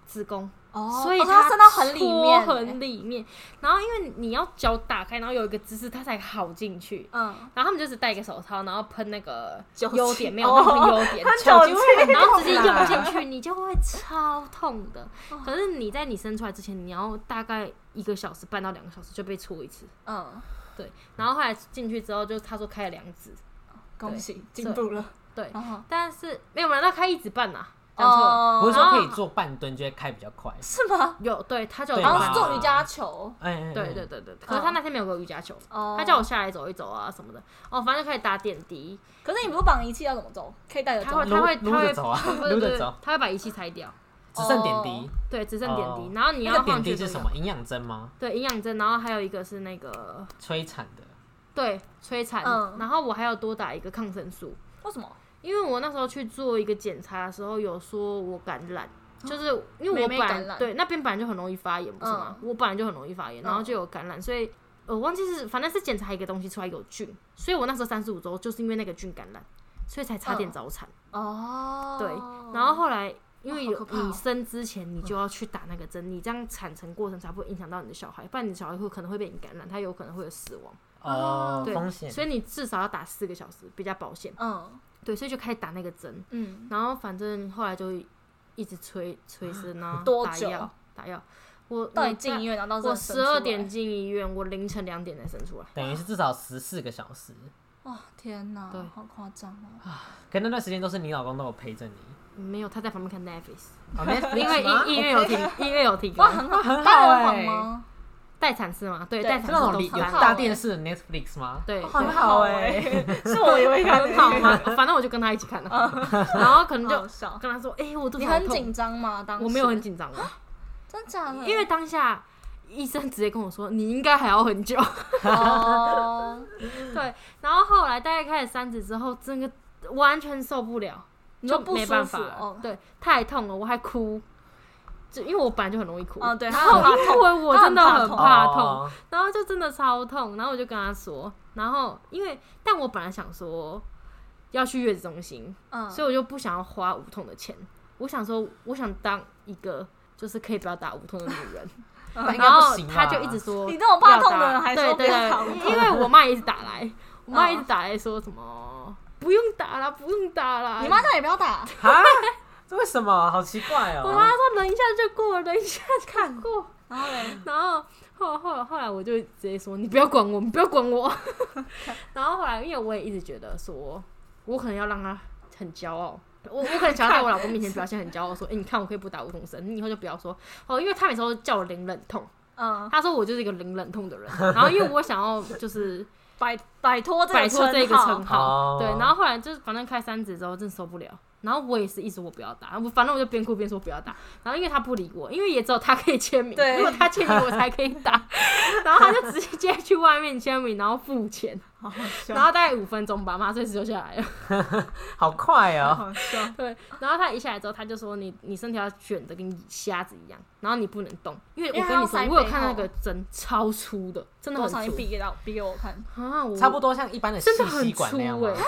S3: 子宫。
S1: 哦
S3: 所以
S1: 他伸到很里面，欸
S3: 戳很里面。然后因为你要脚打开，然后有一个姿势，它才好进去。
S1: 嗯，
S3: 然后他们就只戴一个手套，然后喷那个
S1: 酒精哦
S3: 优点，没有他们优点，
S1: 酒
S3: 精
S1: 精
S3: 然后直接用进去，你就会超痛的。
S1: 哦
S3: 可是你在你生出来之前，你要大概一个小时半到两个小时就被戳一次，
S1: 嗯，
S3: 对。然后后来进去之后，就他说开了两指，
S1: 恭喜进步了。
S3: 对，
S1: 然后
S3: 但是没有，没有那开一指半呐，讲错了，
S1: 哦
S2: 不是说可以做半蹲就会开比较快？
S1: 是吗？
S3: 有对，他就有
S2: 对
S1: 然
S2: 吧
S1: 后
S3: 办
S1: 是
S3: 法
S1: 做瑜伽球，
S2: 哎哎，哎
S3: 对对，对对，可是他那天没有给我瑜伽球，
S1: 哦
S3: 他叫我下来走一走啊什么的，哦，反正就开始打点滴，
S1: 可是你不是绑仪器要怎么走？可以带着
S3: 他
S1: 走
S3: 会
S1: 吗。
S2: 撸
S3: 他会
S2: 撸
S3: 他
S2: 着
S3: 会
S2: 走啊，
S3: 对
S2: 撸
S3: 对
S2: 着
S3: 对
S2: 走，，
S3: 他会把仪器拆掉，
S2: 只剩点滴。
S3: 对，只剩点滴
S2: 哦，
S3: 然后你
S2: 那
S3: 要
S2: 个点
S3: 放
S2: 滴
S3: 去
S2: 是
S3: 这
S2: 什
S3: 个
S2: 么？营养针吗？
S3: 对，营养针，然后还有一个是那个
S2: 催产的。
S3: 对催产，
S1: 嗯
S3: 然后我还要多打一个抗生素，
S1: 为什么？
S3: 因为我那时候去做一个检查的时候，有说我感染，就是因为
S1: 哦妹
S3: 我
S1: 妹
S3: 本来
S1: 感染嗯
S3: 对那边本来就很容易发炎，不是吗？我本来就很容易发炎，然后就有感染，所以呃我忘记是反正是检查一个东西出来有菌，所以我那时候三十五周就是因为那个菌感染，所以才差点
S1: 嗯
S3: 早产。
S1: 哦，
S3: 对，然后后来。因为
S1: 好
S3: 有
S1: 可怕哦
S3: 你生之前，你就要去打那个针，你这样产程过程才不会影响到你的小孩，不然你的小孩会可能会被你感染，他有可能会有死亡。
S2: 哦，
S3: 对
S2: 风险。
S3: 所以你至少要打四个小时，比较保险。
S1: 嗯
S3: 对，所以就开始打那个针。
S1: 嗯，
S3: 然后反正后来就一直催催生啊，
S1: 多
S3: 打
S1: 久
S3: 药打药。我
S1: 到
S3: 我
S1: 底进医院，然后到
S3: 我
S1: 真
S3: 十
S1: 的生
S3: 二
S1: 出
S3: 点
S1: 来
S3: 进医院，我凌晨两点才生出来。
S2: 等于是至少十四个小时，
S1: 哇，天哪，
S3: 对
S1: 好夸张 哦！
S2: 可那段时间都是你老公都有陪着 你。
S3: 没有，他在旁边看 Netflix，
S2: 哦，Netflix
S3: 因为
S2: 吗
S3: 医医院有提医院有提供
S1: 哇，，很好，
S2: 很好
S1: 大人
S2: 欸
S1: 房吗？
S3: 待产是吗？对，
S1: 对
S3: 待产
S2: 是
S3: 是
S2: 那
S3: 都
S2: 种
S3: 是
S2: 有
S3: 三
S2: 大电视的 Netflix 吗？
S3: 对，
S1: 很好哎、 是我也会看的
S3: 很好嘛，反正我就跟他一起看了，然后可能
S1: 嗯
S3: 就
S1: 好笑。
S3: 跟他说，哎，我肚子
S1: 你
S3: 好
S1: 很
S3: 痛
S1: 紧张吗？当时
S3: 我没有很，紧张啊，
S1: 真假的？
S3: 因为当下医生直接跟我说，你应该还要很久。
S1: 哦，
S3: 对，然后后来大概开始三指之后，真的完全受不了，
S1: 你
S3: 就
S1: 说不
S3: 没
S1: 舒
S3: 办
S1: 服
S3: 法了
S1: 哦
S3: 对，太痛了，我还哭，就因为我本来就很容易哭。
S1: 哦， 对，
S3: 然
S1: 他
S3: 后
S1: 很怕
S3: 因为
S1: 痛，
S3: 我
S1: 他
S3: 真的
S1: 很怕
S3: 很
S1: 痛
S3: 怕痛，
S2: 哦
S3: 然后就真的超痛，然后我就跟他说，然后因为但我本来想说要去月子中心，
S1: 嗯，
S3: 所以我就不想要花无痛的钱，我想说我想当一个就是可以不要打无痛的女人，
S1: 嗯
S2: 但 应该
S3: 然
S2: 不
S3: 后
S2: 行吧
S3: 他就一直说
S1: 你这种怕痛的
S3: 要
S1: 人
S3: 打
S1: 还
S3: 对
S1: 说不
S3: 对
S1: 要打无
S3: 对，
S1: 痛嗯
S3: 因为 我妈一直打来，我妈一直打来说什么不用打了，不用打了。
S1: 你妈叫你不要打，
S2: 啊？这为什么？好奇怪
S3: 我妈
S2: 哦！
S3: 说忍一下就过，忍一下就过。
S1: 然后嘞，
S3: 然后后后后来我就直接说你不要管我，你不要管我。 然后后来因为我也一直觉得说，我可能要让他很骄傲。我我可能想要在我老公面前表现很骄傲，说：“哎、你看我可以不打无痛针，你以后就不要说哦，因为他每次都叫我零忍痛，
S1: 嗯，
S3: 他说我就是一个零忍痛的人。然后因为我想要就是
S1: 摆摆脱这
S3: 摆
S1: 个
S3: 脱这个
S1: 称
S3: 称
S1: 号，
S3: 号。
S2: 哦
S3: 对，然后后来就是反正开三指之后真的受不了，然后我也是一直我不要打，我反正我就边哭边说不要打，然后因为他不理我，因为也只有他可以签名，
S1: 对
S3: 如果他签名我才可以打，然后他就直接去外面签名，然后 付钱，
S1: 好好笑
S3: 然后大概五分钟吧，麻醉师就下来了。
S2: 好快 哦！
S1: 好笑，
S3: 对，然后他一下来之后，他就说你你身体要卷的跟瞎子一样，然后你不能动，因为
S1: 因为
S3: 我
S1: 他
S3: 跟
S1: 要
S3: 你说
S1: 塞，
S3: 我有
S1: 背
S3: 看到那
S1: 后
S3: 个针超粗的，真的
S1: 多
S3: 很
S1: 少你
S3: 粗
S1: 比给到比给我看，
S3: 啊，我
S2: 差不多像一般的细
S3: 真的很
S2: 吸管
S3: 粗
S2: 那样吗
S3: 哎、？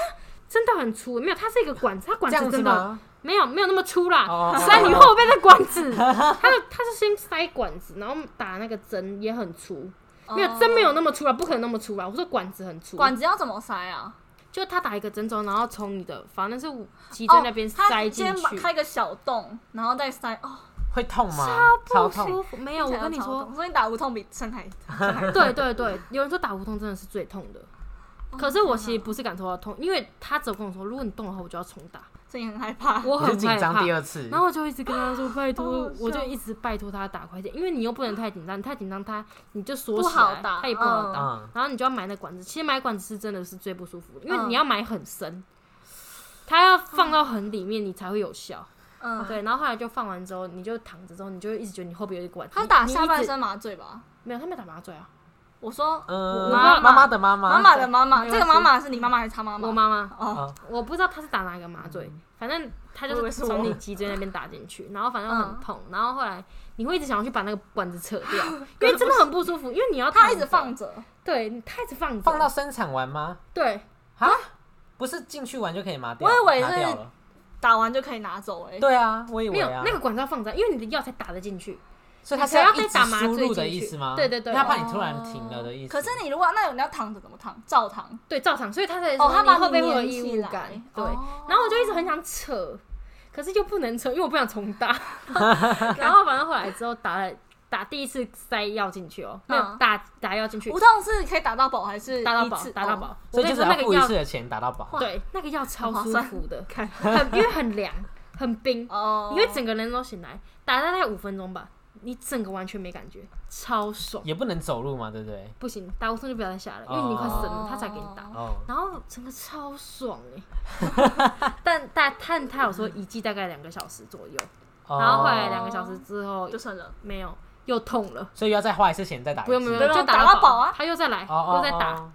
S3: 真的很粗，没有，它是一个管子，它管
S2: 这样
S3: 子
S2: 子
S3: 真的
S2: 吗？
S3: 没有没有那么粗啦，
S2: 哦
S3: 塞你后背的管子，它就它是先塞管子，然后打那个针也很粗，没有针没有那么粗啦，不可能那么粗啦，我说管子很粗，
S1: 管子要怎么塞啊？
S3: 就他打一个针之后，然后从你的反正是脊椎
S1: 哦，
S3: 那边
S1: 他
S3: 塞进
S1: 先把
S3: 去，
S1: 开个小洞，然后再塞，哦，
S2: 会痛吗？超
S3: 超不舒
S2: 痛！
S3: 服，没有，我跟你
S1: 超
S3: 说
S1: 痛，所以你打无痛比伤还
S3: 对对对，有人说打无痛真的是最痛的，可是我其实不是感受到痛，因为他只有跟我说，如果你动的话，我就要重打，
S1: 所以你很害怕。
S3: 我
S2: 你
S3: 很
S2: 是紧
S3: 害怕
S2: 张第。二次
S3: 然，后我就一直跟他说：“拜
S1: 好
S3: 托
S1: 好，笑
S3: 我就一直拜托他打快点，因为你又不能太紧张，你太紧张他你就缩
S1: 不
S3: 起
S1: 好
S3: 来，
S1: 打
S3: 他也不好打。
S2: 嗯，
S3: 然后你就要买那管子，其实买管子是真的是最不舒服的，因为
S1: 嗯
S3: 你要买很深，它要放到很里面你才会有效。
S1: 嗯，
S3: 对，然后后来就放完之后，你就躺着之后，你就一直觉得你后边有一管子。
S1: 他
S3: 你
S1: 打
S3: 你一
S1: 下半
S3: 直
S1: 身麻醉吧？
S3: 没有，他没有打麻醉啊，
S1: 我说
S2: 嗯，
S3: 我
S2: 妈
S1: 妈
S2: 妈的妈
S1: 妈
S2: 妈，
S1: 妈的妈妈，
S3: 没
S1: 这
S3: 关系
S1: 个妈妈是你妈妈还是他妈妈？
S3: 我妈妈，
S1: 哦，
S2: 啊
S3: 我不知道他是打哪个麻醉，反正他就
S1: 我以嗯
S3: 是
S1: 为是我
S3: 从你脊椎那边打进去， 然后反正很痛，然后后来你会一直想要去把那个管子扯 掉，因为真的很不舒服，因为你要
S1: 她一
S3: 躺
S1: 直
S3: 着
S1: 放，着，
S3: 对，他一直放着
S2: 放到生产完吗？
S3: 对，
S2: 啊，不是进去完就可以麻掉？
S1: 我以为
S2: 拿
S1: 是
S2: 掉了。
S1: 打完就可以拿走哎。
S2: 对啊，我以
S3: 没
S2: 为
S3: 有
S2: 啊
S3: 那，个管子要放着，因为你的药才打得进去，
S2: 所以它是
S3: 你才要
S2: 一
S3: 被
S2: 直
S3: 打麻
S2: 输
S3: 醉
S2: 入的
S3: 进
S2: 意
S3: 去哦
S2: 思吗？
S3: 对对对
S2: 因为他怕你突然停了的意
S1: 哦
S2: 思。
S1: 可是你如果那有你要躺着怎么躺？照躺。
S3: 对，照常，所以他才
S1: 哦，
S3: 说
S1: 他
S3: 你
S1: 把
S3: 后背会有
S1: 粘
S3: 异
S1: 起
S3: 物
S1: 来
S3: 感，对，
S1: 哦
S3: 然后我就一直很想扯，可是又不能扯，因为我不想重 打， 然后反正后来之后打了打第一次塞药进去哦，没有
S1: 嗯
S3: 打打药进去
S1: 无，痛是可以打到饱还是
S3: 打到
S1: 一
S3: 饱
S1: 次，
S3: 打到？
S1: 哦
S3: 饱，
S2: 所
S3: 我
S2: 以
S3: 跟
S2: 就
S3: 你
S2: 是
S3: 说
S2: 要
S3: 那个
S2: 付一
S3: 药
S2: 次的钱打到饱。
S3: 对，那个药超
S1: 划
S3: 舒
S1: 算
S3: 服 的，
S1: 看
S3: 很因为很凉，很冰，
S1: 哦，
S3: 你会整个人都醒来，打大概五分钟吧，你整个完全没感觉，超爽。
S2: 也不能走路嘛，对不对？
S3: 不行，打无痛就不要再下了，因为你快死了，他才给你打。
S1: 哦
S2: 哦，
S3: 哦然后整个超爽哎、 但但但他有说一剂大概两个小时左右，
S2: 哦
S3: 然后后来两个小时之后
S1: 就剩了。
S3: 没有又痛了，
S2: 所以要再花一次钱再打一次。
S3: 不用不用，
S1: 对
S3: 就
S1: 就
S3: 打
S1: 打
S3: 到
S1: 到饱啊
S3: 他又再来，
S2: 哦哦，
S3: 又再打，
S2: 哦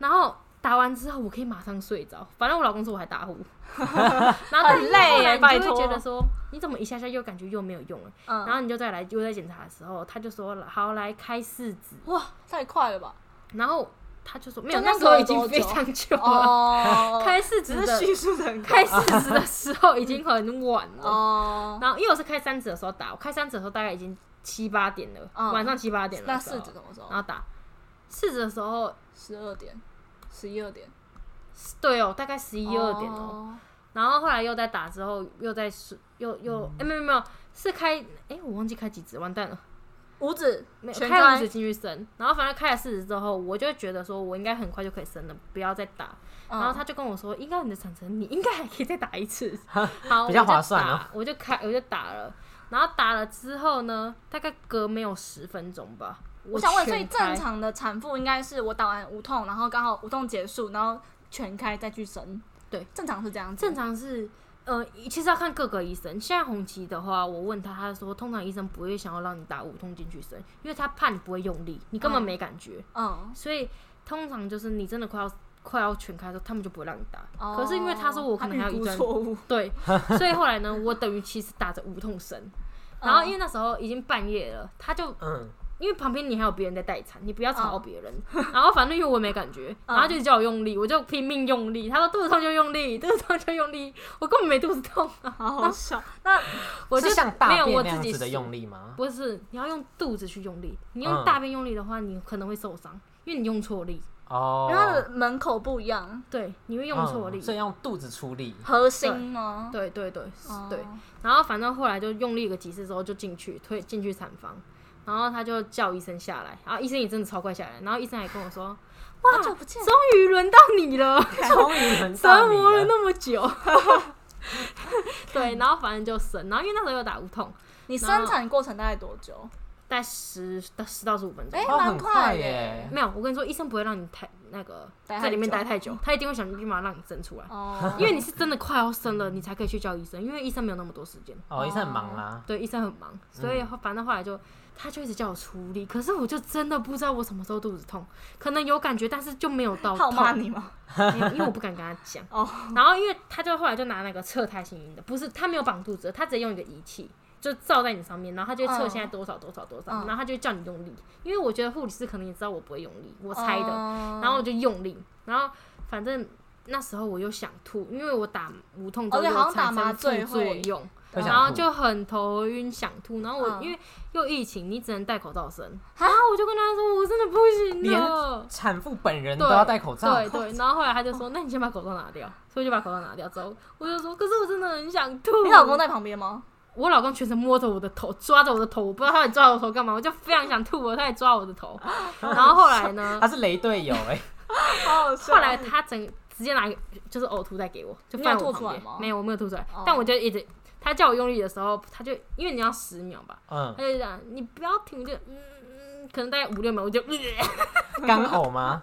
S3: 然后打完之后，我可以马上睡着。反正我老公说我还打 呼，然后但
S1: 很
S3: 是
S1: 累
S3: 后
S1: 耶
S3: 来你就会
S1: 拜托
S3: 觉得说你怎么一下下又感觉又没有用了，然
S1: 嗯，
S3: 后你就再来又在检查的时候，他就说好来开四指，
S1: 哇，太快了吧？
S3: 然后他就说没有，
S1: 中间
S3: 那时候
S1: 隔
S3: 已
S1: 了
S3: 经
S1: 多
S3: 非
S1: 久
S3: 常久了，
S1: 哦，
S3: 啊开四指
S1: 只
S3: 的
S1: 是叙述的很快
S3: 开四指的时候已经很晚了。
S1: 哦。
S3: 然后因为我是开三指的时候打，我开三指的时候大概已经七八点了，
S1: 嗯
S3: 晚上七八点了。
S1: 那四指怎么说
S3: 然？后打四指的时候，
S1: 十二点，十一二点，
S3: 对哦，大概十一二点哦。然后后来又在打之后，又在睡，又又哎、没有没有，是开哎、我忘记开几指，完蛋了，
S1: 五指
S3: 没有
S1: 全
S3: 开五
S1: 开
S3: 指，进去生，然后反正开了四指之后，我就觉得说我应该很快就可以生了，不要再打。
S1: 嗯
S3: 然后他就跟我说，应该你的产程你应该还可以再打一次，好，
S2: 比较
S3: 我就
S2: 划算啊
S3: 打我就开我就打了，然后打了之后呢，大概隔没有十分钟吧，
S1: 我想问，所以
S3: 全
S1: 正
S3: 开
S1: 常的产妇应该是我打完无痛，然后刚好无痛结束，然后全开再去生。
S3: 对，
S1: 正常是这样子。
S3: 正常是。呃，其实要看各个医生。现在红旗的话，我问他，他说通常医生不会想要让你打无痛进去生，因为他怕你不会用力，你根本
S1: 嗯
S3: 没感觉。
S1: 嗯，
S3: 所以通常就是你真的快要快要全开的时候，他们就不会让你打。
S1: 哦
S3: 可是因为他说我可能还
S1: 他
S3: 有
S1: 预
S3: 一
S1: 估
S3: 段
S1: 错误，
S3: 对，所以后来呢，我等于其实打着无痛生，然后因为那时候已经半夜了，他就
S2: 嗯，
S3: 因为旁边你还有别人在待产，你不要吵到别人。
S2: 哦
S3: 然后反正因为我没感觉，
S1: 嗯
S3: 然后他就叫我用力，我就拼命用力。他说肚子痛就用力， 肚子痛就用力，我根本没肚子痛啊，
S1: 好好笑。那
S3: 我就是
S2: 像
S3: 没
S2: 大
S3: 有
S2: 便
S3: 我
S2: 那
S3: 自
S2: 样
S3: 己
S2: 子的
S3: 是
S2: 用力吗？
S3: 不是，你要用肚子去用力，你
S2: 嗯
S3: 用大便用力的话，你可能会受伤，因为你用错力，
S2: 哦，
S1: 因为它的门口不一样，
S3: 对，你会用错
S2: 嗯
S3: 力。
S2: 所以用肚子出 力。
S1: 核心吗？
S3: 对对对、
S1: 哦
S3: 对，然后反正后来就用力个几次之后就进去推进去产房，然后他就叫医生下来，然后医生也真的超快下来，然后医生还跟 我说，
S1: 好久
S3: 哇，
S1: 啊不见，
S3: 终于轮到你了，
S2: 终于轮到
S3: 折
S2: 你
S3: 磨了
S2: 了，
S3: 那么 久。对，然后反正就生，然后因为那时候有打无痛，
S1: 你生产过程大概多久？
S3: 大概十到十到十五分钟。
S1: 哎，
S2: 哦
S1: 蛮
S2: 很快
S1: 耶
S2: 耶。
S3: 没有，我跟你说，医生不会让你太那个
S1: 待太
S3: 在里面
S1: 久
S3: 待太久，他一定会想立马让你生出来，
S1: 哦，
S3: 因为你是真的快要生了，你才可以去叫医生，因为医生没有那么多时间。
S2: 哦，医生很忙啦。
S3: 对，医生很忙，所
S1: 嗯
S3: 以后反正后来就他就一直叫我处理，可是我就真的不知道我什么时候肚子痛，可能有感觉，但是就没有到
S1: 他有
S3: 痛，
S1: 骂你吗？
S3: 没有因为我不敢跟他讲。
S1: 哦
S3: 然后因为他就后来就拿那个测胎心音的，不是他没有绑肚子，他直接用一个仪器。就照在你上面，然后他就会测
S1: 嗯
S3: 现在多少多少多少，
S1: 嗯
S3: 然后他就叫你用力，因为我觉得护理师可能也知道我不会用力，我猜的，
S1: 哦
S3: 然后我就用力，然后反正那时候我又想吐，因为我打无痛之
S1: 哦
S3: 后
S1: 对好
S3: 有
S1: 像打
S3: 产
S1: 麻
S3: 生
S1: 醉
S3: 副作
S1: 会
S3: 用，
S2: 会想
S3: 哦然后
S2: 吐
S3: 就很头晕想吐，然后我、
S1: 嗯
S3: 因为又疫情，你只能戴口罩生，
S1: 啊
S3: 然后我就跟他说我真的不行了，
S2: 产妇本人都要戴口罩，
S3: 对 对，然后后来他就说那你先把口罩拿掉， 所以我就把口罩拿掉之后，我就说可是我真的很想吐，
S1: 你老公，在旁边吗？
S3: 我老公全程摸着我的头，抓着我的头，我不知道他在抓我的头干嘛，我就非常想吐，我他也抓我的 头，然后后来呢，
S2: 他是雷队友 哎，
S1: 好好笑
S3: 后来他整直接拿一个就是呕吐袋给我，就
S1: 你有
S3: 放
S1: 吐
S3: 我旁
S1: 出来
S3: 边
S1: 吗
S3: 没有，我没有吐出来，
S1: 哦
S3: 但我就一直他叫我用力的时候，他就因为你要十秒吧。
S2: 嗯
S3: 他，就讲你不要停，我就嗯嗯，可能大概五六秒，我就、呃
S2: 干呕吗？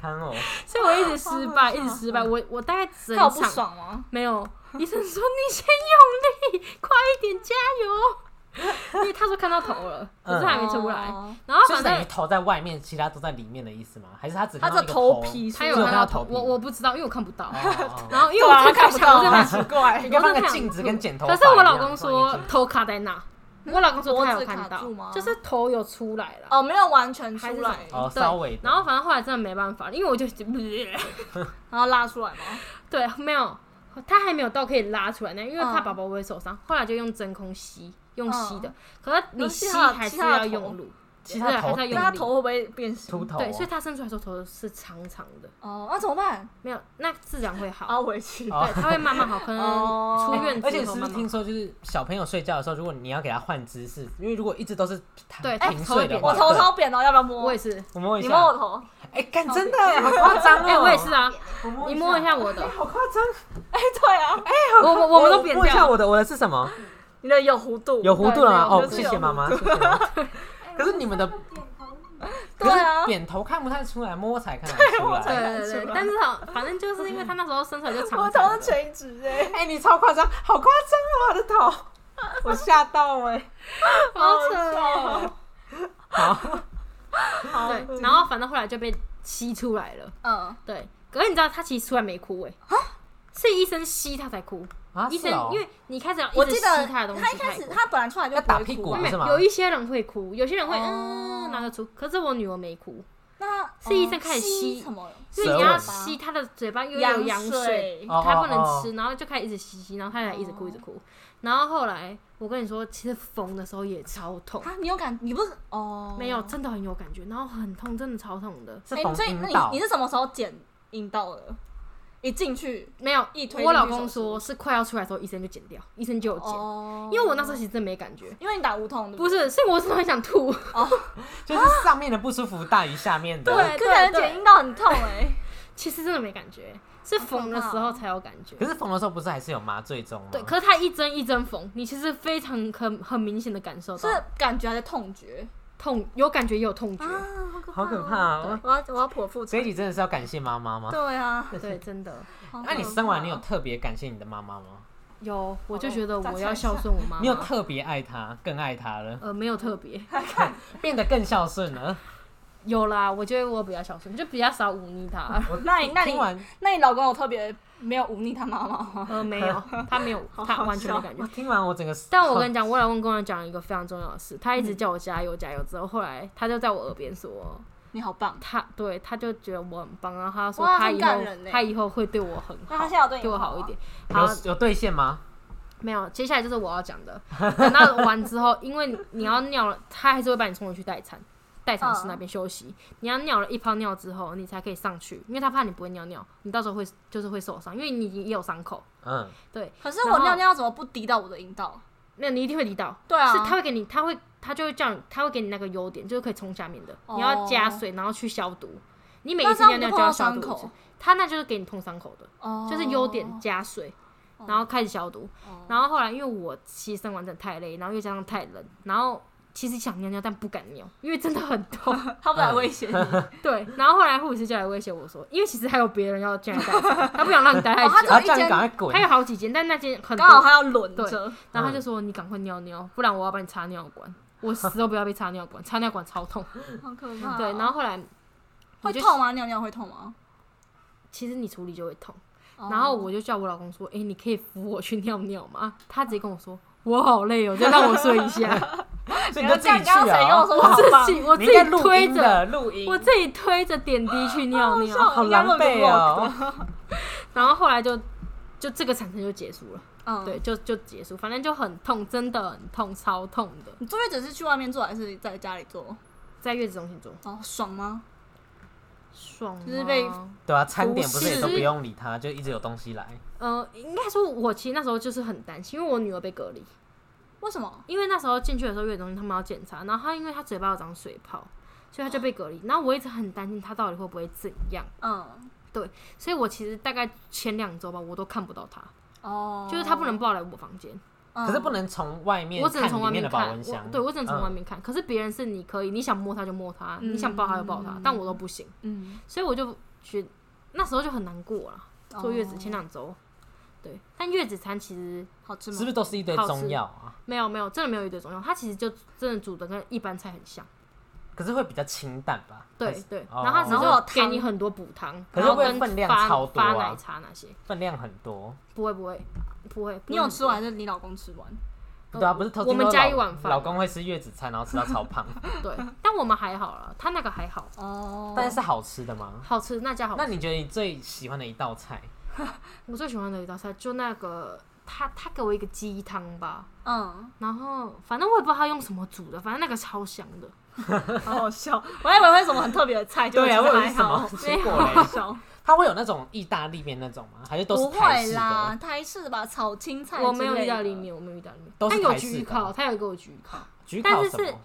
S2: 干呕，
S3: 所以我一直失败，
S1: 好好
S3: 一直失败。我我大概整
S1: 他有不
S3: 场
S1: 爽吗？
S3: 没有，医生说你先用力，快一点，加油！ 因为他说看到头了，可是还没出来。
S1: 哦
S3: 然后
S2: 嗯就是
S3: 反
S2: 等于
S3: 正
S2: 头在外面，其他都在里面的意思吗？还是他只
S1: 他
S2: 看
S1: 这
S2: 到一个
S1: 头皮是
S3: 他有
S1: 不是
S3: 看到头
S2: 头，皮
S3: 我 我不知道，因为我看不到。
S2: 哦
S3: 然后因
S1: 因
S3: 为
S1: 为
S3: 我
S1: 我
S3: 真的看
S1: 看
S3: 不
S1: 不
S3: 到，
S1: 到，
S3: 我真的
S1: 很
S3: 看
S1: 奇怪
S2: 啊你。干嘛
S3: 我真的
S2: 拿
S3: 看
S2: 镜子跟剪头发
S3: 可
S2: 一样？
S3: 是我老公说
S2: 放一只
S3: 头卡在那，我老公说他有看
S1: 脖子卡住
S3: 到，
S1: 吗
S3: 就是头有出来了。
S1: 哦，没有完全
S3: 还
S1: 出
S3: 是
S1: 来
S3: 什，么
S2: 哦，
S3: 对
S2: 稍微的，
S3: 然后反正后来真的没办法，因为我就
S1: 然后拉出来吗？
S3: 对，没有，他还没有到可以拉出来那样，因为怕
S1: 嗯
S3: 宝宝会受伤。后来就用真空吸，用吸的，
S1: 嗯
S3: 可是你
S1: 那
S3: 吸
S1: 吸他的
S3: 还是
S1: 吸他的
S3: 要
S1: 头
S3: 用力，
S2: 其
S3: 对
S2: 他头
S3: 还是要
S1: 那
S3: 用
S1: 他
S3: 力
S1: 头会不会变形？
S2: 秃头哦，
S3: 对，所以他生出来的时候头是长长的，
S1: 哦，那怎么办？
S3: 没有，那自然会好。
S1: 凹回去。
S2: 哦
S3: 对，他会慢慢好，可能
S1: 哦
S3: 出院
S2: 而且
S3: 之
S2: 是
S3: 后
S2: 不
S3: 慢
S2: 是听
S3: 慢。
S2: 说，就是小朋友睡觉的时候，如果你要给他换姿势，因为如果一直都是躺
S3: 对
S2: 平
S3: 头会
S2: 睡的
S3: 扁
S2: 话，
S1: 我头
S2: 对
S1: 超扁哦，要不要
S3: 我
S1: 摸
S3: 也？是，
S2: 我摸一
S1: 你摸
S2: 下
S1: 我，头？
S2: 哎，干真的 耶，好夸张
S3: 哎，
S2: 哦！
S3: 我也是啊，
S2: 我摸，
S3: 你摸一下我的
S2: 哎，好夸张！
S1: 哎，对啊，哎，
S3: 我我我们都扁
S2: 摸一下
S3: 掉。
S2: 我的，我的是什么？
S1: 你的有弧度，
S2: 有弧度了
S1: 对
S2: 吗？
S1: 对
S2: 哦，
S1: 我就是
S2: 谢
S1: 有
S2: 谢妈妈。谢谢妈
S3: 啊
S2: 妈可是你们的
S4: 哎
S1: 对啊
S2: 可是扁头看不太出来，摸才看得出
S1: 对
S2: 来。
S3: 对对
S1: 看
S3: 对
S1: 出，来
S3: 但是好反正就是因为他那时候生出来就长
S1: 我
S3: 长
S1: 头
S3: 的
S1: 是，垂直哎，
S2: 哎，你超夸张，好夸张 啊！我的头，我吓到哎。
S3: 好扯哦。
S2: 好，
S1: 好
S3: 对，然后反正后来就被吸出来了。
S1: 嗯，
S3: 对，可是你知道他其实出来没哭哎、
S1: 啊
S3: 是医生吸他才哭。
S2: 啊
S3: 医
S2: 是
S3: 生、
S2: 哦
S3: 因为你开始要
S1: 我
S3: 一直
S1: 记
S3: 吸
S1: 得
S3: 他的东西，
S1: 他一开始他本来出来就
S2: 要打
S1: 不会
S2: 屁
S1: 哭
S2: 股
S1: 啊
S2: 啊
S3: 没
S2: 是
S3: 有
S2: 吗
S3: 有一些人会哭，有些人会
S1: 哦
S3: 嗯拿得出，可是我女儿没哭，
S1: 那
S3: 呃是医生开始吸
S1: 吸什么？
S3: 因为你
S2: 舌
S3: 要
S1: 吻吗
S3: 吸她的嘴巴，因为有羊水，
S1: 水
S2: 哦
S3: 她不能
S2: 哦
S3: 吃，然后就开始一直吸吸，然后她才一直
S1: 哦
S3: 哭一直哭。然后后来我跟你说，其实缝的时候也超痛，
S1: 啊，你有感？你不是哦？
S3: 没有真的很有感觉，然后很痛，真的超痛的。
S2: 是
S1: 哎，
S2: 缝
S1: 所以
S2: 阴
S1: 那
S2: 道
S1: 你你。是什么时候剪阴道的？一进去
S3: 没有
S1: 一，推进去
S3: 我老公
S1: 手术
S3: 说是快要出来的时候，医生就剪掉，医生就有剪，
S1: 哦，
S3: 因为我那时候其实真的没感觉，
S1: 因为你打无痛，对
S3: 不
S1: 对
S3: 是，是我真的很想吐，
S2: 就是上面的不舒服大于下面的。
S3: 对
S1: 跟人剪阴道很痛 哎，
S3: 其实真的没感觉，是缝的时
S1: 哦
S3: 候才有感觉
S2: 可。是缝的时候不是还是有麻醉中吗？
S3: 对，可是它一针一针缝，你其实非常很很明显的感受到
S1: 是，感觉还是痛觉？
S3: 痛，有感觉也有痛觉。
S1: 啊，
S3: 哦
S1: 好可怕、
S2: 好可怕、！啊！
S1: 我要我要剖腹
S2: 这一
S1: 产。
S2: 集真的是要感谢妈妈吗？
S1: 对啊，
S3: 对，真的
S1: 好可
S2: 那你
S1: 怕
S2: 生完你有特别感谢你的妈妈吗？
S3: 有，我就
S1: 好哦
S3: 觉得
S1: 再
S3: 我
S1: 猜
S3: 要
S1: 一
S3: 孝
S1: 下
S3: 顺我妈
S2: 你有
S3: 妈。
S2: 特别爱她，更爱她了，
S3: 呃，没有特别，
S2: 变得更孝顺了。
S3: 有啦，我觉得我比较孝顺，就比较少忤逆她。
S2: 我
S1: 那你那你
S2: 听完
S1: 那你老公有特别没有忤逆他妈妈吗？
S3: 呃，没 有，她没有，她完全没感觉
S2: 我。听完我整个，
S3: 但我跟你讲，我老公跟我讲一个非常重要的事，他一直
S1: 嗯
S3: 叫我加油加油，之后后来他就在我耳边说，
S1: 你好棒！
S3: 他对他就觉得我很棒，然后他说
S1: 哇
S3: 他
S1: 很
S3: 以
S1: 感
S3: 后
S1: 人欸
S3: 他以后会对我很
S1: 那他现
S3: 好，
S1: 在有对你
S3: 对我
S1: 好啊
S3: 好一
S1: 吗
S3: 点。好，
S2: 有有兑现吗？
S3: 没有，接下来就是我要讲的。等到完之后，因为你要尿了，他还是会把你送回去待产，待产
S1: 嗯
S3: 室那边休息。你要尿了一泡尿之后，你才可以上去，因为他怕你不会尿尿，你到时候会就是会受伤，因为你已经也有伤口。
S2: 嗯，
S3: 对，
S1: 可是我尿尿怎么不滴到我的阴道？
S3: 那你一定会滴到。
S1: 对啊，
S3: 是他会给你，他会他就会叫你，他会给你那个优点，就是可以冲下面的，
S1: 哦
S3: 你要加水，然后去消毒。你每一次
S1: 那这
S3: 尿
S1: 样
S3: 尿
S1: 不
S3: 就
S1: 碰
S3: 要
S1: 到
S3: 消
S1: 伤
S3: 毒一
S1: 口
S3: 次，他那就是给你通伤口的。
S1: 哦
S3: 就是优点加水，然后开始消毒。然后后来因为我其实生完真的太累，然后又加上太冷，然后其实想尿尿但不敢尿，因为真的很 痛。
S1: 他不来
S2: 嗯
S1: 威胁你，哦，
S3: 对，然后后来护士就来威胁我说，因为其实还有别人要进来待产，他不想让你待太
S1: 他
S2: 然
S3: 久。
S1: 只
S2: 后
S1: 有
S2: 叫
S1: 一
S2: 你赶快
S1: 间，
S2: 滚
S3: 还。有好几间，但那间很
S1: 刚好
S3: 多，
S1: 他要 轮着，
S3: 然后他就说你赶快尿尿，不然我要把你插尿管，我死都不要被插尿管，插尿管超 痛。
S1: 好可怕哦。
S3: 对，然后后来我
S1: 会
S3: 就
S1: 痛吗？啊尿尿会痛吗？
S3: 其实你处理就会痛。
S1: 哦
S3: 然后我就叫我老公说：“哎、你可以扶我去尿尿吗？”他直接跟我说：“我好累哦，再让我睡一 下。
S2: 所以你就自己去
S1: 刚刚谁跟
S2: 啊
S1: 我说？
S3: 我
S1: 好
S3: 自
S1: 棒
S3: 己我
S2: 你
S3: 自
S2: 应该
S3: 己
S2: 录
S3: 推
S2: 音
S3: 着，
S2: 的录音，
S3: 我自己推着点滴去尿尿。
S1: 好
S2: 好狼狈哦。
S3: 然后后来就就这个产程就结束了，
S1: 嗯，
S3: 对，。就就结束，反正就很痛，真的很痛，超痛的，
S1: 你坐月子是去外面做还是在家里做？
S3: 在月子中心做，
S1: 哦，爽吗？
S3: 爽吗，
S1: 就是被
S2: 对啊，餐点不是也
S3: 不
S2: 都
S3: 是
S2: 不用理他，就一直有东西来。
S3: 呃，应该说，我其实那时候就是很担心，因为我女儿被隔离，
S1: 为什么？
S3: 因为那时候进去的时候，月中心他们要检查，然后他因为他嘴巴有长水泡，所以他就被隔离。然后我一直很担心他到底会不会怎样，
S1: 嗯，
S3: 所以我其实大概前两周吧，我都看不到他，
S1: 哦，
S3: 就是他不能抱来我房间，
S1: 嗯，
S2: 可是不能从外面
S3: 我只能
S2: 看
S3: 从
S2: 里
S3: 外
S2: 面的保
S3: 看。
S2: 温
S3: 我
S2: 箱，
S3: 对我只能从外
S2: 嗯。
S3: 面看，可是别人是你可以，你想摸他就摸他，
S1: 嗯
S3: 你想抱他就抱他，但我都不行，
S1: 嗯，
S3: 所以我就觉得那时候就很难过了。
S1: 哦
S3: 坐月子前两周，对，但月子餐其实
S1: 好吃
S2: 是
S1: 吗
S2: 不？是都是一堆
S3: 好吃
S2: 中药啊？
S3: 没有没有，真的没有一堆中药，它其实就真的煮的跟一般菜很像。
S2: 可是会比较清淡吧？
S3: 对
S2: 还是
S3: 对，
S2: 哦
S3: 然后它只
S1: 然后有
S3: 是给
S1: 汤
S3: 你很多补汤，
S2: 可
S3: 然
S2: 是
S3: 后
S2: 会
S3: 跟
S2: 分量
S3: 发
S2: 超多
S3: 发
S2: 啊
S3: 奶茶那些，
S2: 分量很多。
S3: 不会不会不会。不
S1: 你
S3: 会
S1: 有
S3: 很
S1: 吃
S3: 多
S1: 完还是你老公吃完？
S3: 呃
S2: 对啊，不是偷
S3: 我们
S2: 听说
S3: 加
S2: 老
S3: 一碗饭
S2: 老公会吃月子餐，然后吃到超 胖，
S3: 对，但我们还好了，他那个还好，
S1: 哦
S2: 但是是好吃的吗？
S3: 好吃那家好吃。
S2: 那你觉得你最喜欢的一道菜？
S3: 我最喜欢的一道菜就那个，他他给我一个鸡汤吧，
S1: 嗯，
S3: 然后反正我也不知道他用什么煮的，反正那个超香的。
S1: 好好笑。我还以为会有什么很特别的菜，
S2: 对啊，
S1: 结
S2: 我
S1: 果
S2: 以
S1: 其
S2: 为
S1: 实还
S2: 是什么
S1: 好。
S2: 结
S1: 好
S2: 果
S1: 好
S2: 嘞？
S1: 笑，
S2: 它会有那种意大利面那种吗？还是都
S1: 不
S2: 是台
S1: 会
S2: 式
S1: 啦，
S2: 的？
S1: 台式的吧，炒青菜之类的。
S3: 我没有意大利面，我没有意大利面，
S2: 都
S3: 他
S2: 是
S3: 有
S2: 台式
S3: 焗
S2: 的啊
S3: 烤，他有给我焗烤，
S2: 焗
S3: 但
S2: 烤
S3: 是
S2: 什
S3: 是
S2: 么？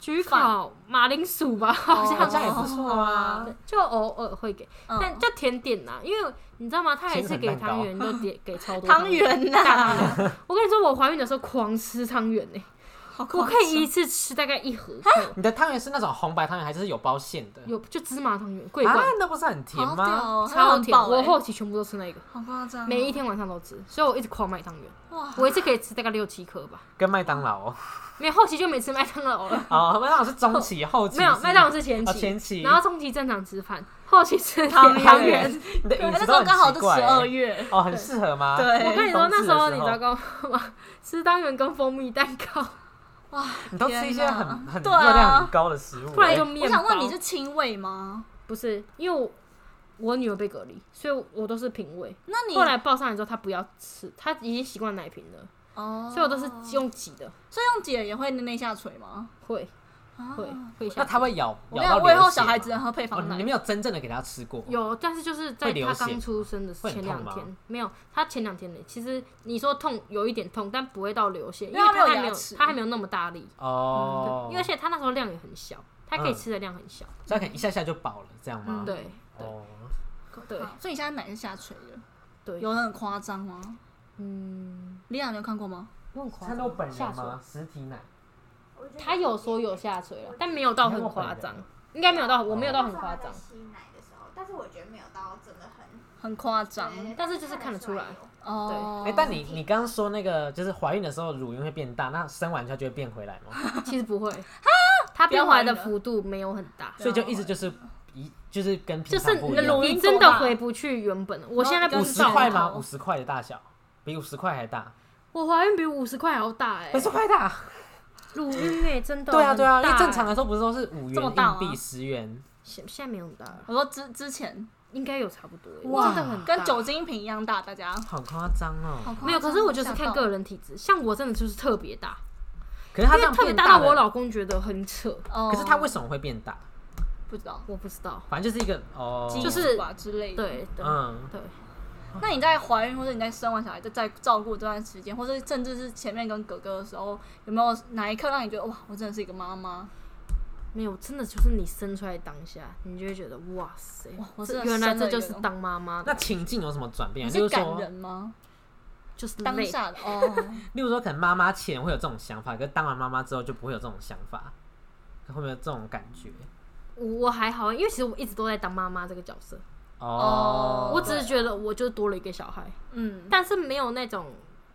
S3: 焗
S1: 饭
S3: 烤马铃薯吧，好
S1: 哦
S3: 像
S2: 好像也不错啊
S3: 对。就偶尔会给，
S1: 嗯，
S3: 但就甜点呐、因为你知道吗？他也是给汤圆，就 给给超多
S1: 汤。圆啊
S3: 大
S1: 呐，
S3: 汤圆我跟你说，我怀孕的时候狂吃汤圆呢，
S1: 好
S3: 我
S1: 夸
S3: 可
S1: 张
S3: 以一次吃大概一盒，
S2: 你的汤圆是那种红白汤圆，还是有包馅的？
S3: 有就芝麻汤圆，桂
S2: 啊
S3: 冠、，
S2: 那不是很甜
S1: 好屌
S2: 吗？
S1: 哦，它
S3: 超
S1: 很
S3: 甜。
S1: 饱
S3: 我
S1: 欸
S3: 后期全部都吃那个，
S1: 好夸张哦，
S3: 每一天晚上都吃，所以我一直狂买汤圆，
S1: 哇，
S3: 我一次可以吃大概六七颗吧。
S2: 跟麦当劳哦，
S3: 没有后期就没吃麦当 劳了，
S2: 哦，麦当劳是中期，后期
S3: 没有
S2: 是
S3: 麦当劳是前期，
S2: 哦前期
S3: 然后中期正常吃饭，后期吃
S1: 汤圆
S3: 汤圆。
S2: 你的
S1: 对
S2: 饮
S1: 哎那
S2: 食
S1: 时
S2: 都
S1: 候
S2: 很
S1: 刚好
S2: 奇
S1: 就
S2: 怪
S1: 十二
S2: 欸。
S1: 月，
S2: 哦，很适合吗？
S3: 我
S1: 对，
S3: 跟你说，那时候你知
S2: 哎冬至
S3: 道
S2: 的时
S3: 干嘛？吃汤圆跟蜂蜜蛋糕，
S2: 哦
S1: 哇，
S2: 你都吃一些
S1: 天哪
S2: 很很
S1: 对啊
S2: 热量很高的食物欸，
S3: 不然就
S1: 我
S3: 面包。
S1: 想问你是亲喂吗？
S3: 不是，因为我我女儿被隔离，所以我都是瓶喂。
S1: 那你
S3: 后来抱上来之后，她不要吃，她已经习惯奶瓶了，
S1: 哦，
S3: 所以我都是用挤的，
S1: 所以用姐也会内下垂吗？
S3: 会
S1: 啊
S3: 会会下
S2: 那它会咬
S1: 我跟
S2: 咬
S1: 你讲，
S2: 到流
S1: 我以后
S2: 血
S1: 小孩
S2: 吗
S1: 子能喝配
S2: 哦
S1: 方，奶
S2: 你，没有真正的给它吃过，
S3: 有，但是就是在
S2: 会流
S3: 她
S2: 血
S3: 刚
S2: 吗
S3: 出生的
S2: 会
S3: 前
S2: 很
S3: 两
S2: 痛吗
S3: 天，没有，她前两天呢，其实你说痛有一点痛，但不会到流血，因
S1: 因为
S3: 为
S1: 她没有
S3: 她还没
S1: 牙
S3: 有
S1: 齿
S3: 她还没有那么大力，嗯对
S2: 哦，
S3: 因为而且她那时候量也很小，她可以
S2: 嗯
S3: 吃的量很小，
S2: 所以它可能一下下就饱了，这样吗？
S1: 嗯
S3: 对对
S2: 哦，
S3: 对
S1: 啊所以你现在奶是下垂的，
S3: 对，
S1: 有很夸张吗？
S3: 嗯，
S1: 李雅，你有看过吗？
S3: 我很
S2: 看
S3: 夸
S2: 到
S3: 张，
S2: 本
S3: 下
S2: 人
S3: 水
S2: 吗？实体奶，
S4: 我觉得
S3: 他有说有下垂了，但没有到很夸张，应该没有到，我没有到很夸张
S4: 那时候他在，吸奶的时候，但是我觉得没有到真的很
S1: 很夸张
S4: 对对对
S3: 但是就是看得出来
S4: 有
S1: 哦。
S2: 哎、但你你刚刚说那个就是怀孕的时候乳晕会变大，那生完之后就会变回来吗？
S3: 其实不 会，他变回来的幅度没有很大，
S2: 所以就一直就是一就是跟
S3: 就
S2: 平常
S3: 是
S2: 不
S3: 你
S2: 一
S3: 的乳
S2: 样。
S3: 晕真的回不去原本了。我现在不
S2: 五
S3: 知
S2: 十
S3: 道，
S2: 块吗？五十块的大小，比五十块还大，
S3: 我怀孕比五十块还要大哎、
S2: 五十块大。
S3: 乳晕哎、真的
S2: 对啊对啊，
S3: 很大
S2: 因
S3: 欸
S2: 为正常来说不是都是五元
S1: 这么大
S2: 硬
S1: 吗
S2: 币十元，
S3: 现现在没有很大了，
S1: 我说之之前
S3: 应该有差不多、欸，
S2: 哇
S3: 真的很大
S1: 跟酒精瓶一样大，大家
S2: 好夸张哦。
S3: 没有，可是我就是看个
S1: 人
S3: 人体质，像我真的就是特别大，
S2: 可是它
S3: 因
S2: 这
S3: 为
S2: 样
S3: 特别
S2: 变欸
S3: 大到
S2: 了
S3: 我，老公觉得很扯，
S1: 哦
S2: 可是它为什么会哦变大？
S1: 不知道，
S3: 我不知道，
S2: 反正就是一个哦，
S3: 就是
S1: 吧之类的。
S3: 对对、
S2: 嗯，
S3: 对，
S1: 那你在怀孕或者你在生完小孩，在在照顾这段时间，或者甚至是前面跟哥哥的时候，有没有哪一刻让你觉得哇，我真的是一个妈妈？
S3: 没有，真的就是你生出来当下，你就会觉得哇塞，
S1: 哇我真的
S3: 这原来
S1: 生了
S3: 这
S1: 一
S3: 就
S1: 个
S3: 是当妈妈
S2: 那
S3: 的，
S2: 情境有什么转变
S1: 你
S2: 啊？例
S1: 是
S2: 如
S1: 感
S2: 说
S1: 人，吗？
S3: 就是
S1: 当
S3: 累，
S1: 下的哦，
S2: 例如说，可能妈妈前会有这种想法，可是当完妈妈之后就不会有这种想法，会不会有这种感觉？
S3: 我我还好，因为其实我一直都在当妈妈这个角色，
S1: 哦
S3: 我只是觉得我就多了一个小孩，
S1: 嗯，
S3: 但是没有那种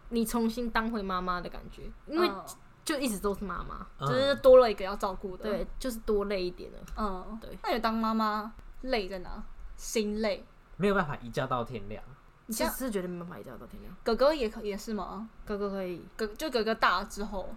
S3: 你重新当回妈妈的感觉，因为
S1: 嗯
S3: 就一直都是妈妈，
S2: 嗯
S1: 只是多了一个要照顾的。，
S3: 对，就是多累一点了。
S1: 嗯，
S3: 对
S1: 那你当妈妈累在哪？心累。
S2: 没有办法一觉到天亮。
S3: 你
S1: 这
S3: 是
S1: 样
S3: 是觉得没办法一觉到天亮？
S1: 哥哥也可也是吗？
S3: 哥哥可以，
S1: 哥就哥哥大了之后，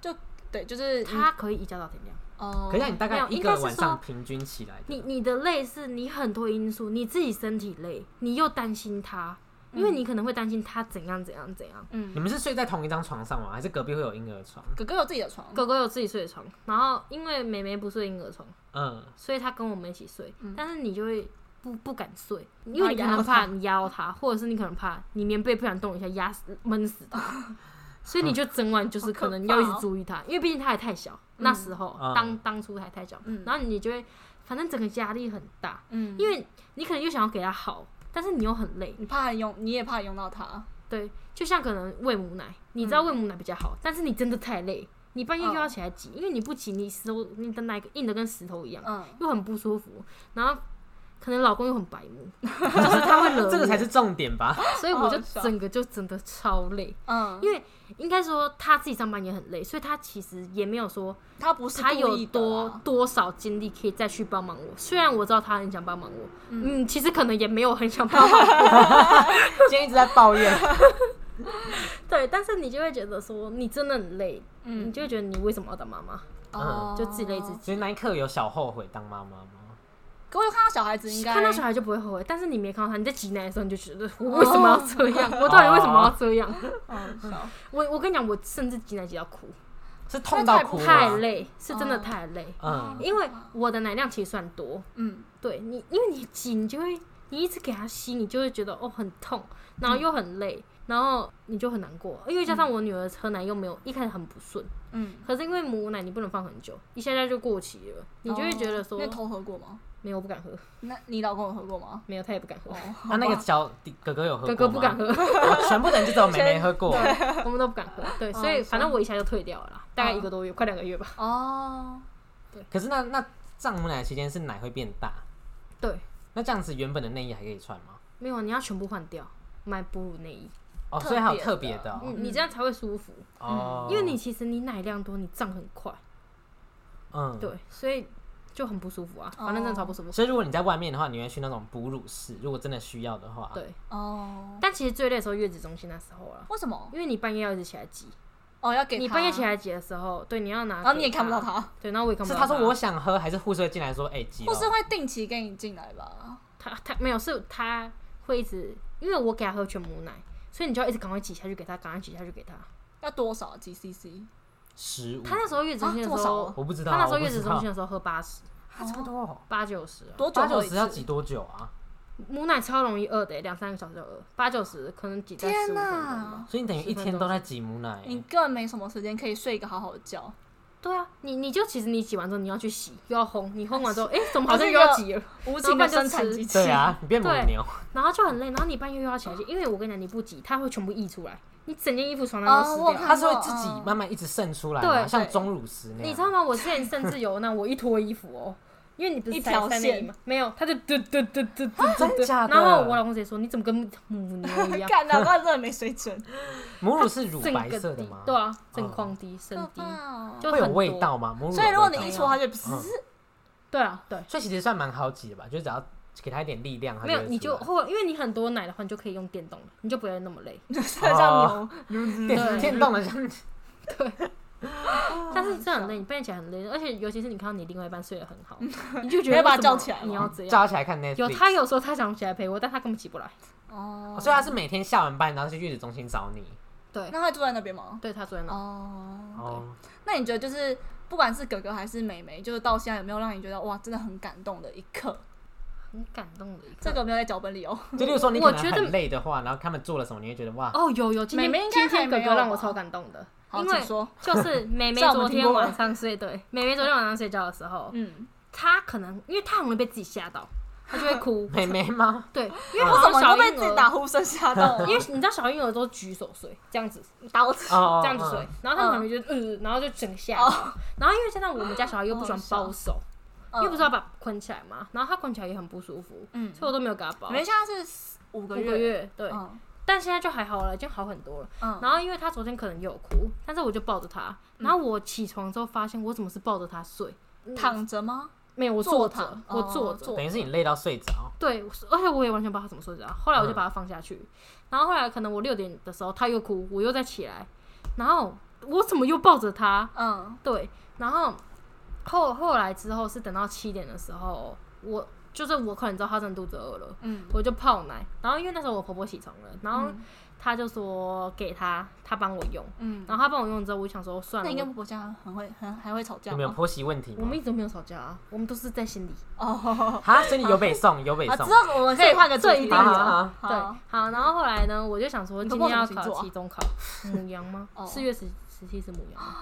S1: 就对，就是
S3: 他可以一觉到天亮。
S1: 哦，
S2: 可是你大概
S3: 没有
S2: 一
S3: 应该
S2: 个
S3: 是
S2: 晚
S3: 说
S2: 上平均起来的，
S3: 你你的累是你很多因素，你自己身体累，你又担心他，因为你可能会担心他怎样怎样怎样。
S2: 你
S1: 嗯，
S2: 们是睡在同一张床上吗？还是隔壁会有婴儿床？
S1: 哥哥有自己的床，
S3: 狗狗有自己睡的床，然后因为妹妹不睡婴儿床，
S2: 嗯，
S3: 所以她跟我们一起睡，但是你就会不不敢睡，因
S1: 嗯怕
S3: 为你可
S1: 压到
S3: 能怕
S1: 她
S3: 你压到她，或者是你可能怕你棉被不想动一下压死闷死她， 所以你就整晚就是
S1: 好可
S3: 可能要一直
S1: 怕哦
S3: 注意她，因为毕竟她还太小，那时候、
S2: 嗯
S3: 当当初还太小，
S1: 嗯
S3: 然后你就会反正整个压力很大，
S1: 嗯，
S3: 因为你可能又想要给她好，但是你又很累，
S1: 你怕用，你也怕用到他，
S3: 对，就像可能喂母奶，你
S1: 嗯
S3: 知道喂母奶比较好，但是你真的太累，你半夜
S1: 哦
S3: 又要起来挤，因为你不挤，你石头你的奶硬的跟石头一样，
S1: 嗯，
S3: 又很不舒服，然后可能老公又很白 目，就是他会惹
S2: 这个才
S3: 我，
S2: 是重点 吧？
S3: 所以我
S1: 好
S3: 就
S1: 好笑
S3: 整个就真的超累。
S1: 嗯，
S3: 因为应该说他自己上班也很累，所以他其实也没有说
S1: 他不是
S3: 他
S1: 故
S3: 有
S1: 意的啊
S3: 多
S1: 啦
S3: 多少精力可以再去帮忙我。虽然我知道他很想帮忙我，嗯其实可能也没有很想帮 忙我
S2: 今天一直在抱怨，
S3: 对，但是你就会觉得说你真的很累，
S1: 嗯
S3: 你就会觉得你为什么要当妈妈？
S1: 哦，
S3: 就自己累自己。
S2: 所以那一刻有小后悔当妈妈吗？
S1: 可我有看到小孩子应该
S3: 看到小孩就不会后悔，但是你没看到他，你在挤奶的时候你就觉得 哦我为什么要这 样？我到底为什么要这样？
S1: 嗯小
S3: 我我跟你讲，我甚至挤奶挤到哭，
S2: 是痛到哭吗？啊
S3: 太累，是真的
S1: 哦
S3: 太累。
S2: 嗯，
S3: 因为我的奶量其实算多，
S1: 嗯
S3: 对你，因为你挤，你就会你一直给它吸，你就会觉得哦很痛，然后又很累，然后你就很难过。因为加上我女儿喝奶又没有一开始很不顺，
S1: 嗯，
S3: 可是因为母奶你不能放很久，一下下就过期了，你就会觉得说
S1: 哦那你偷喝过吗？
S3: 没有我不敢喝，
S1: 那你老公有喝过吗？
S3: 没有她也不敢喝
S1: 哦，，
S2: 那那个小哥哥有喝过
S3: 哥
S2: 吗？
S3: 哥不敢喝，
S2: 哦，全部的人就只有妹妹喝 过。
S3: 我们都不敢喝，对，所以反正我一下就退掉了啦，大概一个多月，快两个月吧。
S1: 哦，
S2: 可是那那胀母奶期间是奶会变大，
S3: 对，
S2: 那这样子原本的内衣还可以穿吗？
S3: 没有，你要全部换掉，买哺乳内衣，
S2: 哦，
S1: 特
S2: 所以还有
S1: 别
S2: 特
S1: 的
S2: 别的哦
S3: 嗯，你这样才会舒服，
S2: 哦，
S3: 因为你其实你奶量多，你胀很快，
S2: 嗯，
S3: 对，所以就很不舒服啊，反正真的
S1: 哦
S3: 超不舒服。
S2: 所以如果你在外面的话，你会去那种哺乳室，如果真的需要的话，，
S3: 对，
S1: 哦，
S3: 但其实最累的时候月子中心那时候啦，
S1: 为什么？
S3: 因为你半夜要一直起来挤，
S1: 哦，要给
S3: 你
S1: 他
S3: 半夜起，来挤的时候，对，你要拿，
S1: 然后你也看不到，他，
S3: 对，然后我也看不
S2: 是他
S3: 到。
S2: 说我，想喝，还是护士会进来说，哎，急
S1: 或
S3: 啊
S2: 了，
S1: 是会定期跟你进来吧？
S3: 他他没有，是他会一直，因为我给他喝全母奶，所以你就要一直赶快挤下去给他，赶快挤下去给他。
S1: 要多少几 CC？
S2: 食物，
S3: 他那时候月子中心的时
S1: 啊这么少
S3: 候
S1: 哦，
S2: 我不知道，
S3: 他那时候
S2: 我不
S3: 月
S2: 知
S3: 子
S2: 道
S3: 中心的时候喝八十
S2: 他差不多
S3: 八九十啊，
S1: 多久
S2: 八
S1: 喝
S2: 九
S1: 一
S2: 十要
S1: 次
S2: 挤多久啊？
S3: 母奶超容易饿的欸，两三个小时就饿，八九十可能挤在十
S1: 天
S3: 五分钟
S1: 哪
S3: 吧。
S2: 所以你等于一
S3: 10分
S2: 天
S3: 钟
S2: 都在挤母奶，
S1: 你根本没什么时间可以睡一个好好的觉。
S3: 对啊，你你就其实你洗完之后你要去洗，又要烘，你烘 完之后，哎、怎么好像又要急了？
S1: 无情的生产机器。
S2: 对啊，你变母
S3: 对
S2: 牛，
S3: 然后就很累，然后你半夜又要起来洗，因为我跟你讲，你不急，它会全部溢出来，你整件衣服床上
S1: 哦
S3: 都湿
S1: 我
S3: 掉。
S1: 看
S2: 它是会自己
S1: 嗯
S2: 慢慢一直渗出来
S3: 对
S2: 嘛，
S3: 对
S2: 像钟乳石那样。
S3: 你知道吗？我之前甚至有那我一脱衣服哦，因为你不是
S1: 一
S3: 塞
S1: 条
S3: 塞内
S1: 线啊
S3: 衣吗？没有，它就嘟嘟嘟嘟嘟嘟
S2: 真
S3: 嘟。
S2: 假的
S3: 然后我老公直接说：“你怎么跟母牛一 样？”
S1: 干难怪真的没水 准，
S2: 母乳是乳
S3: 整
S2: 白
S3: 个
S2: 色的
S3: 低
S2: 吗？
S3: 对啊，整
S2: 哦
S3: 框低深
S1: 可
S3: 低
S1: 怕，哦
S3: 就
S2: 会有
S3: 很
S2: 味
S3: 多
S2: 道。吗？母乳有
S1: 所以如果
S2: 味
S1: 你
S2: 道
S1: 一
S2: 吗
S1: 戳它就噗，
S3: 对啊，对，
S2: 所以其实算蛮好挤的吧，就只要给它一点力量，它
S3: 没有
S2: 会
S3: 你就
S2: 出来
S3: 后，因为你很多奶的话，你就可以用电动了，你就不会那么累。
S1: 就是像牛。
S2: 电
S3: 对
S2: 电动的像
S1: 哦
S3: 但是这很累，你半夜起来很累，而且尤其是你看到你另外一半睡得很好，
S1: 嗯
S3: 你就觉
S1: 你
S3: 得
S1: 会把
S3: 为
S1: 他
S3: 什
S1: 叫
S3: 么
S1: 起来吗
S3: 你要这样。
S2: 叫它起来看 Netflix。
S3: 有他有时候他想起来陪我，但他根本起不来。
S1: 哦
S2: 哦，所以他是每天下完班然后去月子中心找你。
S3: 对，
S1: 那他住在那边吗？
S3: 对他昨天那
S1: 哦，
S2: 哦，
S1: 那你觉得就是不管是哥哥还是妹妹，就是到现在有没有让你觉得哇，真的很感动的一刻？
S3: 很感动的一个。
S1: 这个没有在脚本里哦。
S2: 就例如说你
S3: 我
S2: 可能
S3: 觉得
S2: 很累的话，然后他们做了什么，你会觉得哇，。
S3: 哦，有有，今天
S1: 妹妹应该
S3: 今天
S1: 还没
S3: 哥
S1: 有
S3: 哥让我
S1: 吧
S3: 超感动的，
S1: 好，
S3: 因
S1: 请
S3: 为
S1: 说。
S3: 就是 妹妹
S1: 这样我
S3: 昨
S1: 们听
S3: 天
S1: 过
S3: 晚上睡，对，妹妹昨天晚上睡觉的时候，
S1: 嗯，
S3: 她可能因为她很容易被自己吓到，她就会哭
S2: 妹妹吗？
S3: 对，因为
S1: 为什
S3: 好像
S1: 么
S3: 小
S1: 都被
S3: 婴
S1: 自己
S3: 儿
S1: 打呼声吓到？
S3: 因为你知道小婴儿都举手睡这样子，
S1: 刀子
S2: 哦，
S3: 这样子
S2: 哦
S1: 嗯
S3: 睡，，然后他们旁边就呃，然后就整个吓
S1: 哦
S3: 到。然后因为加上我们家小孩又不喜欢包手，因为不是要把捆起来嘛，然后他捆起来也很不舒服，
S1: 嗯
S3: 所以我都没有给他包
S1: 你。们现在是五
S3: 五
S1: 个月，
S3: 个月，对，
S1: 嗯
S3: 但现在就还好了，就好很多了。
S1: 嗯，
S3: 然后因为他昨天可能有哭，但是我就抱着他，然后我起床之后发现我怎么是抱着他睡，
S1: 躺着吗？
S3: 没有我
S1: 坐
S3: 坐
S1: 躺
S3: 着，我坐
S1: 哦坐
S3: 着，
S2: 等于是你累到睡着。
S3: 对，我而且我也完全不知道他怎么睡着。后来我就把他放下去，
S1: 嗯
S3: 然后后来可能我六点的时候他又哭，我又再起来，然后我怎么又抱着他？
S1: 嗯，
S3: 对，然后后后来之后是等到七点的时候，我就是我可能知道他真的肚子饿了，
S1: 嗯，
S3: 我就泡奶。然后因为那时候我婆婆起床了，然后
S1: 嗯
S3: 她就说给她，她帮我用。
S1: 嗯，
S3: 然后她帮我用之后，我就想说算
S1: 那
S3: 了
S1: 你，跟
S3: 我
S1: 婆婆家很会很还会吵架
S2: 你们有
S1: 吗？
S2: 婆媳问题
S3: 我们
S2: 吗？
S3: 一直没有吵架啊，我们都是在心里。
S1: 哦，
S2: 哈，所以你有北宋，有北
S1: 啊，
S2: 宋
S1: 知。道我们可以换个主
S3: 这
S1: 题
S3: 一
S2: 啊
S3: 定
S2: 啊
S3: 有
S1: 了。
S2: 啊！
S3: 对，
S1: 好
S3: 好，然后后来呢，我就想说
S1: 你
S3: 今
S1: 婆婆
S3: 天要
S1: 什么星座
S3: 考
S1: 啊
S3: 期中考，母羊吗
S1: 哦？
S3: 四月十十七是母羊吗，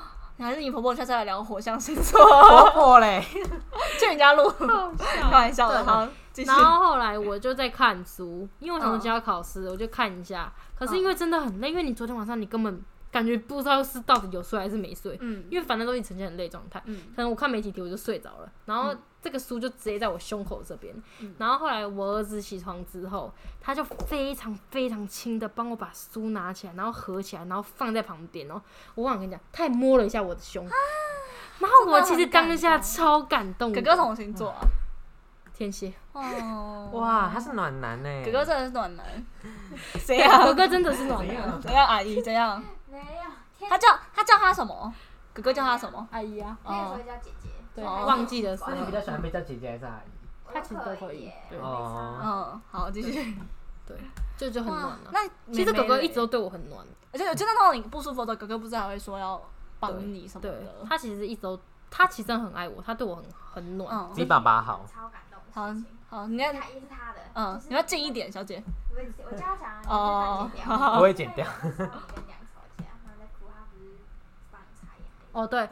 S1: 还是你婆婆下次来聊火象星座，
S2: 婆婆嘞，
S1: 去人家录， 开玩笑的。
S3: 对
S1: 好，继续
S3: 然。后后来我就在看书，因为我想说
S1: 嗯
S3: 今天要考试，我就看一下。可是因为真的很累，因为你昨天晚上你根本感觉不知道是到底有睡还是没睡，
S1: 嗯
S3: 因为反正都一直呈现很累的状态。
S1: 嗯
S3: 可能我看没几题我就睡着了，然后
S1: 嗯
S3: 这个书就直接在我胸口这边。
S1: 嗯
S3: 然后后来我儿子起床之后，他就非常非常轻的帮我把书拿起来，然后合起来，然后放在旁边哦。我忘了跟你讲，他也摸了一下我的胸。然后我其实当下超啊感动的。
S1: 哥哥什么星座啊？
S3: 天蝎，
S1: 哦，
S2: 哇，他是暖男欸呢。
S1: 哥哥真的是暖男。谁
S3: 哥
S1: 哎呀？
S3: 哥真的是暖
S2: 怎
S3: 男。
S2: 样
S1: 怎样？阿姨怎样？
S4: 没有，天
S1: 他叫他叫他什么？哥哥叫他什么？
S3: 阿姨啊，
S4: 那个时候叫姐姐，
S3: 对，
S1: 哦
S3: 忘记的时候
S2: 那，你比较喜欢被叫姐姐还是阿姨？
S4: 我
S3: 他其实都可以
S4: 耶
S3: 对
S4: 我没
S2: 哦
S4: 差
S1: 嗯，好，继续。
S3: 对，就就很暖啊
S1: 哇
S3: 了、
S1: 那
S3: 其实
S1: 妹妹
S3: 哥哥
S1: 嘞
S3: 一直都对我很暖，
S1: 而且真的那种你不舒服的哥哥，不是还会说要帮你什么
S3: 对
S1: 的。
S3: 他其实一直都，他其实真的很爱我，他对我很很暖。
S1: 嗯，
S2: 比爸爸好。
S4: 超感动的
S1: 好
S4: 事情。
S1: 好，你要
S4: 他也是他的，
S1: 嗯
S4: 就，是
S1: 你要近一点，小姐。
S4: 我我叫他讲
S1: 哦
S4: 啊，你就 把它剪掉
S2: 我会剪掉。
S4: 因为有的时候我跟梁吵架，然后在哭，他不是帮你擦眼泪。
S3: 哦，对，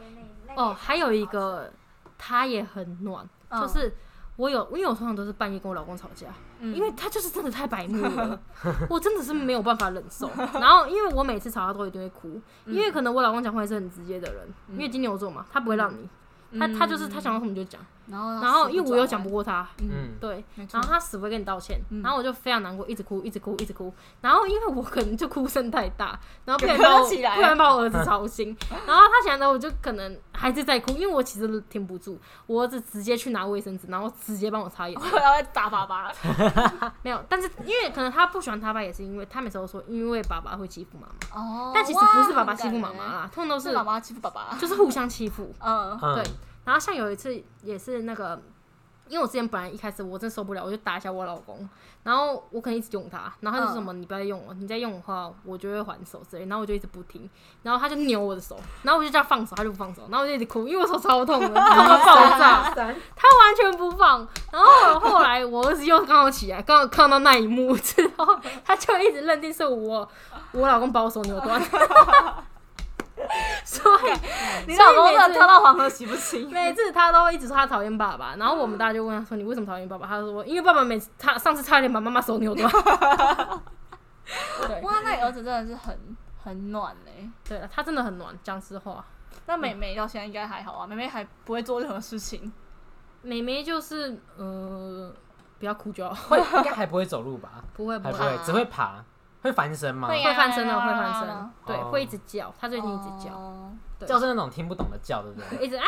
S4: 那那
S3: 哦，还有一个他也很暖，
S1: 嗯
S3: 就是。我有，因为我通常都是半夜跟我老公吵架，
S1: 嗯
S3: 因为他就是真的太白目了，我真的是没有办法忍受。然后，因为我每次吵架都一定会哭，因为可能我老公讲话也是很直接的人，因为金牛座嘛，他不会让你，他他就是他想到什么就讲。
S1: 然后
S3: 然后，因为我又讲不
S1: 嗯不，
S3: 过他，
S2: 嗯，
S3: 对
S1: 没，错
S3: 然后他死不会跟你道歉，
S1: 嗯
S3: 然后我就非常难过，一直哭，一直哭，一直哭。然后因为我可能就哭声太大，然 后不然
S1: 给他
S3: 把我
S1: 起来
S3: 不然把我儿子吵醒，然后他起来呢，我就可能还是在哭，因为我其实停不住，我儿子直接去拿卫生纸，然后直接帮我擦眼泪。
S1: 我要打爸爸。
S3: 没有，但是因为可能他不喜欢他爸，也是因为他每次都说因为爸爸会欺负妈妈，
S1: 哦
S3: 但其实不是爸爸欺负妈妈，啦，通常都
S1: 是
S3: 是
S1: 妈妈欺负爸爸。
S3: 就是互相欺负。
S1: 嗯
S2: 嗯
S3: 对，然后像有一次也是那个，因为我之前本来一开始我真受不了，我就打一下我老公，然后我可能一直用他，然后他就说什么、你不要再用我，你再用我的话我就会还手之类，然后我就一直不听，然后他就扭我的手，然后我就叫他放手，他就不放手，然后我就一直哭，因为我手超痛的，痛到爆炸，他完全不放，然后后来我儿子又刚好起来，刚好看到那一幕之后，他就一直认定是我我老公把我手扭断。 所以
S1: 你老公真
S3: 所以每
S1: 的
S3: 次
S1: 跳到黄河洗不清。
S3: 每次他都会一直说他讨厌爸爸，然后我们大家就问他说：“你为什么讨厌爸爸？”他说：“因为爸爸每次他上次差点把妈妈手扭 断。”对
S1: 哇，那你儿子真的是很很暖嘞、
S3: 对了，他真的很暖，讲实话。
S1: 那妹妹到现在应该还好啊，妹妹还不会做任何事情。
S3: 妹妹就是呃，不要哭就好，
S2: 会应该还不会走路吧？
S3: 不会不
S2: 还不
S3: 会，
S2: 会，只会爬，会翻身吗？
S1: 会
S3: 会啊翻身的，会啊翻身
S1: 哦，
S3: 对，会一直叫，他最近一直叫，
S1: 哦
S3: 对
S2: 叫是那种听不懂的叫，对不 对？
S3: 一直啊，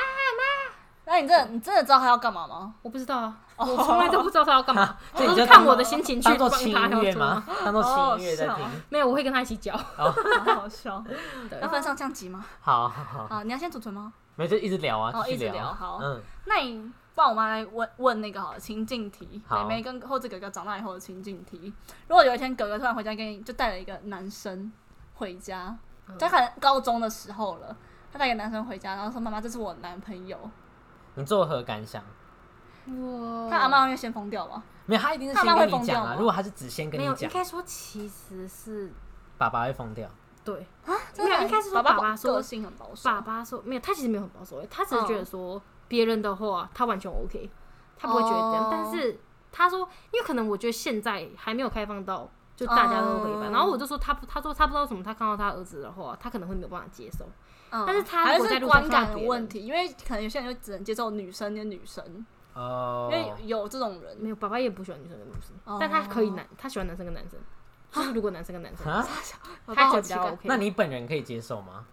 S1: 那你真的你真的知道他要干嘛 吗？
S3: 我不知道啊，我从来都不知道他要干 嘛，
S2: 所以你
S3: 我都
S2: 就是
S3: 看
S2: 当
S3: 我的心情去
S2: 当做
S3: 帮
S2: 轻
S3: 他
S2: 音
S3: 要
S2: 乐
S3: 做
S2: 吗
S3: 吗。？
S2: 当做轻音乐在
S1: 哦是
S2: 听
S1: 哦。
S3: 没有，我会跟他一起 叫，
S1: 好好笑。
S3: 对
S1: 要分上降级吗？
S2: 好好好，
S1: 啊，你要先储存吗？
S2: 没就一直聊啊，
S1: 哦
S2: 继续
S1: 一直聊好
S2: 嗯，
S1: 那你帮我们来问问那个好了，情境题，
S2: 好
S1: 妹妹跟或者哥哥长大以后的情境题。如果有一天哥哥突然回家跟你就带了一个男生回家，
S3: 嗯
S1: 他可能高中的时候了，他带一个男生回家，然后说妈妈这是我男朋友，
S2: 你作何感想？
S3: 哇
S1: 他阿妈会先疯掉吧？
S2: 没有，他一定是
S1: 爸
S2: 先
S1: 妈
S2: 跟
S1: 会
S2: 你
S1: 疯掉
S2: 讲啊。
S1: 吗
S2: 如果他是只先跟
S3: 没有，
S2: 你
S3: 应
S2: 讲，
S3: 该说其实是
S2: 爸爸会疯掉。
S3: 对，
S1: 啊真的
S3: 应该是说
S1: 爸
S3: 爸爸说
S1: 个性很保守，
S3: 爸爸说没有，他其实没有很保守，欸他只是
S1: 嗯
S3: 觉得说别人的话他完全 OK，他不会觉得这样
S1: 哦
S3: 但是他说，因为可能我觉得现在还没有开放到。就大家都可以
S1: 哦
S3: 吧然后我就说他不，他说他不知道为什么，他看到他儿子的话，他可能会没有办法接受。
S1: 嗯
S3: 但是他
S1: 还
S3: 如果在
S1: 是
S3: 路上
S1: 观
S3: 看
S1: 感
S3: 到
S1: 的
S3: 别人
S1: 问题，因为可能有些人就只能接受女生跟女生，
S2: 哦
S1: 因，为有这种人
S3: 没。有，爸爸也不喜欢女生跟女生
S1: 哦
S3: 但他可以男，他喜欢男生跟男生，就是如果男生跟男生，
S2: 啊，
S1: 我爸
S3: 他觉
S1: 好
S3: 得比
S1: 奇
S3: 较
S1: 怪
S3: OK。
S2: 那你本人可以接受吗？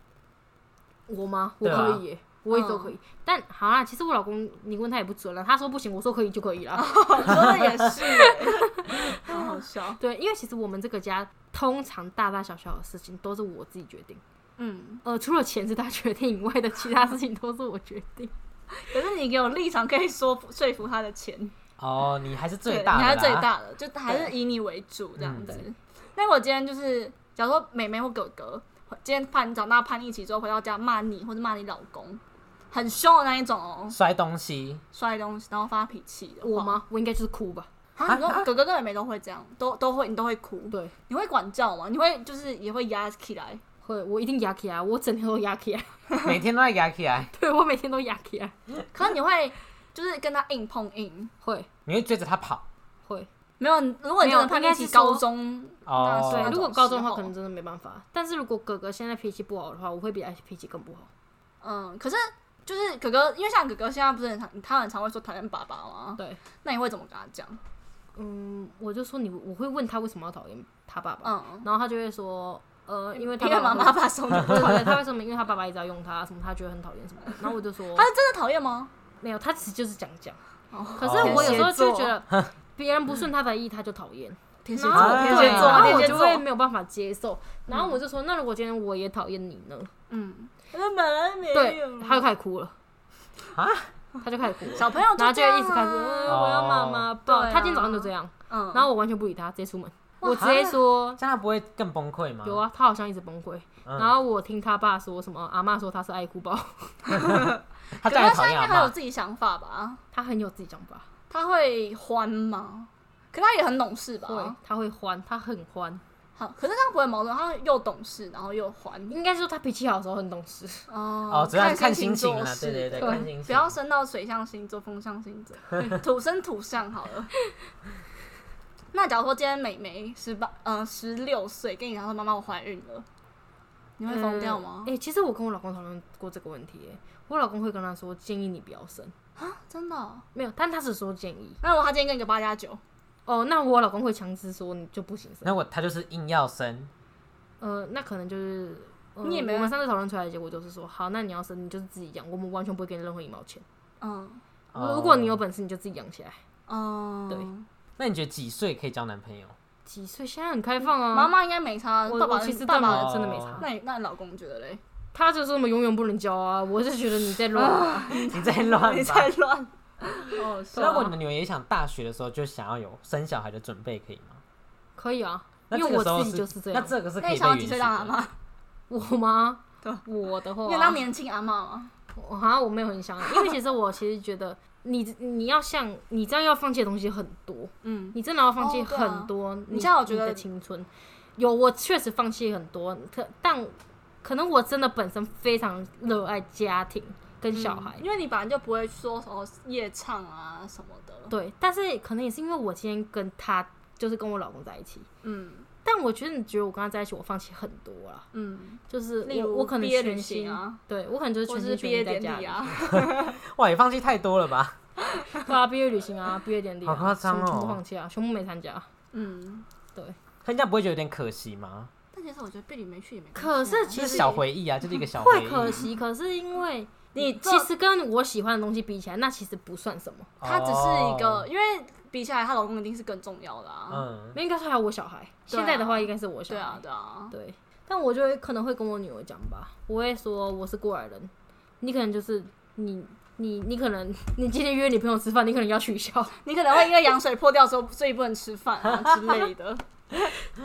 S3: 我吗？我
S2: 对啊
S3: 可以耶、我
S1: 嗯
S3: 一直都可以。但好啦，其实我老公你问他也不准了，他说不行，我说可以就可以了。
S1: 你说的也是耶， 好好笑。
S3: 对，因为其实我们这个家通常大大小小的事情都是我自己决定，
S1: 嗯，
S3: 呃，除了钱是他决定以外的其他事情都是我决定。
S1: 可是你有立场可以说服说服他的钱，
S2: 哦，你还是最
S1: 对，
S2: 大
S1: 你
S2: 的啦，
S1: 还是最大的，就还是以你为主这样子。那我今天就是，假如说妹妹或哥哥今天叛长大叛逆期之后回到家骂你或者骂你老公，很凶的那一种哦，
S2: 摔东西，
S1: 摔东西然后发脾气的话
S3: 我？吗？我应该就是哭吧。
S1: 啊，你说哥哥跟妹妹都会这样，都都会你都会哭，
S3: 对，
S1: 你会管教吗？你会就是也会压起来？
S3: 会，我一定压起来，我整天都压起来，
S2: 每天都在压起来，
S3: 对我每天都压起来。
S1: 可是你会就是跟他硬碰硬？
S3: 会
S2: 你会追着他跑。
S3: 会，
S1: 没有，如果你真的叛逆期
S3: 没有应该是说
S1: 高中，
S2: 哦
S1: 大学那种
S3: 对，如果高中
S1: 时
S3: 的话，
S1: 候
S3: 可能真的没办法。但是如果哥哥现在脾气不好的话，我会比他脾气更不好。
S1: 嗯，可是就是哥哥，因为像哥哥现在不是很常，他很常会说讨厌爸爸吗？
S3: 对，
S1: 那你会怎么跟他讲？
S3: 嗯，我就说你，我会问他为什么要讨厌他爸爸，
S1: 嗯，
S3: 然后他就会说，呃，因为他
S1: 因为
S3: 爸
S1: 妈
S3: 爸
S1: 妈把手扭
S3: 对
S1: 断，
S3: 对对，他为什么？因为他爸爸一直要用他，什么他觉得很讨厌什么的。然后我就说
S1: 他是真的讨厌吗？
S3: 没有，他其实就是讲讲。
S1: 哦
S3: 可是我有时候就觉
S1: 天
S3: 得别人不顺他的意，他就讨厌。
S1: 天蝎
S3: 然
S1: 座，
S3: 后
S2: 天
S3: 对
S2: 蝎座
S3: 然后
S1: 天
S3: 我
S1: 蝎
S3: 就会
S1: 座，
S3: 没有办法接受。然后我就说，那如果今天我也讨厌你呢？
S1: 嗯，那本来没
S3: 对，他就开始哭了
S2: 啊，
S3: 他 就开始哭了。
S1: 小朋友
S3: 然后
S1: 就
S3: 就一直开始，嗯
S1: 始，
S2: 哦
S3: 我要妈妈抱。
S1: 对啊
S3: 他今天早上就这样，
S1: 嗯，
S3: 然后我完全不理他，直接出门。我直接说
S2: 这样他不会更崩溃吗？
S3: 有，啊，他好像一直崩溃。
S2: 嗯
S3: 然后我听他爸说什么，阿妈说他是爱哭包，
S2: 他
S1: 哥
S2: 最爱
S1: 哥现
S2: 讨
S1: 在应该很
S2: 厌阿
S1: 有
S2: 爸。
S1: 自己想法吧？
S3: 他很有自己想法，
S1: 他会欢吗？可他也很懂事
S3: 会
S1: 吧？
S3: 他会欢，他很欢。
S1: 好，可是这样不会矛盾，他又懂事，然后又欢。
S3: 应该是说他脾气好的时候很懂事，
S1: 哦
S2: 哦，主要是看
S1: 心
S2: 心情
S1: 做
S2: 啦，对
S1: 事
S2: 对对，
S3: 对
S2: 看心情。
S1: 不要升到水象星座、风象星 座，土生土象好了。那假如说今天美眉十八呃十六岁，跟你讲说妈妈我怀孕了，你会疯掉吗
S3: 哎、？欸其实我跟我老公讨论过这个问题、欸，我老公会跟他说建议你不要生，
S1: 啊，真的哦、
S3: 没有，但他只说建议。
S1: 那如果她今天跟你个八加九，
S3: 哦，那我老公会强制说你就不行生，
S2: 那我他就是硬要生，
S3: 呃，那可能就是。呃
S1: 你也没
S3: 我们上次讨论出来的结果就是说，好，那你要生你就是自己养，我们完全不会给你任何一毛钱。
S1: 嗯
S2: 哦
S3: 如果你有本事，你就自己养起来。
S1: 嗯，
S3: 对
S2: 那你觉得几岁可以交男朋友？
S3: 几岁？现在很开放啊。
S1: 妈，妈应该没差，
S3: 我
S1: 爸爸
S3: 我其实
S1: 爸
S3: 对
S1: 爸，
S3: 妈真的没
S2: 哦
S3: 差。
S1: 那你那你老公觉得嘞？
S3: 他就说我们永远不能交啊，我是觉得你在乱 啊。
S2: 你在乱
S1: 你
S2: 吧？
S1: 在乱，哦，
S3: 对啊
S2: 那我们女儿也想大学的时候就想要有生小孩的准备，可以吗？
S3: 可以啊，
S2: 那
S3: 因
S2: 这
S3: 为
S2: 个
S3: 我
S2: 时候
S3: 自己就是这
S2: 那
S3: 样。
S2: 这个是
S1: 那
S2: 可以
S1: 你
S2: 被
S1: 想要
S2: 允
S1: 几
S2: 许
S1: 岁
S2: 的。
S1: 当阿妈？
S3: 我吗
S1: 对？
S3: 我的话，
S1: 你有当年轻阿妈吗？
S3: 我好像我没有很想，因为其实我其实觉得 你你要像你这样要放弃的东西很多，
S1: 嗯，
S3: 你真的要放弃
S1: 哦对啊
S3: 很多。
S1: 你这样我觉得
S3: 你的青春有，我确实放弃很多，可但可能我真的本身非常热爱家庭跟小孩，
S1: 因为你本来就不会说什么夜唱啊什么的。
S3: 对，但是可能也是因为我今天跟他就是跟我老公在一起，
S1: 嗯
S3: 但我觉得你觉得我跟他在一起，我放弃很多啦，
S1: 嗯，
S3: 就是
S1: 例
S3: 我
S1: 如
S3: 我可能
S1: 毕业
S3: 全
S1: 旅
S3: 心
S1: 行，啊，
S3: 对我可能就是
S1: 或
S3: 全
S1: 是
S3: 心
S1: 毕
S3: 全
S1: 业
S3: 意在
S1: 典
S3: 家
S1: 礼
S3: 里，
S1: 啊，
S2: 哇，也放弃太多了吧？
S3: 对啊，毕业旅行啊，毕业典礼、啊，
S2: 好夸张哦
S3: 全部全部放弃啊，全部没参加。
S1: 嗯。
S3: 对，
S2: 人家不会觉得有点可惜吗？
S1: 但其实我觉得毕旅没去也没关
S3: 可
S1: 系啊
S3: 是其
S2: 就
S3: 实
S2: 是小回忆啊，就是一个小回
S3: 会
S2: 忆。
S3: 可惜，可是因为
S1: 你
S3: 其
S1: 做
S3: 实跟我喜欢的东西比起来，那其实不算什么。
S1: 她只是一个，
S2: 哦，
S1: 因为比起来，她老公一定是更重要的啊。
S2: 嗯，
S3: 应该是还有我小孩，
S1: 对啊
S3: 现在的话应该是我小
S1: 对啊
S3: 孩，。
S1: 对啊，
S3: 对，但我就会可能会跟我女儿讲吧，我会说我是过来人，你可能就是你你你可能你今天约你朋友吃饭，你可能要取消，
S1: 你可能会因为羊水破掉之后，所以不能吃饭啊之类 的。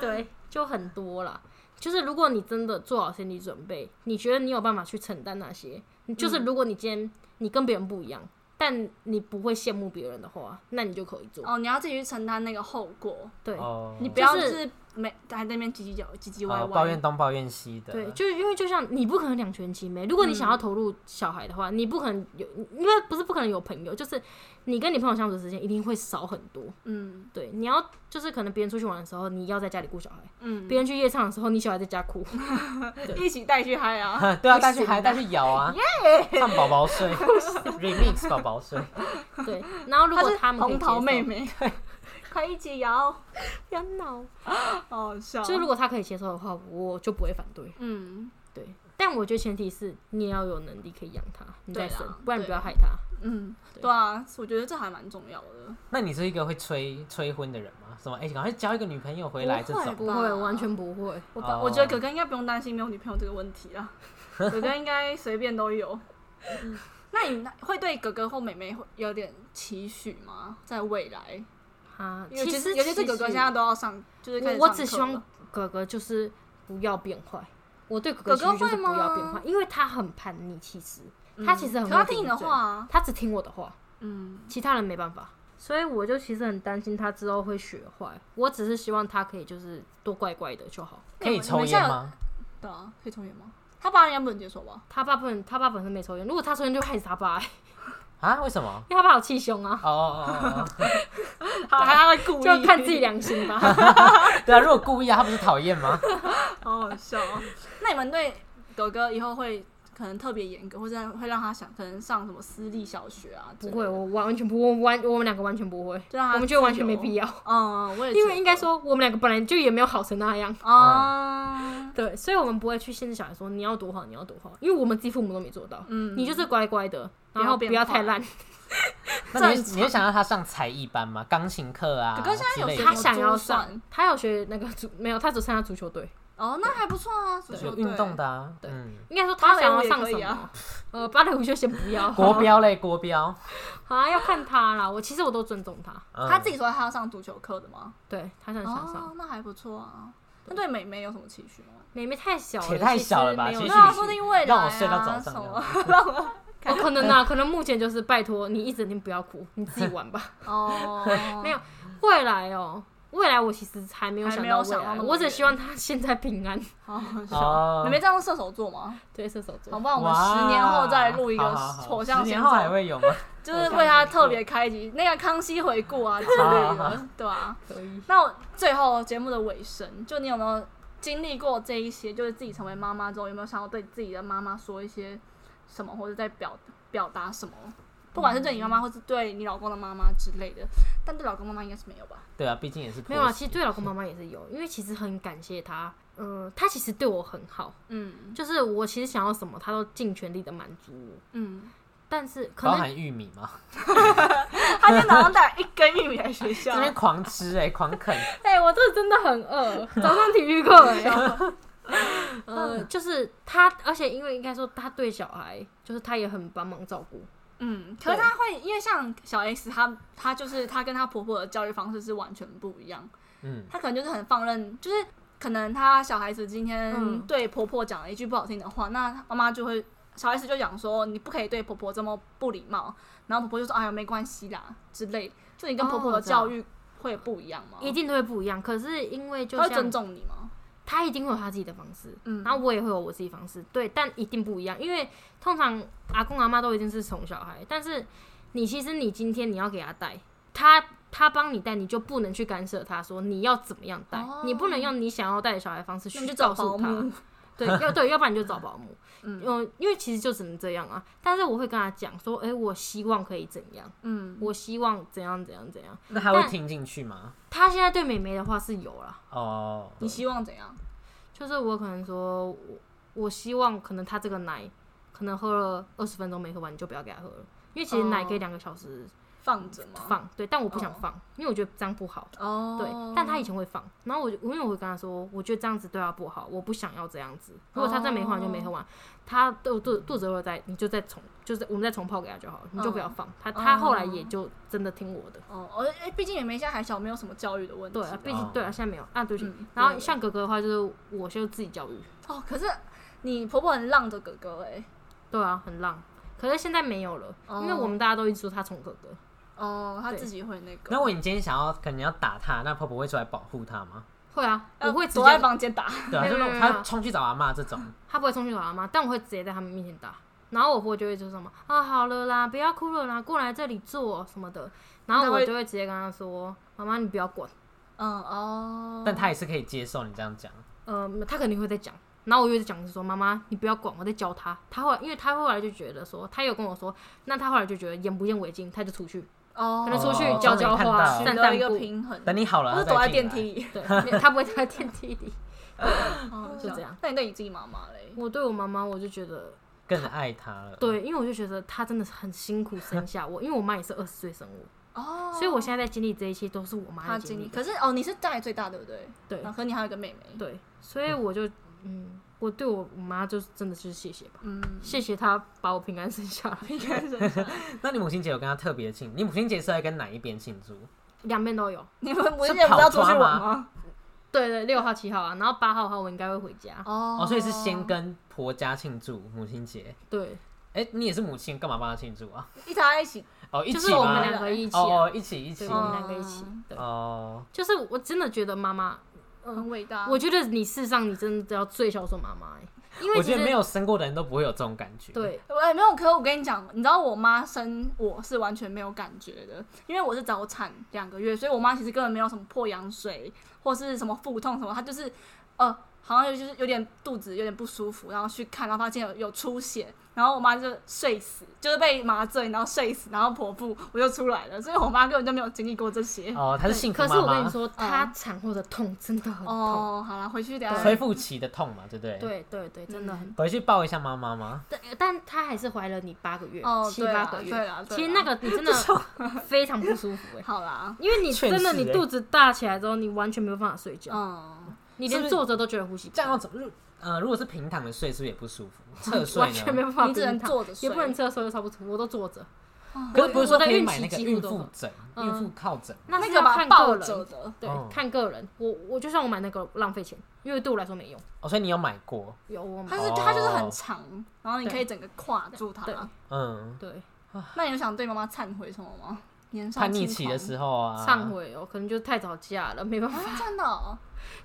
S3: 对，就很多啦。就是如果你真的做好心理准备，你觉得你有办法去承担那些，就是如果你今天你跟别人不一样，但你不会羡慕别人的话，那你就可以做。
S1: 哦，你要自己去承担那个后果，
S3: 对，
S2: 哦，
S3: 你
S1: 不要
S3: 就啊
S1: 就是是没在那边唧唧叫、唧唧歪
S2: 哦抱
S1: 歪
S2: 怨。东抱怨西的，
S3: 对，就是因为就像你不可能两全其美。如果你想要投入小孩的话，你不可能有，因为不是不可能有朋友，就是你跟你朋友相处的时间一定会少很多。
S1: 嗯
S3: 对，你要就是可能别人出去玩的时候，你要在家里顾小孩；
S1: 嗯，
S3: 别人去夜唱的时候，你小孩在家哭。
S1: 一起带去嗨啊。
S2: 对啊，
S3: 不
S2: 带去
S3: 行
S2: 还
S3: 的
S2: 带去 咬啊，唱宝宝睡
S1: 啊
S2: ，remix 宝宝睡，
S3: 对，然 后如
S1: 她
S3: 果
S1: 是
S3: 他们可以
S1: 红桃
S3: 接受
S1: 妹，妹， 快一起摇，
S3: 不要闹。
S1: 好好笑。啊
S3: 就是如果他可以接受的话，我就不会反对。
S1: 嗯
S3: 对，但我觉得前提是你也要有能力可以养他，你再
S1: 对啦
S3: 生，不然你不
S1: 对
S3: 要害他。
S1: 嗯，
S3: 对
S1: 对啊，我觉得这还蛮重要的。
S2: 那你是一个会催催婚的人吗？什么？哎，赶快交一个女朋友回来这
S1: 不会
S2: 种
S1: 吧
S3: 不会，完全不会。
S1: 我爸我觉得哥哥应该不用担心没有女朋友这个问题 啊，哥哥应该随便都有。
S3: 嗯
S1: 那你会对哥哥或妹妹会有点期许吗？在未来，
S3: 啊，
S1: 尤其
S3: 其
S1: 是
S3: 实
S1: 尤其是哥哥
S3: 其实
S1: 现在都要上，就是开始
S3: 我我
S1: 上
S3: 只
S1: 课
S3: 希望
S1: 了
S3: 哥哥就是不要变坏。我对哥哥其
S1: 哥哥
S3: 实就是
S1: 会
S3: 不
S1: 吗嗯
S3: 要变坏，因为他很叛逆。其实他其实很
S1: 可他
S3: 会
S1: 听你
S3: 顶
S1: 的
S3: 嘴
S1: 话啊，
S3: 他只听我的话，
S1: 嗯
S3: 其他人没办法。所以我就其实很担心他之后会学坏。我只是希望他可以就是多乖乖的就好。
S2: 可以
S1: 你
S2: 抽
S1: 们现在
S2: 烟
S1: 有
S2: 吗？
S1: 对啊，可以抽烟吗？他爸应该不能接受 吧？
S3: 他爸不能，他爸本身没抽烟，如果他抽烟就害死他爸、欸
S2: 啊？为 什么？
S3: 因为他爸有气胸啊，
S2: 哦哦哦哦哦，
S1: 好，他会故意，
S3: 就看自己，良心吧。
S2: 对啊，如果故意啊，他不是讨厌吗？
S1: 好好笑哦。那你们对哥哥以后会可能特别严格，或者会让他想可能上什么私立小学啊之
S3: 不
S1: 类的？
S3: 会，我完全不，我完我们两个完全不会，
S1: 就让他
S3: 我们觉得完
S1: 啊
S3: 全
S1: 自
S3: 没
S1: 由
S3: 必要。
S1: 嗯，我也
S3: 因
S1: 觉
S3: 为应该
S1: 得
S3: 说我们两个本来就也没有好成那样。
S2: 嗯
S1: 啊，
S3: 对，所以我们不会去限制小孩说你要多好，你要多好，因为我们自己父母都没做到。
S1: 嗯，
S3: 你就是乖乖的，
S1: 不要
S3: 然后不
S1: 变
S3: 要
S1: 坏
S3: 太烂。
S2: 那你
S1: 正
S2: 你会想让他上才艺班吗？钢琴课啊
S1: 哥哥现在
S2: 之
S1: 有
S2: 类
S1: 学
S2: 的
S3: 他
S1: 什么
S3: 想要
S1: 珠算
S3: 上，他要学那个足，没有，他只参加足球队。
S1: 哦，那还不错啊，足球
S2: 有
S1: 队
S2: 运动，的啊，
S3: 对
S2: 嗯，
S3: 应该说
S1: 芭
S3: 他
S1: 蕾
S3: 想
S1: 舞
S3: 要
S1: 也
S3: 上
S1: 可
S3: 什
S1: 以啊
S3: 么？呃，芭蕾舞就先不要。
S2: 国 标类国标，
S3: 啊，要看他啦。我其实我都尊重他，
S2: 嗯
S1: 他自己说他要上足球课的吗？
S3: 对他很想上
S1: 哦。，那还不错啊。那对美妹有什么期许吗？
S3: 妹妹太小了，
S2: 也太小了吧
S3: 其实
S2: 其
S3: 没
S2: 实
S3: 有
S1: 对
S2: 期
S1: 啊，
S2: 许
S1: 说不定未来
S2: 让我睡到早
S1: 啊什
S2: 上这样
S1: 么，让我
S3: 哦，可能啊，可能目前就是拜托你一整天不要哭，你自己玩 吧。
S1: 哦，
S3: 没有未来哦，未来我其实还没有
S1: 还
S3: 想
S1: 没
S3: 到
S1: 有
S3: 未
S1: 想到
S3: 来，
S1: 那么
S3: 我只
S1: 远
S3: 希望他现在平安。
S1: 好好笑。
S2: 哦
S1: 妹妹，这样是射手座吗？
S3: 对，射手座
S1: 好，。不然我们十年后再录一个
S2: 哇好好好
S1: 火象
S2: 十
S1: 星
S2: 年后还
S1: 座，
S2: 会有吗？
S1: 就是为他特别开集那个康熙回顾啊之
S2: 好好
S1: 类
S2: 好
S1: 的，对啊。
S3: 可以。
S1: 那我最后节目的尾声，就你有没有经历过这一些？就是自己成为妈妈之后，有没有想要对自己的妈妈说一些什么，或者在表表达什么？不管是对你妈妈，或是对你老公的妈妈之类的，但对老公妈妈应该是没有吧？
S2: 对啊，毕竟也是
S3: 没有啊，
S2: 婆媳
S3: 其实对老公妈妈也是有，因为其实很感谢她，嗯、她其实对我很好，
S1: 嗯
S3: 就是我其实想要什么，她都尽全力的满足我。
S1: 嗯，
S3: 但是可
S2: 包
S3: 能
S2: 含玉米嘛，
S1: 他今天早上带了一根玉米来学校
S2: 这，边狂吃哎，狂啃，
S3: 哎、我这真的很饿，早上体育课哎、呃，就是她，而且因为应该说她对小孩，就是她也很帮忙照顾。
S1: 嗯，可是
S3: 对
S1: 他会，因为像小 S，她她就是她跟她婆婆的教育方式是完全不一样，
S2: 嗯，
S1: 她可能就是很放任，就是可能她小孩子今天
S3: 嗯
S1: 对婆婆讲了一句不好听的话，那妈妈就会小 S 就讲说你不可以对婆婆这么不礼貌，然后婆婆就说哎呀没关系啦之类，就你跟婆婆
S3: 哦
S1: 的
S3: 我知道
S1: 教育会不一样吗？
S3: 一定都会不一样。可是因为就
S1: 哦她会
S3: 像
S1: 尊重你吗？
S3: 他一定会有他自己的方式，
S1: 嗯
S3: 然后我也会有我自己方式，对，但一定不一样，因为通常阿公阿妈都一定是宠小孩，但是你其实你今天你要给他带，他他帮你带，你就不能去干涉他说你要怎么样带，
S1: 哦
S3: 你不能用你想要带的小孩的方式
S1: 那你
S3: 去
S1: 就找
S3: 告诉
S1: 保
S3: 他，
S1: 姆，
S3: 对，要对，要不然你就找保姆，
S1: 嗯
S3: 嗯，因为其实就只能这样啊，但是我会跟他讲说，哎、我希望可以怎样，
S1: 嗯，
S3: 我希望怎样怎样怎样，
S2: 那他会
S3: 但
S2: 听进去吗？
S3: 他现在对妹妹的话是有啦。
S2: 哦，
S1: 你希望怎样？
S3: 就是我可能说，我我希望可能他这个奶可能喝了二十分钟没喝完，你就不要给他喝了，因为其实奶可以
S1: 哦
S3: 两个小时
S1: 放着吗？
S3: 放，对，但我不想
S1: 哦
S3: 放，因为我觉得这样不好。
S1: 哦，
S3: 对，但他以前会放，然后我就因为我会跟他说，我觉得这样子对他不好，我不想要这样子。如果他再没喝完就没喝完，
S1: 哦
S3: 他肚肚肚子饿了再你就再重，就是我们再重泡给他就好了，你就不要放。他他后来也就真的听我的，
S1: 哦，而哎，毕竟也没现在还小，没有什么教育的问题
S3: 对
S1: 啊。
S3: 啊，毕竟对啊，现在没有啊，对不起
S1: 嗯。
S3: 然后
S1: 对
S3: 像哥哥的话，就是我就自己教育，
S1: 哦，可是你婆婆很让着哥哥哎，
S3: 对啊，很浪。可是现在没有了，
S1: 哦
S3: 因为我们大家都一直说他宠哥哥，
S1: 哦，她
S3: 对
S1: 自己会那个。
S2: 那如果你今天想要可能要打他，那婆婆会出来保护他吗？
S3: 会啊，我
S1: 要
S3: 会直
S1: 呃躲在
S3: 接，
S1: 房间打，
S2: 对啊，
S3: 没
S2: 就是
S3: 有没有没
S2: 他
S3: 有
S2: 冲去找阿妈这种，
S3: 他不会冲去找他妈，但我会直接在他们面前打。然后我婆就会说什么啊，好了啦，不要哭了啦，过来这里坐什么的。然后
S1: 那
S3: 我
S1: 会
S3: 就会直接跟他说，妈妈你不要管，
S1: 嗯哦，
S2: 但他也是可以接受你这样讲。
S3: 呃，他肯定会在讲。然后我又在讲说，妈妈你不要管，我在教他。他后来，因为他后来就觉得说，他有跟我说，那他后来就觉得眼不见为净，他就出去，
S1: 哦，
S3: 可能出去
S2: 哦
S3: 教教
S2: 终于看
S3: 话、
S2: 到
S3: 散
S1: 取
S3: 散
S1: 得一个
S3: 步，
S1: 平衡，
S2: 等你好了，
S1: 不
S2: 他
S3: 哦
S1: 是
S2: 再
S1: 躲在电
S2: 进来。
S1: 梯里，
S3: 对，没有他不会在电梯里。
S1: 哦
S3: 就这样。
S1: 那你对你自己妈妈嘞？
S3: 我对我妈妈，我就觉得
S2: 更爱他了。，
S3: 对，因为我就觉得她真的是很辛苦生下我，因为我妈也是二十岁生 我，
S1: 哦，
S3: 所以我现在在经历这一切都是我妈
S1: 她
S3: 在
S1: 经
S3: 历
S1: 历，
S3: 的。
S1: 可是哦，你是家里最大对不对？
S3: 对
S2: 嗯
S1: 然后可你还有一个妹妹，
S3: 对，所以我就嗯，我对我妈就是真的是谢谢吧，
S1: 嗯，
S3: 谢谢她把我平安生下 来，
S1: 应该是这样
S2: 那你母亲节有跟他特别庆？你母亲节是在跟哪一边庆祝？
S3: 两边都有。
S1: 你们母
S2: 是
S1: 亲节不是要出
S2: 跑
S1: 去
S2: 抓
S1: 玩
S2: 吗
S1: 吗？
S3: 对对，六号、七号啊，然后八号的话我应该会回家。
S1: 哦
S2: 哦，所以是先跟婆家庆祝母亲节。
S3: 对，
S2: 哎、你也是母亲，干嘛帮她庆祝啊？
S1: 一家一起
S2: 哦，一
S3: 就是
S2: 起
S3: 我们
S2: 吗？
S3: 两个一起、
S2: 哦
S3: 啊，
S2: 哦，一起一起
S3: 对，我们两个
S1: 哦
S3: 一起。对，
S2: 哦，
S3: 就是我真的觉得妈妈，
S1: 很伟嗯
S2: 啊
S1: 大。
S3: 我觉得你世上你真的要最孝顺妈妈、欸，因为
S2: 我
S3: 其
S2: 觉
S3: 实
S2: 得没有生过的人都不会有这种感觉。，
S3: 对
S1: 我哎没有，可是我跟你讲，你知道我妈生我是完全没有感觉的，因为我是早产两个月，所以我妈其实根本没有什么破羊水或是什么腹痛什么，她就是呃好像就是有点肚子有点不舒服，然后去看，然后发现有有出血，然后我妈就睡死，就是被麻醉然后睡死，然后剖腹我就出来了，所以我妈根本就没有经历过这些。
S2: 哦，她是幸福
S3: 哎可是
S2: 妈嗯
S3: 我跟你
S2: 妈，
S3: 说，她产后的痛真的很痛。
S1: 哦，好了，回去等一
S2: 恢
S1: 下。
S2: 复期的痛嘛，对不对？，
S3: 对对对，真的很。
S2: 回去抱一下妈妈吗？
S3: 但但她还是怀了你八个月，
S1: 哦
S3: 七
S1: 对
S3: 八
S1: 啦
S3: 个月。
S1: 对啦对
S3: 其实那
S1: 啦
S3: 个你真的 非常不舒服哎、
S1: 好啦，
S3: 因为你
S2: 确
S3: 真的
S2: 实
S3: 你
S2: 欸
S3: 肚子大起来之后，你完全没有办法睡觉，
S1: 嗯，
S3: 你
S2: 是不
S3: 连
S2: 是
S3: 坐着都觉得呼吸不
S2: 这样要
S3: 上，
S2: 怎么？呃，如果是平躺的睡，是不是也不舒 服？侧
S3: 完
S2: 睡啊
S3: 全没
S2: 呢？
S3: 办法
S1: 你只能
S3: 平躺
S1: 坐着睡哦
S3: 也不能侧睡，又差不多，我都坐着。
S2: 可是不是说
S3: 我的
S2: 可以
S3: 孕
S2: 买
S3: 期
S2: 那个
S3: 几乎
S2: 孕
S3: 都
S2: 妇
S3: 会
S2: 枕、
S3: 嗯
S2: 孕妇靠枕？
S3: 那
S1: 那
S3: 是
S1: 个
S3: 要
S1: 吧，
S3: 看
S1: 抱
S3: 个
S1: 着
S3: 人，
S1: 的，
S3: 对
S2: 哦，
S3: 看个人。我我就算我买那个浪费钱，因为对我来说没用。
S2: 哦，所以你有买过？
S3: 有我买
S1: 它是它就是很长，然后你可以整个跨住它。
S3: 对
S2: 嗯，
S3: 对
S1: 那你有想对妈妈忏悔什么吗？年少
S2: 叛逆期的
S1: 候，
S2: 时候啊，
S3: 忏悔哦，可能就太早嫁了，没办法。
S1: 啊，真的哦、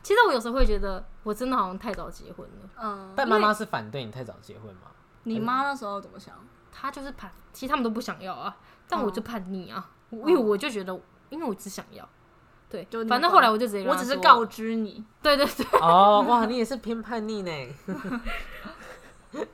S3: 其实我有时候会觉得，我真的好像太早结婚了。
S1: 嗯，
S2: 但妈妈是反对你太早结婚吗？
S1: 你妈那时候怎么想？
S3: 他就是叛，其实他们都不想要啊，但我就叛逆啊，因为我就觉得，因为我只想要，对
S1: 就，你
S3: 反正
S1: 管
S3: 后来我就直接跟
S1: 我
S3: 他
S1: 只是
S3: 说
S1: 告，知你，
S3: 对对对
S2: 哦，哇，你也是偏叛逆呢。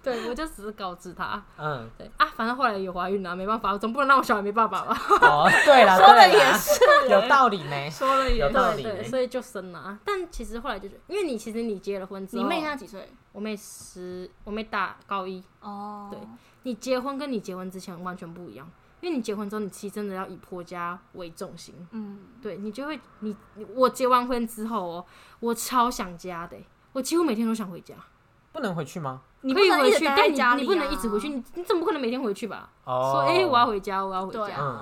S3: 对，我就只是告知他，
S2: 嗯，
S3: 对啊，反正后来有怀孕了、没办法，我总不能让我小孩没爸爸吧，
S2: 哦，对了，
S1: 说的
S2: 对啦
S1: 也是，
S2: 有道理呢。
S1: 说了也
S2: 有道理
S3: 对对，
S2: 呢
S3: 所以就生了、啊，但其实后来就觉得，因为你其实你结了婚之
S1: 你
S3: 后，
S1: 妹现在几岁？
S3: 我妹十，我妹大高一，
S1: 哦，
S3: 对你结婚跟你结婚之前完全不一样，因为你结婚之后，你其实真的要以婆家为重心，
S1: 嗯，
S3: 对你就会你你我结完婚之后哦，我超想家的欸、我几乎每天都想回家，
S2: 不能回去吗？
S1: 你
S3: 可以
S1: 能一
S3: 回
S1: 直
S3: 去，
S1: 待在
S3: 但
S1: 家
S3: 你
S1: 里啊
S3: 你不能一直回去，。你你总不可能每天回去吧？说
S2: 哦，
S3: 哎、我要回家，我要回
S1: 对
S3: 家，
S1: 啊，
S2: 嗯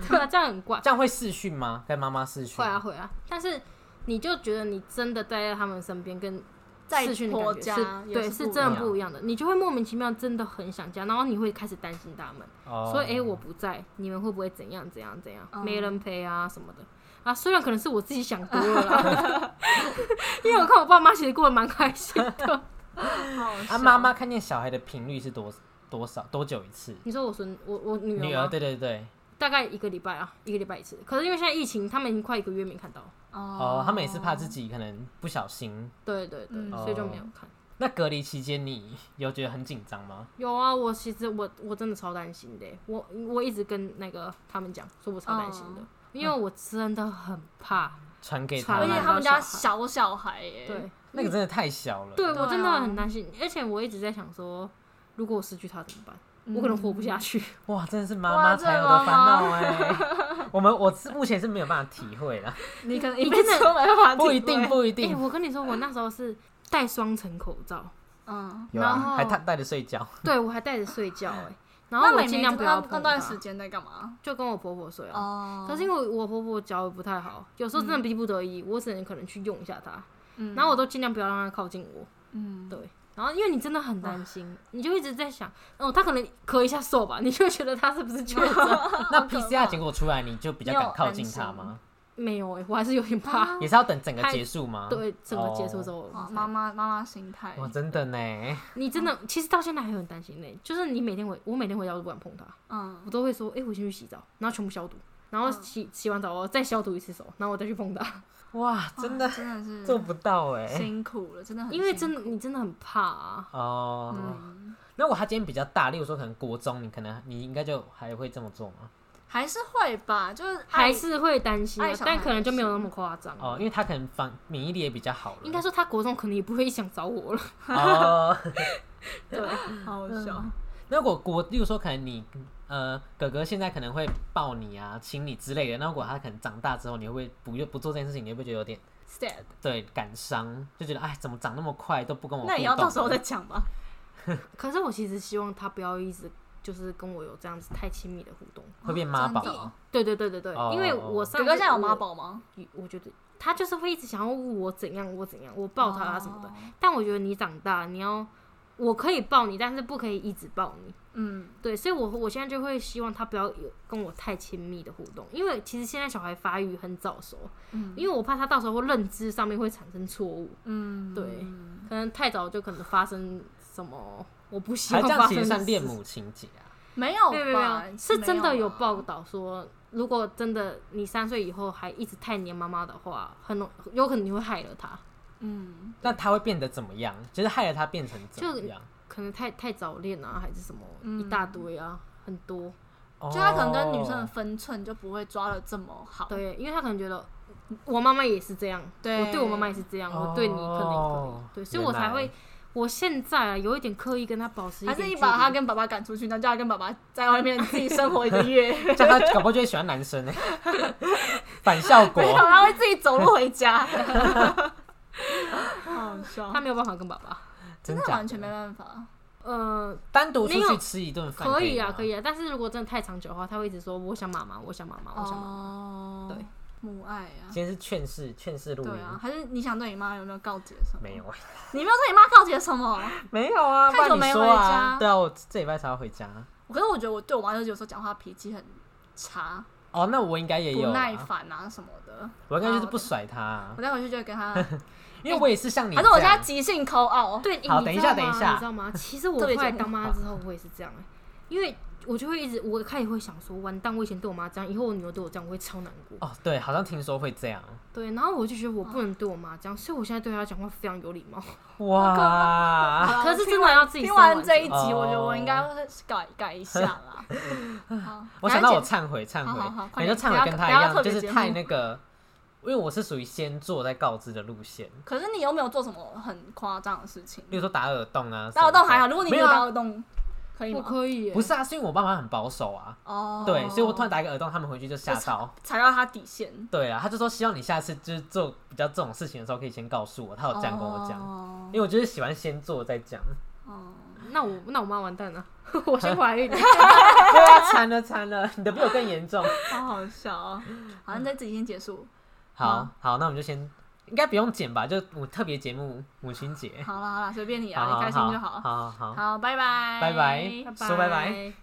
S3: 对 对啊，这样很怪。
S2: 这样会试训吗？跟妈妈试训？
S3: 会啊会啊，但是你就觉得你真的待在他们身边，跟
S1: 在
S3: 视讯的
S1: 婆
S3: 感觉
S1: 家
S3: 是对
S1: 也是
S3: 是
S1: 不
S3: 真的
S2: 一样
S3: 不一样的，你就会莫名其妙真的很想家，然后你会开始担心他们。
S2: 哦，
S3: 说哎、欸我不在，你们会不会怎样怎样怎样，
S1: 嗯
S3: 没人陪啊什么的。啊，虽然可能是我自己想多了啦， 因为我看我爸妈其实过得蛮开心 的。
S1: 好笑
S2: 啊，妈妈看见小孩的频率是多多少多久一次？
S3: 你说我孙，我我女儿吗
S2: 女儿，对对对，
S3: 大概一个礼拜啊，一个礼拜一次。可是因为现在疫情，他们已经快一个月没看到了，
S2: 哦，他们也是怕自己可能不小心。
S3: 对对对，
S1: 嗯
S3: 所以就没有看。
S2: 那隔离期间你有觉得很紧张吗？
S3: 有啊，我其实我我真的超担心的，我我一直跟那个他们讲，说我超担心的，
S1: 哦
S3: 因为我真的很怕。
S2: 传给他
S1: 而
S3: 传
S1: 且
S3: 给
S1: 他们家
S3: 小
S1: 小小孩耶，
S3: 对，
S2: 那个真的太小了。
S3: 对
S1: 对
S3: 我真的
S1: 啊
S3: 很担心，而且我一直在想说，如果我失去他怎么办？我可
S1: 嗯
S3: 能活不下去。
S2: 哇，真的是妈
S1: 哇
S2: 妈
S1: 这
S2: 才有的烦恼哎。 我们我是目前是没有办法体会 啦，
S1: 你可能
S3: 你
S1: 一辈
S3: 真的
S1: 子都没办法体会
S2: 不一定，不一
S3: 哎、
S2: 定。
S3: 我跟你说，我那时候是戴双层口罩，
S1: 嗯。
S2: 有
S3: 然
S2: 啊，
S3: 后
S2: 还带带着睡觉。
S3: 对我还戴着睡
S2: 嗯
S3: 觉、哎，
S1: 那
S3: 然后我
S1: 妹
S3: 尽
S1: 妹
S3: 量不
S1: 那
S3: 要
S1: 那
S3: 碰
S1: 段
S3: 它
S1: 时间在干嘛？
S3: 就跟我婆婆睡啊。
S1: 哦
S3: 可是因为我婆婆脚不太好，有时候真的逼不得已，我只能可能去用一下它。
S1: 嗯
S3: 然后我都尽量不要让它靠近我。
S1: 嗯，
S3: 对，然后因为你真的很担心，你就一直在想，哦，它可能咳一下嗽吧，你就会觉得它是不 是确诊？
S2: 那 PCR 结果出来，你就比较
S1: 你有
S2: 敢靠近
S1: 担心
S2: 他吗？
S3: 没有哎、我还是有点
S1: 啊
S3: 怕。
S2: 也是要等整个
S3: 还
S2: 结束吗？
S3: 对，整个结束之后，我
S1: 哦
S3: 才
S1: 妈妈妈妈心态，
S2: 哇，真的呢，
S3: 你真的其实到现在还很担心呢、就是你每天回我每天回家都不敢碰它，
S1: 嗯，
S3: 我都会说，哎、我先去洗澡，然后全部消毒，然后洗、洗完澡我再消毒一次手，然后我再去碰它，
S2: 哇，真的
S1: 哇真的
S3: 嗯
S1: 是
S2: 做不到哎。
S1: 辛苦了，真的很
S3: 因为
S1: 辛
S3: 真
S1: 苦
S3: 的你真的很怕啊。
S2: 哦，
S1: 嗯，
S2: 那我他今天比较大，例如说可能国中，你可能你应该就还会这么做吗？
S1: 还是会吧，就是
S3: 还
S1: 爱
S3: 是会担心、
S1: 爱
S3: 啊，
S1: 小孩
S3: 但可能就没有那么夸张
S1: 嗯
S3: 啊
S2: 哦，因为他可能防免疫力也比较好了。
S3: 应该说他国中可能也不会想找我了。
S2: 哦，
S3: 对，
S1: 好笑，
S3: 嗯
S2: 那如果国，例如说可能你呃哥哥现在可能会抱你啊、亲你之类的，那如果他可能长大之后，你会不会不不做这件事情，你会不会觉得有点
S1: sad，
S2: 对感伤，就觉得哎怎么长那么快都不跟我
S1: 那也
S2: 互
S1: 要
S2: 动
S1: 到时候再讲吧。
S3: 可是我其实希望他不要一直就是跟我有这样子太亲密的互动。
S2: 会变妈宝
S1: 真的
S3: 对对对对对，
S2: 哦
S3: 因为我
S1: 哥
S3: 上次
S1: 哥现在有
S3: 我
S1: 妈宝吗？
S3: 我觉得他就是会一直想要我怎样，我怎样，我抱他啊什么的。
S1: 哦
S3: 但我觉得你长大，你要我可以抱你，但是不可以一直抱你。
S1: 嗯，
S3: 对，所以我我现在就会希望他不要有跟我太亲密的互动，因为其实现在小孩发育很早熟，
S1: 嗯
S3: 因为我怕他到时候认知上面会产生错误，
S1: 嗯，
S3: 对可能太早就可能发生什么我不希
S2: 还
S3: 望
S2: 这
S3: 发
S2: 样其
S3: 生的
S2: 实
S3: 事。
S2: 算恋母情节 啊。
S1: 没有
S3: 没有没有
S1: 吧
S3: 没有，？哦是真的
S1: 没
S3: 有
S1: 吧
S3: 报道说，如果真的你三岁以后还一直太黏妈妈的话，很容有可能你会害了他，
S1: 嗯，
S2: 那他会变得怎么样？就是害了他变成怎么样？
S3: 可能太太早恋啊，还是什么、
S1: 嗯
S3: 一大堆啊，很多。
S2: 就
S3: 哦
S1: 就他可能跟女生的分寸就不会抓的这么好。
S3: 对，因为他可能觉得我妈妈也是这样，
S1: 对
S3: 我对我妈妈也是这样，我对你可能也可
S2: 哦
S3: 以，对，所以我才
S2: 原
S3: 会
S2: 来，
S3: 我现在啊有一点刻意跟他保持一
S1: 还
S3: 点
S1: 是
S3: 距
S1: 你
S3: 离
S1: 把他跟爸爸赶出去，那叫他跟爸爸在外面自己生活一个月，
S2: 这样他搞不好就会喜欢男生呢、 反效果
S1: 没。有，他会自己走路回家。好笑
S3: 他，没有办法跟爸爸，
S1: 真的
S2: 假
S1: 完全没办法。
S3: 呃，
S2: 单独出
S3: 没有
S2: 去吃一顿饭
S3: 可以啊，
S2: 吗
S3: 可以啊，但是如果真的太长久的话，他会一直说我想妈妈，我想妈妈，我想妈妈。
S1: 哦
S3: 对，
S1: 母爱啊，
S2: 今天是劝世劝世录
S1: 对
S2: 音，
S1: 啊，还是你想对你妈有没有告解什么？
S2: 没有，啊
S1: 你没有对你妈告解什么？
S2: 没有啊，
S1: 太
S2: 不然
S1: 久
S2: 你
S1: 没
S2: 说
S1: 回
S2: 啊
S1: 家
S2: 对啊，我这礼拜才要回家。
S1: 可是我觉得我对我妈就是有时候讲话脾气很差，
S2: 哦，那我应该也
S1: 不
S2: 有、
S1: 耐
S2: 啊，
S1: 烦啊什么的。
S2: 我应该就是
S1: 啊
S2: 不甩他、啊
S1: 我，待会去就会跟 她，
S2: 因为我也是像你这
S1: 还是
S2: 样。
S1: 我现在即兴抠傲。
S3: 对，欸
S2: 好
S3: 你
S2: 等一
S3: 知道
S2: 下等一
S3: 吗
S2: 下
S3: 你知道吗？其实我
S1: 特别
S3: 后来
S1: 节目
S3: 当妈之后，我也是这样、欸，因为我就会一直，我开始会想说，完蛋，我以前对我妈这样，以后我女儿对我这样，我会超难过。
S2: 哦，对，好像听说会这样。
S3: 对，然后我就觉得
S1: 哦
S3: 我不能对我妈这样，所以我现在对她讲话非常有礼貌。
S2: 哇，
S1: 好
S3: 可是
S1: 听
S3: 真的
S1: 完
S3: 要自己
S1: 听
S3: 生
S1: 完
S3: 完
S1: 这
S3: 之
S1: 一
S2: 后
S1: 集，我觉得我应该
S2: 哦
S1: 会改改一下 啦。好，
S2: 我想到我
S1: 赶紧
S2: 忏悔，忏
S1: 好好好
S2: 悔，
S1: 快
S2: 你就
S1: 点
S2: 忏
S1: 不要
S2: 悔跟他一
S1: 不要
S2: 样，
S1: 特
S2: 就
S1: 别
S2: 是
S1: 节目
S2: 太那个，因为我是属于先做再告知的路线，
S1: 可是你有没有做什么很夸张的事情？
S2: 例如说打耳洞啊，
S1: 打耳洞
S2: 什么的
S1: 还好，如果你
S2: 没
S1: 没
S2: 有
S1: 有
S2: 啊
S1: 打耳洞，可以
S3: 我
S1: 吗？
S3: 可以、欸，
S2: 不是啊，是因为我爸妈很保守啊，
S1: 哦，
S2: 对，所以我突然打一个耳洞，他们回去就吓到。
S1: 踩到他底线。
S2: 对啊，他就说希望你下次就是做比较这种事情的时候，可以先告诉我，他有哦这样跟我讲，
S1: 讲
S2: 因，为我就是喜欢先做再 讲。
S1: 哦，
S3: 啊那我那我妈完蛋了， 我先怀孕。
S2: 对啊，惨了惨了，你的比我更严重。
S1: 好好笑哦！好像这集已经结束，
S2: 好
S1: 嗯
S2: 好，那我们就先应该不用剪吧，就母特别节目母亲节，
S1: 好啦好啦，随便你
S2: 好
S1: 啊，你开心就
S2: 好
S1: 好。
S2: 好好好，
S1: 好，拜拜，
S2: 拜拜说拜拜。